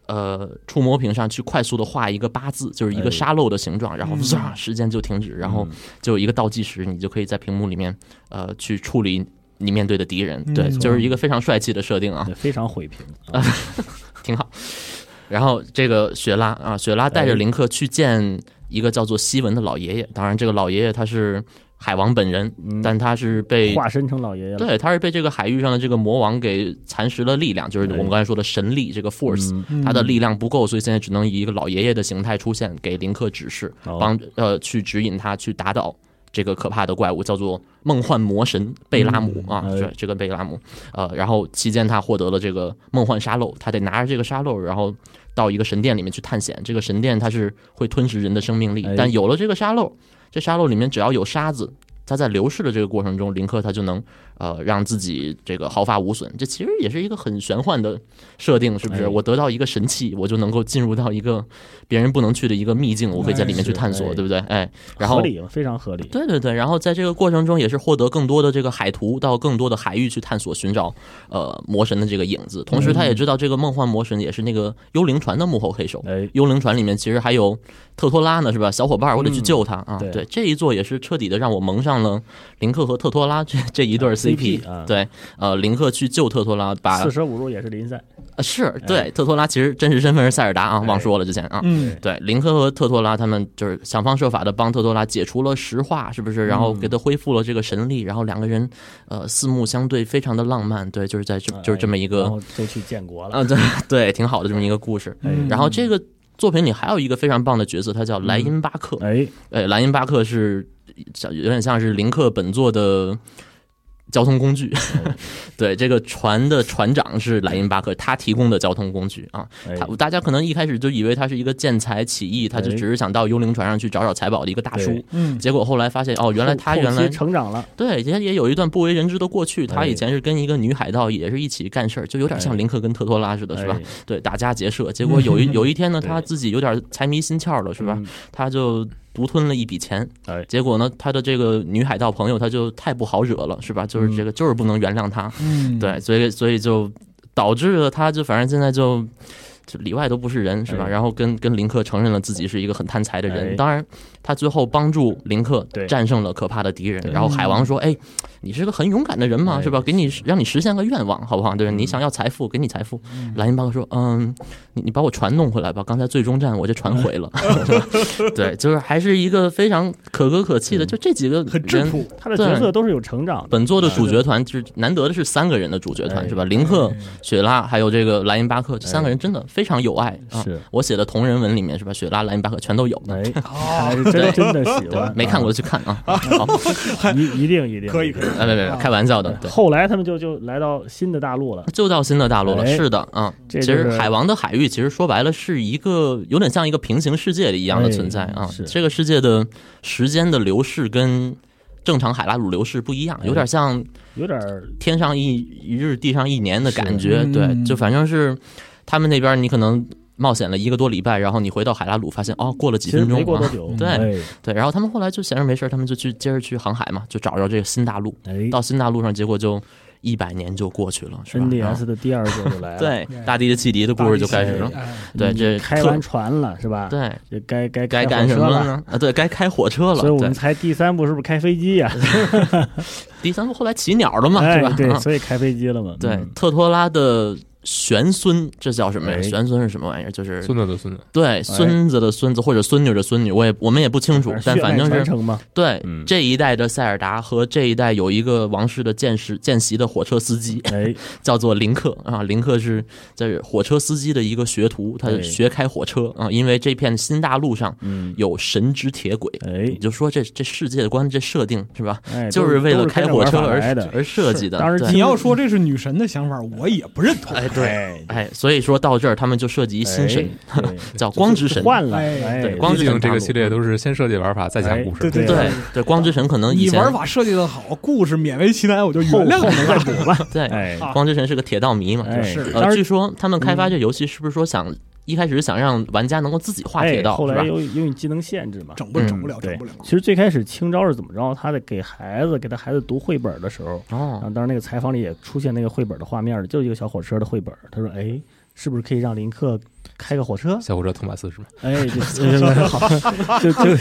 呃，触摸屏上去快速的画一个八字，就是一个哎沙漏的形状，然后嗯唰，时间就停止，然嗯后就有一个倒计时，你就可以在屏幕里面呃去处理你面对的敌人。对，嗯就是一个非常帅气的设定啊。对非常毁啊评， 挺好。然后这个雪拉啊，雪拉哎带着林克去见一个叫做西文的老爷爷。当然，这个老爷爷他是海王本人，但他是被嗯化身成老爷爷了，哎对，他是被这个海域上的这个魔王给蚕食了力量，就是哎我们刚才说的神力这个嗯 force，、他的力量不够，所以现在只能以一个老爷爷的形态出现，给林克指示，哦帮呃去指引他去打倒。这个可怕的怪物叫做梦幻魔神贝拉姆、啊，哎这这个贝拉姆，呃，然后期间他获得了这个梦幻沙漏，他得拿着这个沙漏，然后到一个神殿里面去探险。这个神殿它是会吞噬人的生命力哎，但有了这个沙漏，这沙漏里面只要有沙子，它在流逝的这个过程中，林克他就能呃让自己这个毫发无损。这其实也是一个很玄幻的设定，是不是？哎我得到一个神器，我就能够进入到一个别人不能去的一个秘境，我可以在里面去探索，哎对不对？哎，然后合理，非常合理，对对对，然后在这个过程中也是获得更多的这个海图，到更多的海域去探索寻找呃魔神的这个影子。同嗯时，他也知道这个梦幻魔神也是那个幽灵船的幕后黑手。哎，幽灵船里面其实还有特托拉呢，是吧？小伙伴儿，我得去救他、啊！嗯对对，这一座也是彻底的让我蒙上了林克和特托拉这这一对儿 CP。 CP 啊对，啊呃，林克去救特托拉，把四舍五入也是林赛，呃是对特托拉其实真实身份是塞尔达啊，哎忘说了之前啊。嗯对，林克和特托拉他们就是想方设法的帮特托拉解除了石化，是不是？然后给他恢复了这个神力，然后两个人呃四目相对，非常的浪漫。对，就是在这就是这么一然个后就去建国了，啊，对对，挺好的这么一个故事。嗯哎嗯然后这个作品里还有一个非常棒的角色，他叫莱因巴克。哎，呃，莱因巴克是像有点像是林克本作的交通工具。 对，这个船的船长是莱因巴克，他提供的交通工具啊。哎他大家可能一开始就以为他是一个建材起义，他就哎只是想到幽灵船上去找找财宝的一个大叔对。嗯结果后来发现，哦，原来他后原后来期成长了，对，也也有一段不为人知的过去。他哎以前是跟一个女海盗也是一起干事儿，就有点像哎林克跟特托拉似的，是吧？哎？对，打家劫舍。结果有 一有一天呢，对他自己有点财迷心窍了，是吧嗯？他就独吞了一笔钱哎，结果呢，他的这个女海盗朋友，他就太不好惹了，是吧？嗯就是这个，就是不能原谅他，嗯，对，所以所以就导致了他就反正现在就。就里外都不是人，是吧？哎然后跟跟林克承认了自己是一个很贪财的人。哎当然，他最后帮助林克对战胜了可怕的敌人。对然后海王说：“哎，你是个很勇敢的人嘛，哎是吧？给你让你实现个愿望，好不好？对，你想要财富，给你财富。”莱茵巴克说：“嗯，你你把我船弄回来吧，刚才最终战我这船毁了。对，就是还是一个非常可歌可泣的，就这几个很质人。朴，他的角色都是有成长的，本作的主角团就是难得的是三个人的主角团哎是吧？林克、雪拉还有这个莱茵巴克，这三个人真的非非常有爱啊。是，我写的同人文里面是吧？雪拉、莱因巴赫全都有呢。哎，看来是真真的喜对欢，，哦 没看过的去看啊。好，啊，一一定一定可以可以哎，没没没，开玩笑的。对，后来他们就就来到新的大陆了，就到新的大陆了。哎是的，啊，这其实就是海王的海域，其实说白了是一个有点像一个平行世界的一样的存在哎啊是。这个世界的时间的流逝跟正常海拉鲁流逝不一样，有点像有点儿天上一一日，地上一年的感觉。是嗯对，就反正是他们那边，你可能冒险了一个多礼拜，然后你回到海拉鲁，发现哦，过了其几实分钟没过多啊。久，对哎对，然后他们后来就闲着没事儿，他们就去接着去航海嘛，就找着这个新大陆。哎到新大陆上，结果就一百年就过去了，是吧？然后，NDS 的第二个就来了，对，大地的汽笛的故事就开始了。哎对，你这嗯开特完船了是吧？，对，就该该该开干火什车么了？呢？啊，对，该开火车了。所以我对们，才第三部是不是开飞机呀？第三部后来起鸟了嘛，哎是吧？，对，嗯所以开飞机了嘛？ 对嗯，，特托拉的玄孙，这叫什么呀？哎玄孙是什么玩意儿？就是孙子的孙子，对孙子的孙子或者孙女的孙女，我也我们也不清楚，但血脉反正传是承嘛，对嗯这一代的塞尔达和这一代有一个王室的见识见习的火车司机， 哎，叫做林克啊，林克是在火车司机的一个学徒，他对学开火车啊，因为这片新大陆上嗯，有神之铁轨，哎你，就说这这世界观这设定是吧？ 哎，就都是是为了都是开跟着火玩车法而来的而设计的。当时对你要说这是女神的想法，我也不认同。哎，对，哎，所以说到这儿，他们就设计一新神，哎，对叫光之神。换了，哎哎，对光毕之神竟这大个陆系列都是先设计玩法，再讲故事。哎对对对，光之神可能以你前玩法设计的好，故事勉为其难，我就原后谅后你面了再。补吧，对哎，光之神是个铁道迷嘛，哎是当呃，时嗯据说他们开发这游戏是不是说想一开始想让玩家能够自己画铁哎道后是来吧？由于由于技能限制嘛，整嗯不整不了，整对不了，。其实最开始青招是怎么着？他在给孩子给他孩子读绘本的时候，然哦，后啊当时那个采访里也出现那个绘本的画面了，就是一个小火车的绘本。他说：“哎，是不是可以让林克开个火车小火车托马斯是吗？？”哎， 就好，就就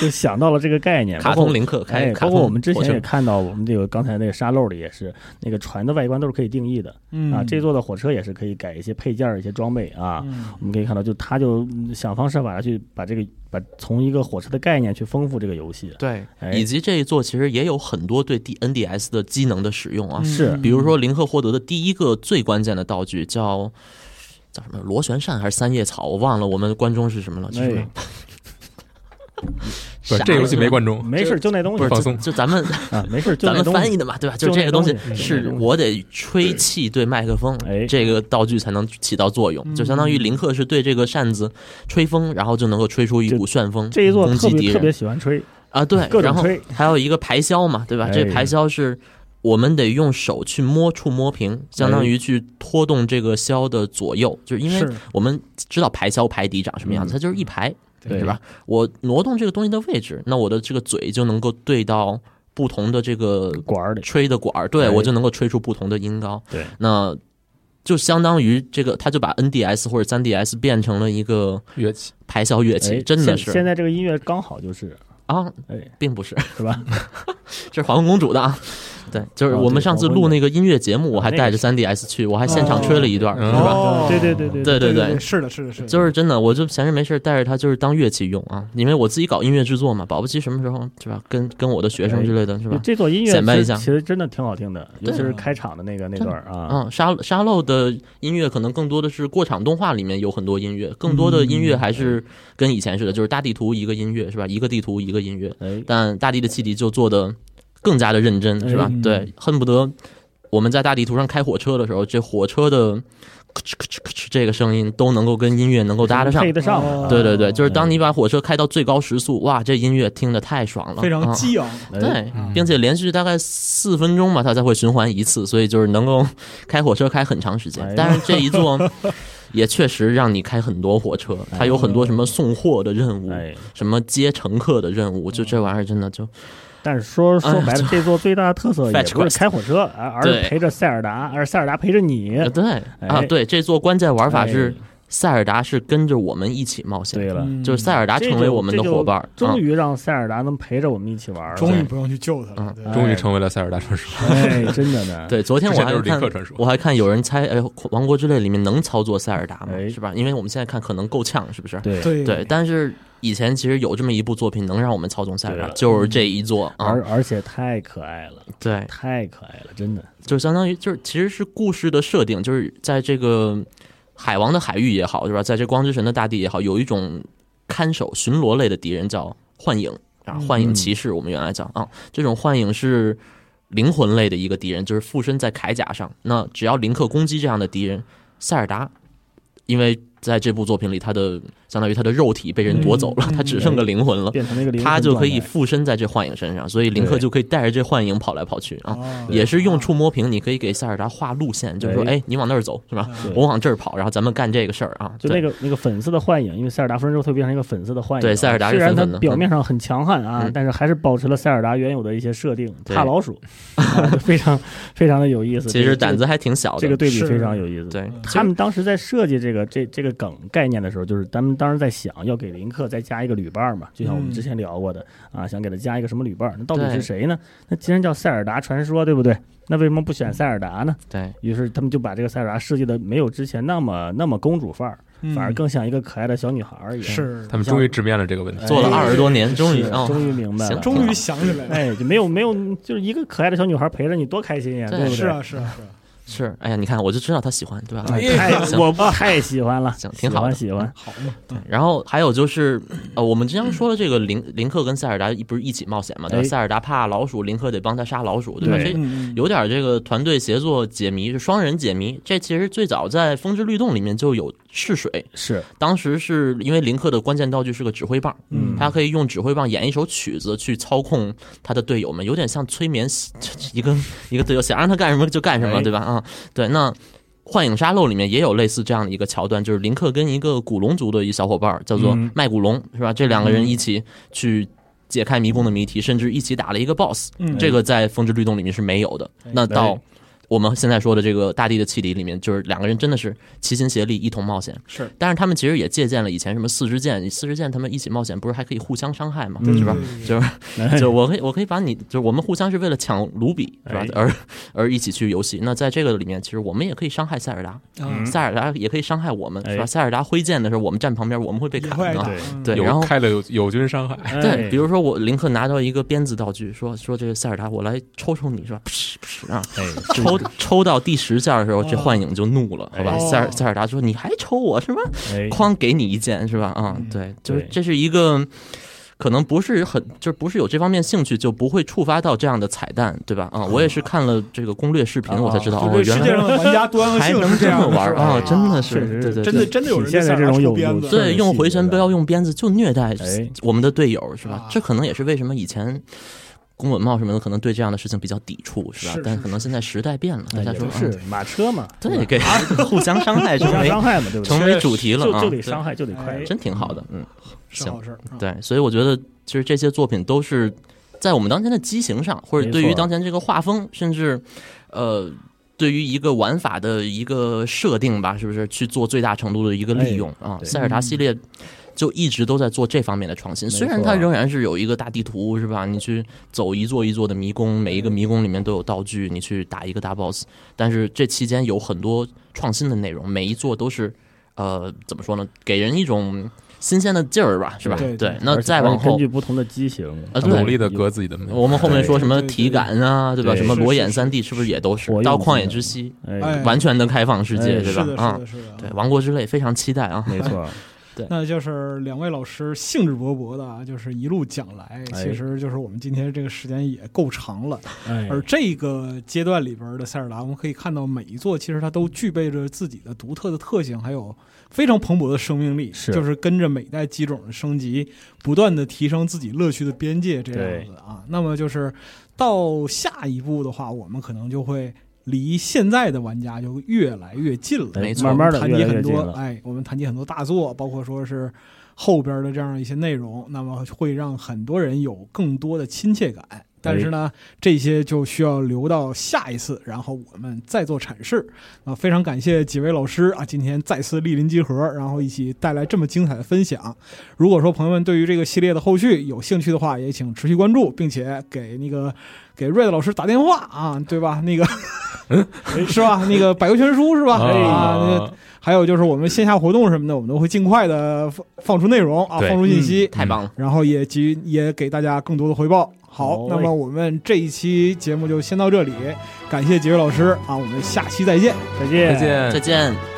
就想到了这个概念。卡包括通林克开哎，卡包括通我们之火前车也看到，我们这个刚才那个沙漏里也是，那个船的外观都是可以定义的嗯啊。这座的火车也是可以改一些配件儿、一些装备啊。我们可以看到，就他就嗯想方设法地去把这个把从一个火车的概念去丰富这个游戏。对，哎以及这一座其实也有很多对 D NDS 的机能的使用啊，嗯是比如说林克获得的第一个最关键的道具叫叫什么螺旋扇还是三叶草，我忘了我们观众是什么了，就是哎。不是，这游戏没观众，没事儿，就那东不西是放松就就咱们啊，没事儿，就咱那们东翻西译。的嘛，对吧？就就这那个东东西西嗯是我得吹气对麦克风哎，嗯这个道具才能起到作用，就相当于林克是对这个扇子吹风，然后就能够吹出一股旋风，这一座攻特击敌别特人别喜欢吹，啊，对，各种然后吹还有一个排箫嘛，对吧？哎这排箫是我们得用手去摸触摸屏，相哎当于去拖动这个箫的左右，就是因为是我们知道排箫排笛长什么样子，嗯它就是一排，对对吧？我挪动这个东西的位置，那我的这个嘴就能够对到不同的这个管儿里吹的管儿，对哎我就能够吹出不同的音高。对，那。就相当于这个，他就把 NDS 或者 3DS 变成了一个乐器排箫乐器，哎真的现是现在这个音乐刚好就是，啊，哎，并不是，是吧？ 哦这是皇宫公主的啊。对，就是我们上次录那个音乐节目，我还带着 3DS 去，我还现场吹了一段，嗯是吧？哦对对对对对对对，是的，是的，是的，就是真的，我就闲着没事带着它，就是当乐器用啊，因为我自己搞音乐制作嘛，保不齐什么时候是吧？跟跟我的学哎生之类的是吧？这座音乐显摆其实一下啊其实真的挺好听的，尤其对是开场的那个那段儿啊，嗯，沙沙漏的音乐可能更多的是过场动画里面有很多音乐，更多的音乐还是跟以前似的，就是大地图一个音乐是吧？一个地图一个音乐，哎，但大地的汽笛就做的更加的认真，是吧？嗯对，恨不得我们在大地图上开火车的时候，这火车的咔哧咔哧咔哧这个声音都能够跟音乐能够搭得上配。得上哦啊，对对对，就是当你把火车开到最高时速，哇，这音乐听得太爽了，非常啊激昂。哎对，嗯并且连续大概四分钟吧，它才会循环一次，所以就是能够 开火车开很长时间哎。但是这一 座也确实让你开很多火车，它有很多什么送货的任务，哎，嗯什么接乘客的任务，就这玩意儿真的就但是说说白哎了，这座最大的特 色也 Fetch 不 Quest 是开火车，而而是对陪着塞尔达，而是塞尔达陪着你呃。对啊，哎对，这座关键玩法是哎塞尔达是跟着我们一起冒险对的，了，嗯就是塞尔达成为我们的伙伴儿。啊这就终于，于让塞尔达能陪着我们一起 玩儿了，终于不用去救他了嗯。对哎终于成为了塞尔达传说。哎，真的 呢，对，昨天我之前还都是林看克传说我还看有人猜，哎，王国之泪里面能操作塞尔达吗？哎是吧？因为我们现在看可能够呛，是不是？对对对，但是以前其实有这么一部作品能让我们操纵塞尔达，对就是这一座啊，而而且太可爱了，对，啊太可爱了，真的。就相当于就是其实是故事的设定，就是在这个。海王的海域也好，是吧？在这光之神的大地也好，有一种看守巡逻类的敌人叫幻影啊，幻影骑士，我们原来讲啊，这种幻影是灵魂类的一个敌人，就是附身在铠甲上。那只要林克攻击这样的敌人，塞尔达，因为在这部作品里，他的相当于他的肉体被人夺走了，他只剩个灵魂了。变成那个灵魂他就可以状态附身在这幻影身上，所以林克对嗯就可以带着这幻影跑来跑去啊。哦也是用触摸屏，你可以给塞尔达画路线，就是说，哎嗯哎，你往那儿走啊是吧？对我往这儿跑，然后咱们干这个事儿啊。就那个那个粉色的幻影，因为塞尔达分身之后，它会变成一个粉色的幻影。啊对塞尔达是虽然它粉粉的表面上很强悍啊，嗯但是还是保持了塞尔达原有的一些设定，对怕老鼠，啊就非常非常的有意思。对 其这实个胆子还挺小的。这个对嗯比是非常有意思。对，他们当时在设计这个这这个梗概念的时候，就是咱们当时在想要给林克再加一个旅伴儿嘛，就像我们之前聊过的、啊，想给他加一个什么旅伴儿，那到底嗯对是谁呢？那既然叫塞尔达传说，对不对？那为什么不嗯选塞尔达呢？对于是他们就把这个塞尔达设计的没有之前那么那么公主范儿，反而更像一个可爱的小女孩儿一样。嗯是他们终于直面了这个问题哎，做了二十多年，终于是哦，终于明白了，行终于想起来了，哎，就没有没有，就是一个可爱的小女孩陪着你，多开心呀，哦对对不对？是啊是啊是啊，是，哎呀，你看，我就知道他喜欢，对吧？哎太行我太喜欢了，行挺好的嗯喜欢喜欢。好嘛，然后还有就是，呃，我们之前说的这个林林克跟塞尔达一不是一起冒险嘛？对吧？哎塞尔达怕老鼠，林克得帮他杀老鼠，对吧？对这嗯嗯有点这个团队协作解谜，是双人解谜。这其实最早在《风之律动》里面就有试水，是，当时是因为林克的关键道具是个指挥棒，嗯他可以用指挥棒演一首曲子去操控他的队友们，有点像催眠一个一个队友想让他干什么就干什么，哎对吧？啊，对，那。幻影沙漏里面也有类似这样的一个桥段，就是林克跟一个古龙族的一小伙伴儿叫做嗯麦古龙，是吧？这两个人一起去解开迷宫的谜题，甚至一起打了一个 BOSS。嗯哎这个在《风之律动》里面是没有的。那到我们现在说的这个《大地的汽笛》里面，就是两个人真的是齐心协力，一同冒险。是，但是他们其实也借鉴了以前什么四支箭，四支箭他们一起冒险，不是还可以互相伤害吗？嗯是吧？对就是就我可以我可以把你，就是我们互相是为了抢卢比，是吧哎？而而一起去游戏。那在这个里面，其实我们也可以伤害塞尔达，啊塞尔达也可以伤害我们，是吧？哎塞尔达挥剑的时候，我们站旁边，我们会被砍也会的。打对嗯对，然有后开了有友军伤害，对，哎比如说我林克拿到一个鞭子道具，说说这个塞尔达，我来抽抽你是吧？噗噗啊，哎，抽抽到第十下的时候，这哦幻影就怒了，好吧？哎塞尔塞尔达说：“你还抽我是吧？哎哐给你一剑是吧？”啊嗯，对，就是对这是一个可能不是很就是不是有这方面兴趣，就不会触发到这样的彩蛋，对吧？啊，我也是看了这个攻略视频，哦我才知道就哦，啊这世原界来上的玩家多样还性能是这样么的玩是吧啊！真的确是，对实是对真对的。真的有人体现在了这种有有子趣对，用回旋镖、用鞭子就虐待哎我们的队友是吧啊？这可能也是为什么以前宫本茂什么的可能对这样的事情比较抵触是吧是？但是可能现在时代变了，大哎家也说不啊是马车嘛，对，给啊 互相伤害互成相为伤害嘛，对不对？成为主题了就啊，就得对伤害，就得快乐哎。真挺好的，嗯，是好事儿，啊嗯对，所以我觉得其实这些作品都是在我们当前的机型上，或者没对于错当前这个画风，甚至呃。对于一个玩法的一个设定吧，是不是去做最大程度的一个利用啊？哎对塞尔达系列就一直都在做这方面的创新，错虽然它仍然是有一个大地图，是吧？你去走一座一座的迷宫，每一个迷宫里面都有道具，你去打一个大 boss，但是这期间有很多创新的内容，每一座都是呃怎么说呢？给人一种新鲜的劲儿吧，是吧？对对那而且再它往是根后据，不同的机型，啊对努力的革自己的门。我们后面说什么体感啊，对吧？对什么是裸是眼是三 D 是不是也都是火？影到旷野什么的之息，哎哎，完全的开放世界，哎对是吧的，是？啊的，，是的，对，王国之泪非常期待啊。没错，那就是两位老师兴致勃勃的啊，就是一路讲来，哎其实就是我们今天这个时间也够长了。哎，而这个阶段里边的塞尔达，我们可以看到每一座其实它都具备着自己的独特的特性，还有非常蓬勃的生命力，是就是跟着每代机种的升级，不断的提升自己乐趣的边界这样对子啊。那么就是到下一步的话，我们可能就会。离现在的玩家就越来越近了，哎没我错们慢慢地谈及越来越很多近，了哎，我们谈及很多大作，包括说是后边的这样一些内容，那么会让很多人有更多的亲切感。但是哎呢，这些就需要留到下一次，然后我们再做阐释。啊，非常感谢几位老师啊，今天再次莅临集合，然后一起带来这么精彩的分享。如果说朋友们对于这个系列的后续有兴趣的话，也请持续关注，并且给那个给瑞德老师打电话啊，对吧？那个是吧？那个百科全书是吧？啊，那个啊，还有就是我们线下活动什么的，我们都会尽快的放放出内容啊，对放出信嗯息，太棒了，然后也给也给大家更多的回报。好，好嘞那么我们这一期节目就先到这里，感谢几位老师啊，我们下期再见。再见，再见再。见。